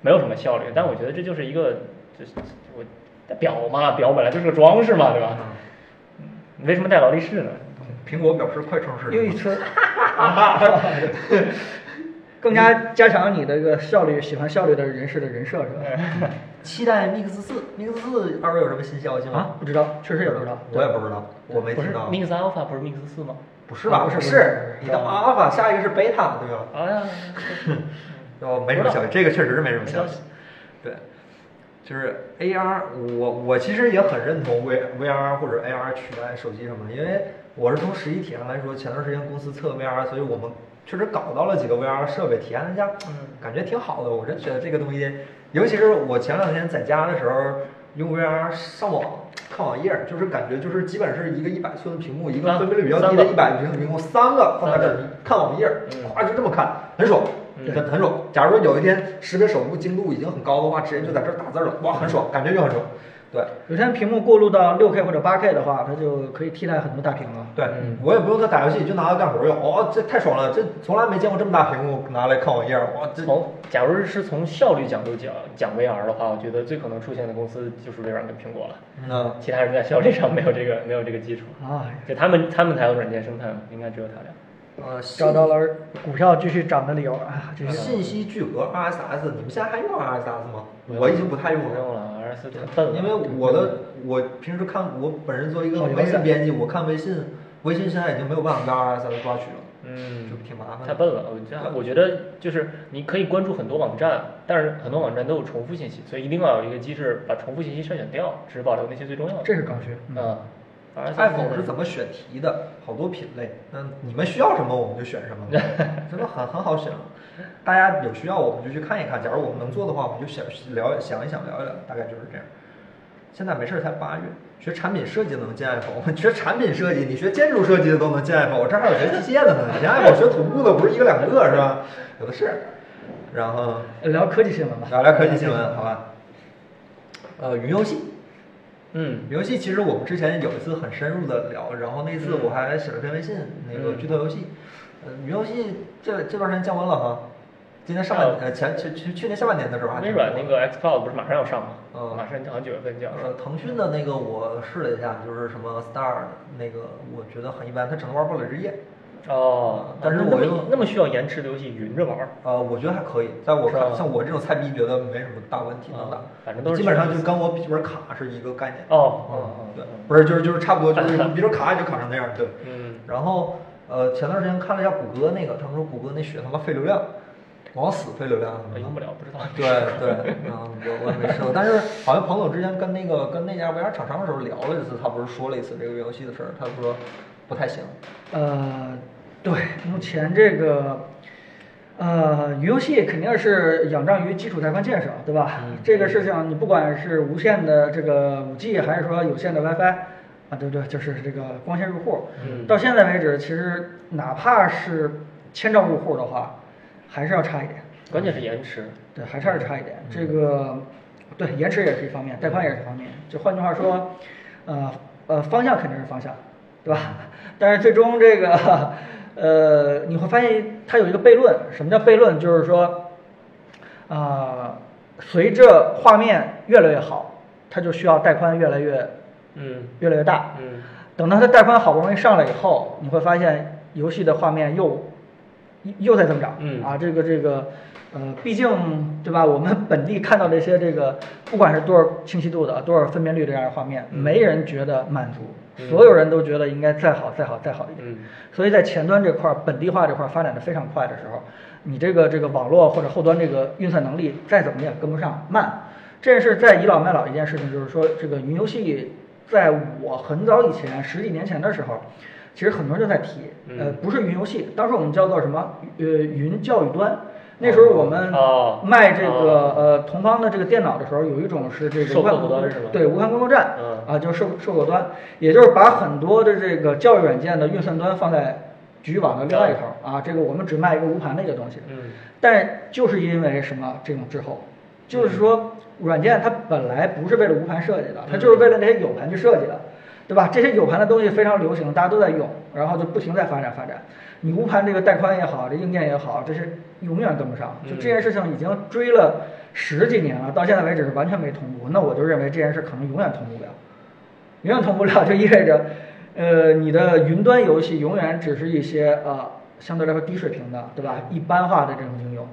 S3: 没有什么效率。但我觉得这就是一个，就是我表嘛，表本来就是个装饰嘛，对吧？你为什么戴劳力士呢？
S1: 嗯苹果表示快充
S3: 嗯
S1: 式。
S2: 又一次， 更加加强你的一个效率，喜欢效率的人士的人设是吧？
S1: 期待 Mix 四，Mix 四二位有什么新消息
S2: 啊
S1: 吗？，
S2: 不知道，确实也不知道。
S1: 我也不知道，我没
S3: 不是
S1: 听到。
S3: Mix Alpha 不是 Mix 四吗？
S1: 不是吧？
S2: 不是不是
S1: 是，
S2: 不是
S1: 你到阿尔法，下一个是贝塔，对吧？
S3: 哎呀，
S1: 哦，没什么消息，这个确实是没什么消
S3: 没消
S1: 息
S3: 息。
S1: 对，就是 AR，我我其实也很认同 V VR 或者 AR 取代手机什么的，因为我是从实际体验来说，前段时间公司测 VR，所以我们确实搞到了几个 VR 设备，体验了一下，感觉挺好的。我真觉得这个东西，尤其是我前两天在家的时候用 VR 上网。看网页就是感觉就是基本是一个一百寸的屏幕，一个
S3: 啊
S1: 分辨率比较低
S3: 三
S1: 的
S3: 个
S1: 一百屏的屏幕，三嗯个放在这
S3: 三
S1: 儿
S3: 个，
S1: 看网页，咵就这么看，很爽，很很爽。假如说有一天识别手部精度已经很高的话，直接就在这儿打字了，哇，很爽，感觉就很爽。对
S2: 有天屏幕过渡到六 K 或者八 K 的话，它就可以替代很多大屏了。
S1: 对，我也不用再打游戏，就拿它干活用。哦，这太爽了，这从来没见过这么大屏幕拿来看网页，哇，这
S3: 从假如是从效率角度讲讲 VR 的话，我觉得最可能出现的公司就是微软跟苹果了，
S1: 嗯，
S3: 其他人在效率上没有这个没有这个基础，
S2: 啊，
S3: 就他们他们才有软件生态嘛，应该只有他俩。
S1: 呃，
S2: 找到了股票继续涨的理由啊，这是
S1: 信息巨额 RSS，你们现在还用 RSS 吗？我已经不太用
S3: 不
S1: 了。
S3: 用了，R 四太笨了。
S1: 因为我的我平时看我本人做一个
S2: 好
S1: 微
S2: 遥
S1: 信
S2: 远
S1: 编辑，我看微信微信现在已经没有办法跟 RSS 抓取了，
S3: 嗯
S1: 就，挺麻烦
S3: 太
S1: 的。
S3: 笨了，我这
S1: 啊
S3: 样我觉得就是你可以关注很多网站，但是很多网站都有重复信息，所以一定要有一个机制把重复信息筛选掉，只保留那些最重要的。
S2: 这是刚需。嗯
S3: 啊，R 四
S1: iPhone 是怎么选题的？好多品类，那你们需要什么我们就选什么，真的很很好选。大家有需要我们就去看一看，假如我们能做的话，我们就想聊想一想聊一聊，大概就是这样。现在没事儿才八月，学产品设计能进 iPhone，学产品设计，你学建筑设计的都能进 iPhone，我这还有学机械的呢，以前 iPhone 学徒步的不是一个两个是吧？有的是。然后
S2: 嗯聊科技新闻吧。
S1: 聊聊科技新闻，好吧？呃，云游戏，
S3: 嗯
S1: 游戏其实我们之前有一次很深入的聊，然后那次
S3: 嗯
S1: 我还写了篇微信，那个剧透游戏，呃，云游戏这这段时间降温了哈，今年上半
S3: 哦
S1: 呃前去去去年下半年的时候还
S3: 微
S1: 挺
S3: 软
S1: 多
S3: 那
S1: 的
S3: 个 xCloud 不是马上要上吗？
S1: 啊嗯
S3: 马上好像九月份就要上
S1: 呃。腾讯的那个我试了一下，就是什么 Star 那个我觉得很一般，它只能玩堡垒之夜，
S3: 哦，
S1: 但是
S3: 那
S1: 我
S3: 么
S1: 又
S3: 那么需要延迟的游戏云着玩儿，
S1: 呃，我觉得还可以，在我
S3: 是
S1: 看
S3: 吧
S1: 像我这种菜逼觉得没什么大问题能打
S3: 啊，反正都是
S1: 基本上就跟我笔记本卡是一个概念。
S3: 哦哦哦
S1: 对
S3: 哦，
S1: 嗯不是就是就是差不多，就是你笔记本卡也就卡成那样，对。
S3: 嗯。
S1: 然后呃，前段时间看了一下谷歌那个，他们说谷歌那血他妈费流量，往死费流量。
S3: 我用不了，不知道。
S1: 对对，嗯，我我也没试过，但是好像彭总之前跟那个跟那家 VR 厂商的时候聊了一次，他不是说了一次这个游戏的事儿，他说不太行。
S2: 呃，对，目前这个呃，云游戏肯定是仰仗于基础带宽建设，对吧？这个事情你不管是无线的这个五 G，还是说有线的 WiFi，啊，对不对？就是这个光纤入户。
S3: 嗯
S2: 到现在为止，其实哪怕是千兆入户的话，还是要差一点。
S3: 关键是延迟。
S2: 对，还差是差一点。这个，对，延迟也是一方面，带宽也是一方面。就换句话说，呃呃，方向肯定是方向，对吧？ 但是最终这个，呃，你会发现它有一个悖论。什么叫悖论？就是说，啊、随着画面越来越好，它就需要带宽越来越
S3: 嗯
S2: 越来越大。
S3: 嗯
S2: 等到它带宽好不容易上来以后，你会发现游戏的画面又又又在增长。
S3: 嗯
S2: 啊，这个这个，呃，毕竟对吧？我们本地看到这些这个，不管是多少清晰度的、多少分辨率这样的画面，
S3: 嗯
S2: 没人觉得满足，所有人都觉得应该再好、再好、再好一点。
S3: 嗯
S2: 所以在前端这块儿、本地化这块儿发展的非常快的时候，你这个这个网络或者后端这个运算能力再怎么也跟不上，慢。这是在倚老卖老一件事情，就是说这个云游戏，在我很早以前十几年前的时候，其实很多人就在提，
S3: 嗯
S2: 呃，不是云游戏，当时我们叫做什么？呃，云教育端。那时候我们
S3: 哦
S2: 卖这个
S3: 哦
S2: 呃同方的这个电脑的时候，有一种是这个
S3: 售
S2: 无
S3: 后
S2: 线
S3: 端是吧
S2: 对无线工作站，
S3: 嗯
S2: 啊，就是售售后端，也就是把很多的这个教育软件的运算端放在局域网的另外一头啊，这个我们只卖一个无盘的一个东西，
S3: 嗯
S2: 但就是因为什么这种滞后，就是说软件它本来不是为了无盘设计的，它就是为了那些有盘去设计的，对吧？这些有盘的东西非常流行，大家都在用，然后就不停在发展发展。你无盘这个带宽也好，这硬件也好，这是永远跟不上。就这件事情已经追了十几年了，到现在为止是完全没同步。那我就认为这件事可能永远同步不了。永远通不了，就意味着，呃，你的云端游戏永远只是一些呃相对来说低水平的，对吧？一般化的这种应用，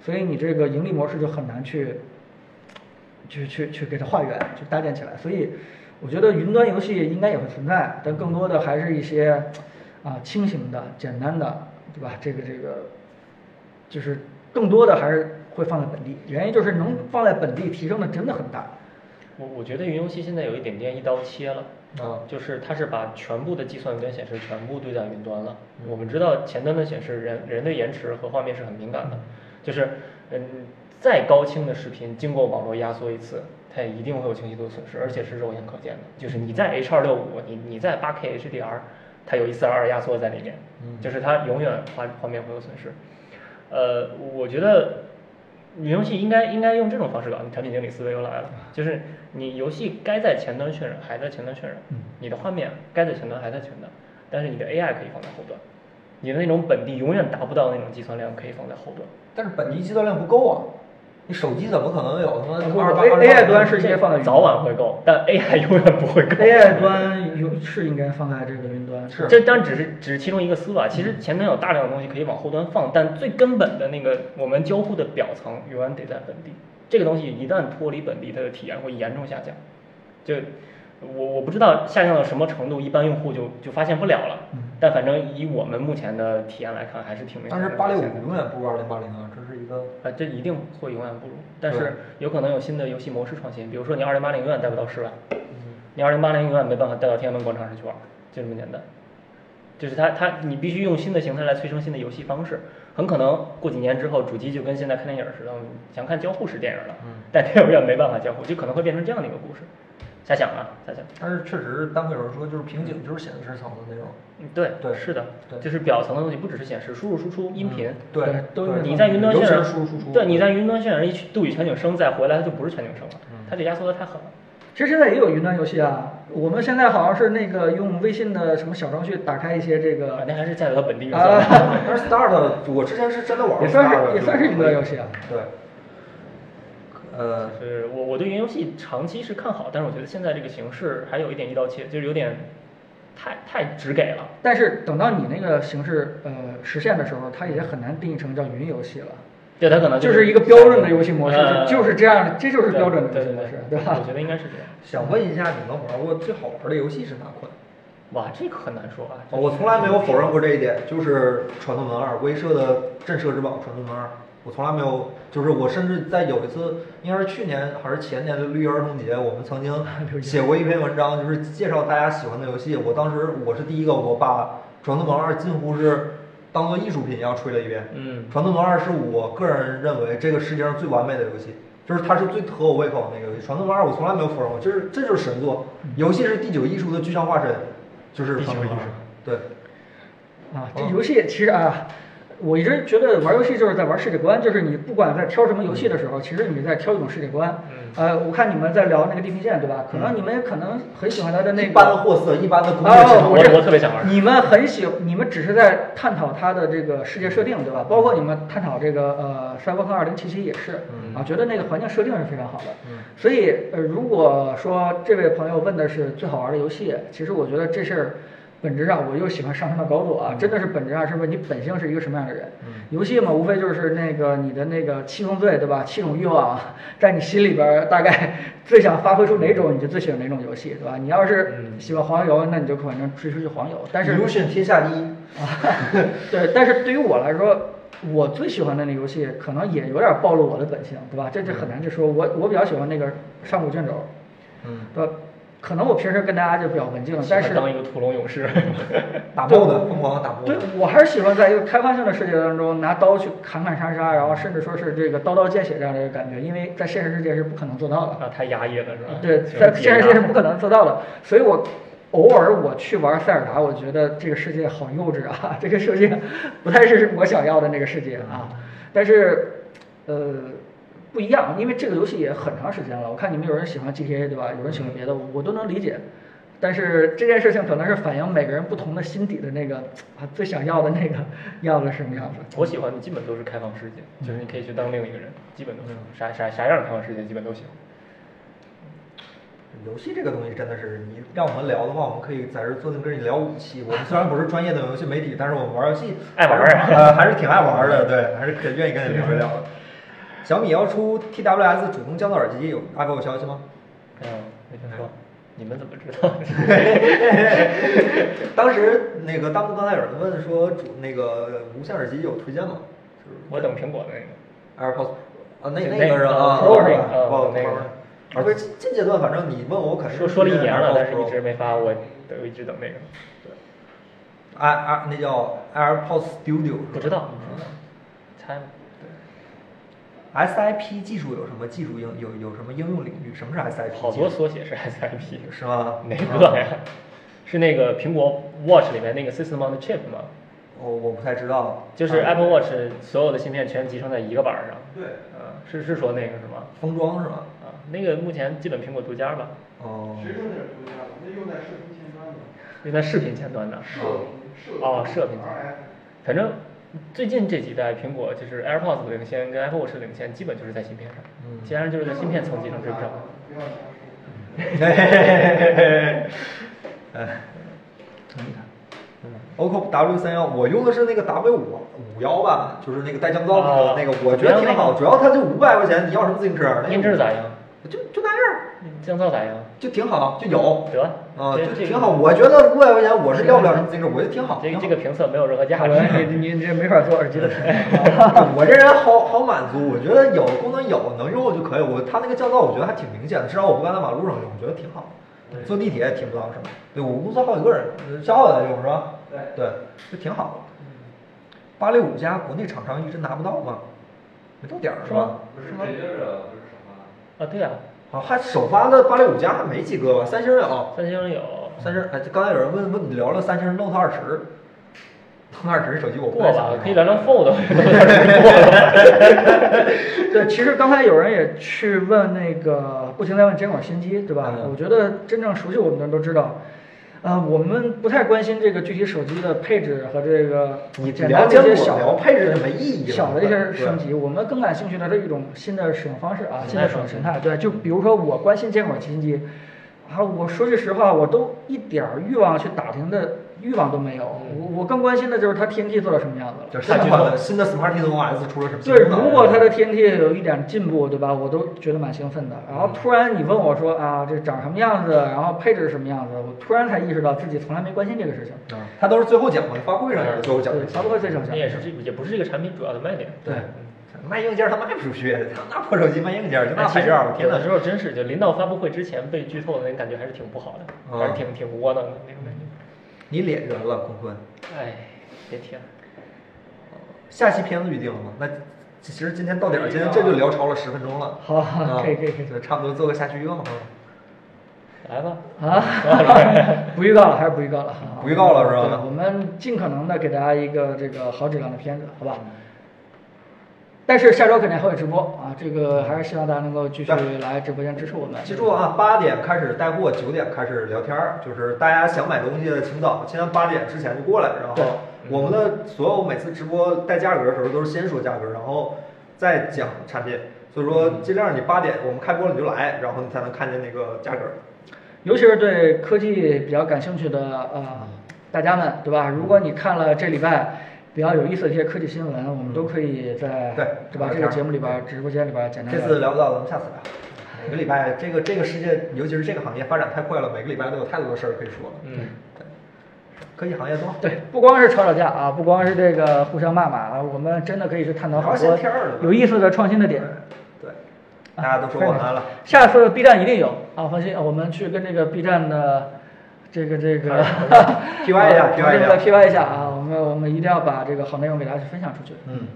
S2: 所以你这个盈利模式就很难去，去去去给它化缘，去搭建起来。所以，我觉得云端游戏应该也会存在，但更多的还是一些啊、轻型的、简单的，对吧？这个这个，就是更多的还是会放在本地，原因就是能放在本地提升的真的很大。
S3: 我我觉得云游戏现在有一点点一刀切了，
S1: 啊
S3: 就是它是把全部的计算跟显示全部堆在云端了。我们知道前端的显示人人对延迟和画面是很敏感的，就是嗯，再高清的视频经过网络压缩一次，它也一定会有清晰度损失，而且是肉眼可见的。就是你在 H 二六五，你你在八 K HDR，它有一四二二压缩在里面，就是它永远画画面会有损失。呃，我觉得云游戏应该应该用这种方式搞，产品经理思维又来了，
S2: 啊
S3: 就是你游戏该在前端渲染，还在前端渲染，
S2: 嗯
S3: 你的画面该在前端还在前端，但是你的 AI 可以放在后端，你的那种本地永远达不到那种计算量可以放在后端。
S1: 但是本地计算量不够啊，你手机怎么可能有他妈
S2: 呃哎不
S1: 二八
S2: A-
S1: 二
S2: AI 端是应该放在云端
S3: 早晚会够，但 AI 永远不会够。
S2: AI 端有是应该放在这个云端，
S1: 是嗯
S3: 这当然只是只是其中一个思路啊，其实前端有大量的东西可以往后端放，但最根本的那个我们交互的表层永远得在本地。这个东西一旦脱离本地，它的体验会严重下降。就我我不知道下降到什么程度，一般用户就就发现不了了。
S1: 嗯
S3: 但反正以我们目前的体验来看，还是挺明显
S1: 但
S3: 的
S1: 是
S3: 下降。
S1: 八六五永远不如二零八零啊，这是一个
S3: 啊，这一定会永远不如，但
S1: 对
S3: 是有可能有新的游戏模式创新，比如说你二零八零永远带不到室外，你二零八零永远没办法带到天安门广场上去玩，就这么简单。就是它它你必须用新的形态来催生新的游戏方式，很可能过几年之后主机就跟现在看电影似的，想看交互式电影了，
S1: 嗯
S3: 但电影院没办法交互，就可能会变成这样的一个故事。瞎想啊，瞎想。
S1: 但是确实，当会有人说就是瓶颈，就是显示层的那种。
S3: 嗯，对，
S1: 对
S3: 是的，
S1: 对
S3: 就是表层的东西，不只是显示、输入、输出、音频，
S1: 嗯对对
S2: 都是
S3: 你在云端渲
S1: 尤其
S3: 染
S1: 是输入输出
S3: 对，你在云端渲染一杜宇全景声，再回来它就不是全景声了，
S1: 嗯
S3: 它这压缩的太狠了。
S2: 其实现在也有云端游戏啊，我们现在好像是那个用微信的什么小程序打开一些这
S1: 嗯
S3: 啊
S2: 个，，
S3: 那还是驾驭到本地 运算。
S2: 啊，
S1: 但是 Start，我之前是真的玩过
S2: 也算
S1: Start 的
S2: 是也算是云端游戏啊。
S1: 对，呃，
S3: 就是我我对云游戏长期是看好，但是我觉得现在这个形式还有一点一刀切，就是有点太太直给了。
S2: 但是等到你那个形式呃实现的时候，它也很难定义成叫云游戏了，
S3: 对，它可能
S2: 啊就是
S3: 是
S2: 一个标准的游戏模式，
S3: 嗯
S2: 就就是这样的，这就是标准的
S3: 对
S2: 游戏
S3: 对
S2: 模
S3: 对
S2: 式，
S3: 对
S2: 吧
S3: 我？觉得应该是这样。
S1: 想问一下，你们玩过最好玩的游戏是哪款？哦
S3: 哇，这个很难说啊。
S1: 我从来没有否认过这一点，就是《传送门二》威社的震慑之宝《传送门二》，我从来没有，就是我甚至在有一次，应该是去年还是前年的六一儿童节，我们曾经写过一篇文章，就是介绍大家喜欢的游戏。我当时我是第一个，我把《传送门二》近乎是当做艺术品一样吹了一遍。
S3: 嗯
S1: 《传送门二》是我个人认为这个世界上最完美的游戏，就是它是最合我胃口的那个游戏。《传送门二》我从来没有否认过，就是这就是神作。游戏是第九艺术的具象化身，就是《传送门二》。对，
S2: 啊，
S3: 哦
S2: 这游戏其实啊，我一直觉得玩游戏就是在玩世界观，就是你不管在挑什么游戏的时
S3: 嗯
S2: 候，其实你在挑一种世界观。呃，我看你们在聊那个地平线，对吧？可
S3: 嗯
S2: 能你们也可能很喜欢它的那
S1: 一
S2: 个。
S1: 般的货色，一般的工业市
S2: 哦，
S1: 场。
S3: 我
S2: 这
S3: 我特别想玩
S2: 你们很喜，你们只是在探讨它的这个世界设定，对吧？包括你们探讨这个呃《赛博朋克二零七七》也是，啊，觉得那个环境设定是非常好的。所以呃，如果说这位朋友问的是最好玩的游戏，其实我觉得这事儿。本质上，我又喜欢上升到高度啊！真的是本质上是问你本性是一个什么样的人。游戏嘛，无非就是那个你的那个七宗罪，对吧？七种欲望，在你心里边儿大概最想发挥出哪种，你就最喜欢哪种游戏，对吧？你要是喜欢黄油，那你就可能追求去黄油。但是啊
S1: Illusion 天下第一。
S2: 对，但是对于我来说，我最喜欢的那游戏可能也有点暴露我的本性，对吧？这这很难去说。我我比较喜欢那个上古卷轴，
S1: 嗯，
S2: 对吧？可能我平时跟大家就比较文静，但是
S3: 当一个屠龙勇士，
S1: 打 BOSS 的，疯狂的打 BOSS。
S2: 对，我还是喜欢在一个开放性的世界当中拿刀去砍砍杀杀，然后甚至说是这个刀刀见血这样的一个感觉，因为在现实世界是不可能做到的。
S3: 啊，太压抑了是吧？
S2: 对，
S3: 就是
S2: 在现实世界
S3: 解
S2: 是
S3: 压
S2: 不可能做到的。所以我偶尔我去玩塞尔达，我觉得这个世界好幼稚啊， 这个世界不太是我想要的那个世界啊。但是，呃，不一样，因为这个游戏也很长时间了。我看你们有人喜欢 GTA 对吧？有人喜欢别的，我都能理解。但是这件事情可能是反映每个人不同的心底的那个啊，最想要的那个样子是什么样子。
S3: 我喜欢的基本都是开放世界，就是你可以去当另一个人，基本都
S2: 嗯
S3: 是啥啥啥样的开放世界基本都行。
S1: 游戏这个东西真的是，你让我们聊的话，我们可以在这儿坐定跟你聊五期。我们虽然不是专业的游戏媒体，但是我们玩游戏
S3: 爱玩
S2: 啊
S3: 儿
S1: 呃，还是 挺爱玩儿的，对，还是可愿意跟你聊一聊的。小米要出 TWS 主动降噪耳机，有发给我消息吗？
S3: 嗯，没听
S1: 哎
S3: 说，你们怎么知 道？
S1: 当时那个弹幕刚才有人问说主那个无线耳机有推荐吗？
S3: 我等苹果的那个，
S1: AirPods 啊，那
S3: 那
S1: 那个是啊
S3: 那
S1: 是吧
S3: 个那个
S1: 啊不
S3: 那个
S1: 而且这阶段，反正你问我，我肯定
S3: 说说了一年了，
S1: 推
S3: 但
S1: 荐
S3: 是
S1: AirPods
S3: 一
S1: Pro
S3: 直没发，我我一直等那个，
S1: i i 哎那叫 AirPods Studio
S3: 不知道，不知道，猜吧。
S1: SIP 技术有什么技术应有有什么应用领域？什么是 SIP？
S3: 好多缩 写是 SIP，
S1: 是吗？
S3: 哪个呀？是那个苹果 Watch 里面那个 System on a Chip 吗？
S1: 我我不太知道，
S3: 就是 Apple Watch 所有的芯片全集成在一个板儿上。
S1: 对
S3: 嗯，是是说那个是吗？
S1: 封装是吧？
S3: 啊，那个目前基本苹果独家吧，
S1: 哦，
S3: 用在视频前端的。哦，射频前端。反正最近这几代苹果就是 AirPods 的领先跟 Apple Watch 的领先，基本就是在芯片上，其他人就是在芯片层级上追不上。
S1: 哎嗯，OPPO W 三幺，我用的是那个 W 五五幺吧，就是那个带降噪
S3: 啊
S1: 的那个，我觉得挺好。主要它就五百块钱，你要什么自行车？那个
S3: 音质咋样？
S1: 就就那样，
S3: 降噪咋样？
S1: 就挺好，就有。
S3: 得
S1: 啊，
S3: 这
S1: 就
S3: 这
S1: 挺好。我觉得五百块钱我是要不了什么自行车，我觉得挺好。
S3: 这
S1: 挺
S3: 个
S1: 好
S3: 这个评测没有任何价
S2: 大
S3: 值。
S2: 文，你你你这没法做耳机的评 测啊。
S1: 我这人好好满足，我觉得有功能有能用就可以。我它那个降噪我觉得还挺明显的，至少我不敢在马路上用，我觉得挺好。坐地铁也听不到什么。对我们公司好几个人，呃小伙子用是吧？对对，就挺好的。八六五加国内厂商一直拿不到吗？没到点儿是吧？
S5: 不是北京人，不是什么。
S3: 啊，对啊，
S1: 好，还首发的八六五加还没几个吧？三星有，
S3: 三星有。
S1: 三星哎，刚才有人问问你聊聊三星 Note 二十，Note 二十手机我不
S3: 过
S1: 太想
S3: 吧
S1: 聊，
S3: 可以聊聊 Fold，过 了。
S2: 对，其实刚才有人也去问那个，不停在问监管新机，对吧？
S1: 嗯
S2: 我觉得真正熟悉我们的人都知道，呃，我们不太关心这个具体手机的配置和这个
S1: 你
S2: 简
S1: 聊
S2: 单的一些
S1: 坚果
S2: 小
S1: 聊配置就没意义了
S2: 小的一些
S1: 对
S2: 升级，我们更感兴趣的是一种新的使用方式啊，
S3: 嗯
S2: 新的使用形态。对，就比如说我关心监管新机，啊，我说句实话，我都一点儿欲望去打听的欲望都没有，我我更关心的就是它 TNT 做到什么样子了。
S1: 嗯就新款的新的 Smart TV OS 出了什么新
S2: 对，
S1: 功能？
S2: 如果它的 TNT 有一点进步，对吧？我都觉得蛮兴奋的。
S1: 嗯
S2: 然后突然你问我说啊，这长什么样子，然后配置是什么样子，我突然才意识到自己从来没关心这个事情。
S1: 啊，它都是最后讲的，发布会上也是最后讲
S2: 对，
S1: 的。
S2: 发布会最常
S3: 那
S2: 见。
S3: 也是这也不是这个产品主要的卖点。
S2: 对
S1: 卖硬件他卖不出去，他那破手机卖硬件就
S3: 哎
S1: 那
S3: 其
S1: 还
S3: 实
S1: 这样吧，
S3: 有
S1: 天哪
S3: 的！时候真是，就临到发布会之前被剧透的那种感觉还是挺不好的，
S1: 啊
S3: 还是挺挺窝囊的那种感觉。
S1: 你脸圆了，坤坤。
S3: 哎，别提了。
S1: 下期片子预定了吗？那其实今天到点儿，今天这就聊超了十分钟了。
S2: 哎好
S1: 啊
S2: 可以可以可以
S1: 对，差不多做个下期预告好了。
S3: 来吧，
S2: 啊， 不预告了，还是不预告了，
S1: 不预告了是吧
S2: 对我们尽可能的给大家一个这个好质量的片子，好吧？
S1: 嗯
S2: 但是下周肯定还会直播啊，这个还是希望大家能够继续
S1: 对
S2: 来直播间支持我们。
S1: 记住啊，八点开始带货，九点开始聊天儿，就是大家想买东西请早，千万八点之前就过来。然
S2: 对
S1: 后我们的所有每次直播带价格的时候，都是先说价格，然后再讲产品。所以说，
S2: 嗯
S1: 尽量你八点我们开播了你就来，然后你才能看见那个价格。
S2: 尤其是对科技比较感兴趣的
S1: 嗯
S2: 呃大家们，对吧？如果你看了这礼拜比较有意思的一些科技新闻，我们都可以在
S1: 嗯对
S2: 对
S1: 聊
S2: 吧这
S1: 天
S2: 个
S1: 儿嗯
S2: 节目里边儿、直播间里边儿简单
S1: 这
S2: 地
S1: 次聊不到，咱们下次聊。每个礼拜，这个这个世界，尤其是这个行业发展太快了，每个礼拜都有太多的事儿可以说了。
S3: 嗯，
S1: 科技行业多好，
S2: 对，不光是吵吵架啊，不光是这个互相骂骂啊，我们真的可以去探讨好多有意思的创新的点。
S1: 对，大家都说晚安了。
S2: 下次 B 站一定有啊，放心，我们去跟这个 B 站的这个这个
S1: PY 一下
S2: 同
S1: PY 一下
S2: 志们来 PY 一下啊，我们我们一定要把这个好内容给大家去分享出去，
S1: 嗯，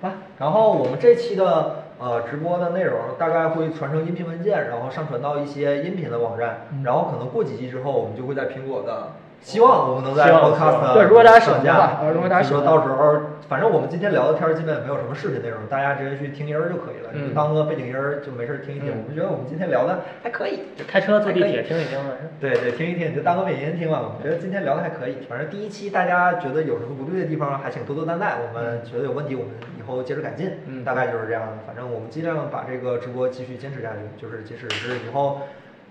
S2: 好吧？
S1: 然后我们这期的呃直播的内容大概会传成音频文件，然后上传到一些音频的网站，
S2: 嗯
S1: 然后可能过几集之后，我们就会在苹果的。希望我们能在
S3: 希望
S1: Podcast
S2: 对如果大家喜欢
S1: 上
S2: 的话
S1: 架，
S2: 呃如果大家喜
S1: 所以
S2: 欢
S1: 说到时候，反正我们今天聊的天儿基本也没有什么视频内容，大家直接去听音儿就可以了，
S2: 嗯
S1: 你就当个背景音儿就没事儿听一听。
S3: 嗯
S1: 我们觉得我们今天聊的还可以，
S3: 就开车坐地铁听一听，完事儿
S1: 对对，听一听，你就当个美音听吧。我觉得今天聊的还可以，反正第一期大家觉得有什么不对的地方，还请多多担待。我们觉得有问题，我们以后接着改进。
S3: 嗯
S1: 大概就是这样的。反正我们尽量把这个直播继续坚持下去，就是即使是以后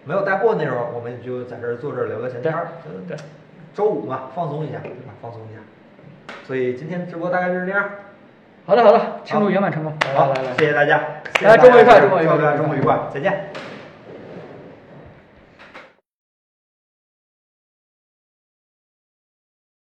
S1: 没有带货内容，我们就在这儿坐这儿聊聊闲天儿。对对，周五嘛，放松一下，对吧？放松一下。所以今天直播大概就是这样。
S2: 好的好的，庆祝圆满成功，来
S1: 好，
S2: 来来来。
S1: 谢谢大家，谢谢
S2: 大家周末愉快
S1: 大家
S2: 周末愉快
S1: 祝大家周末愉快，再见。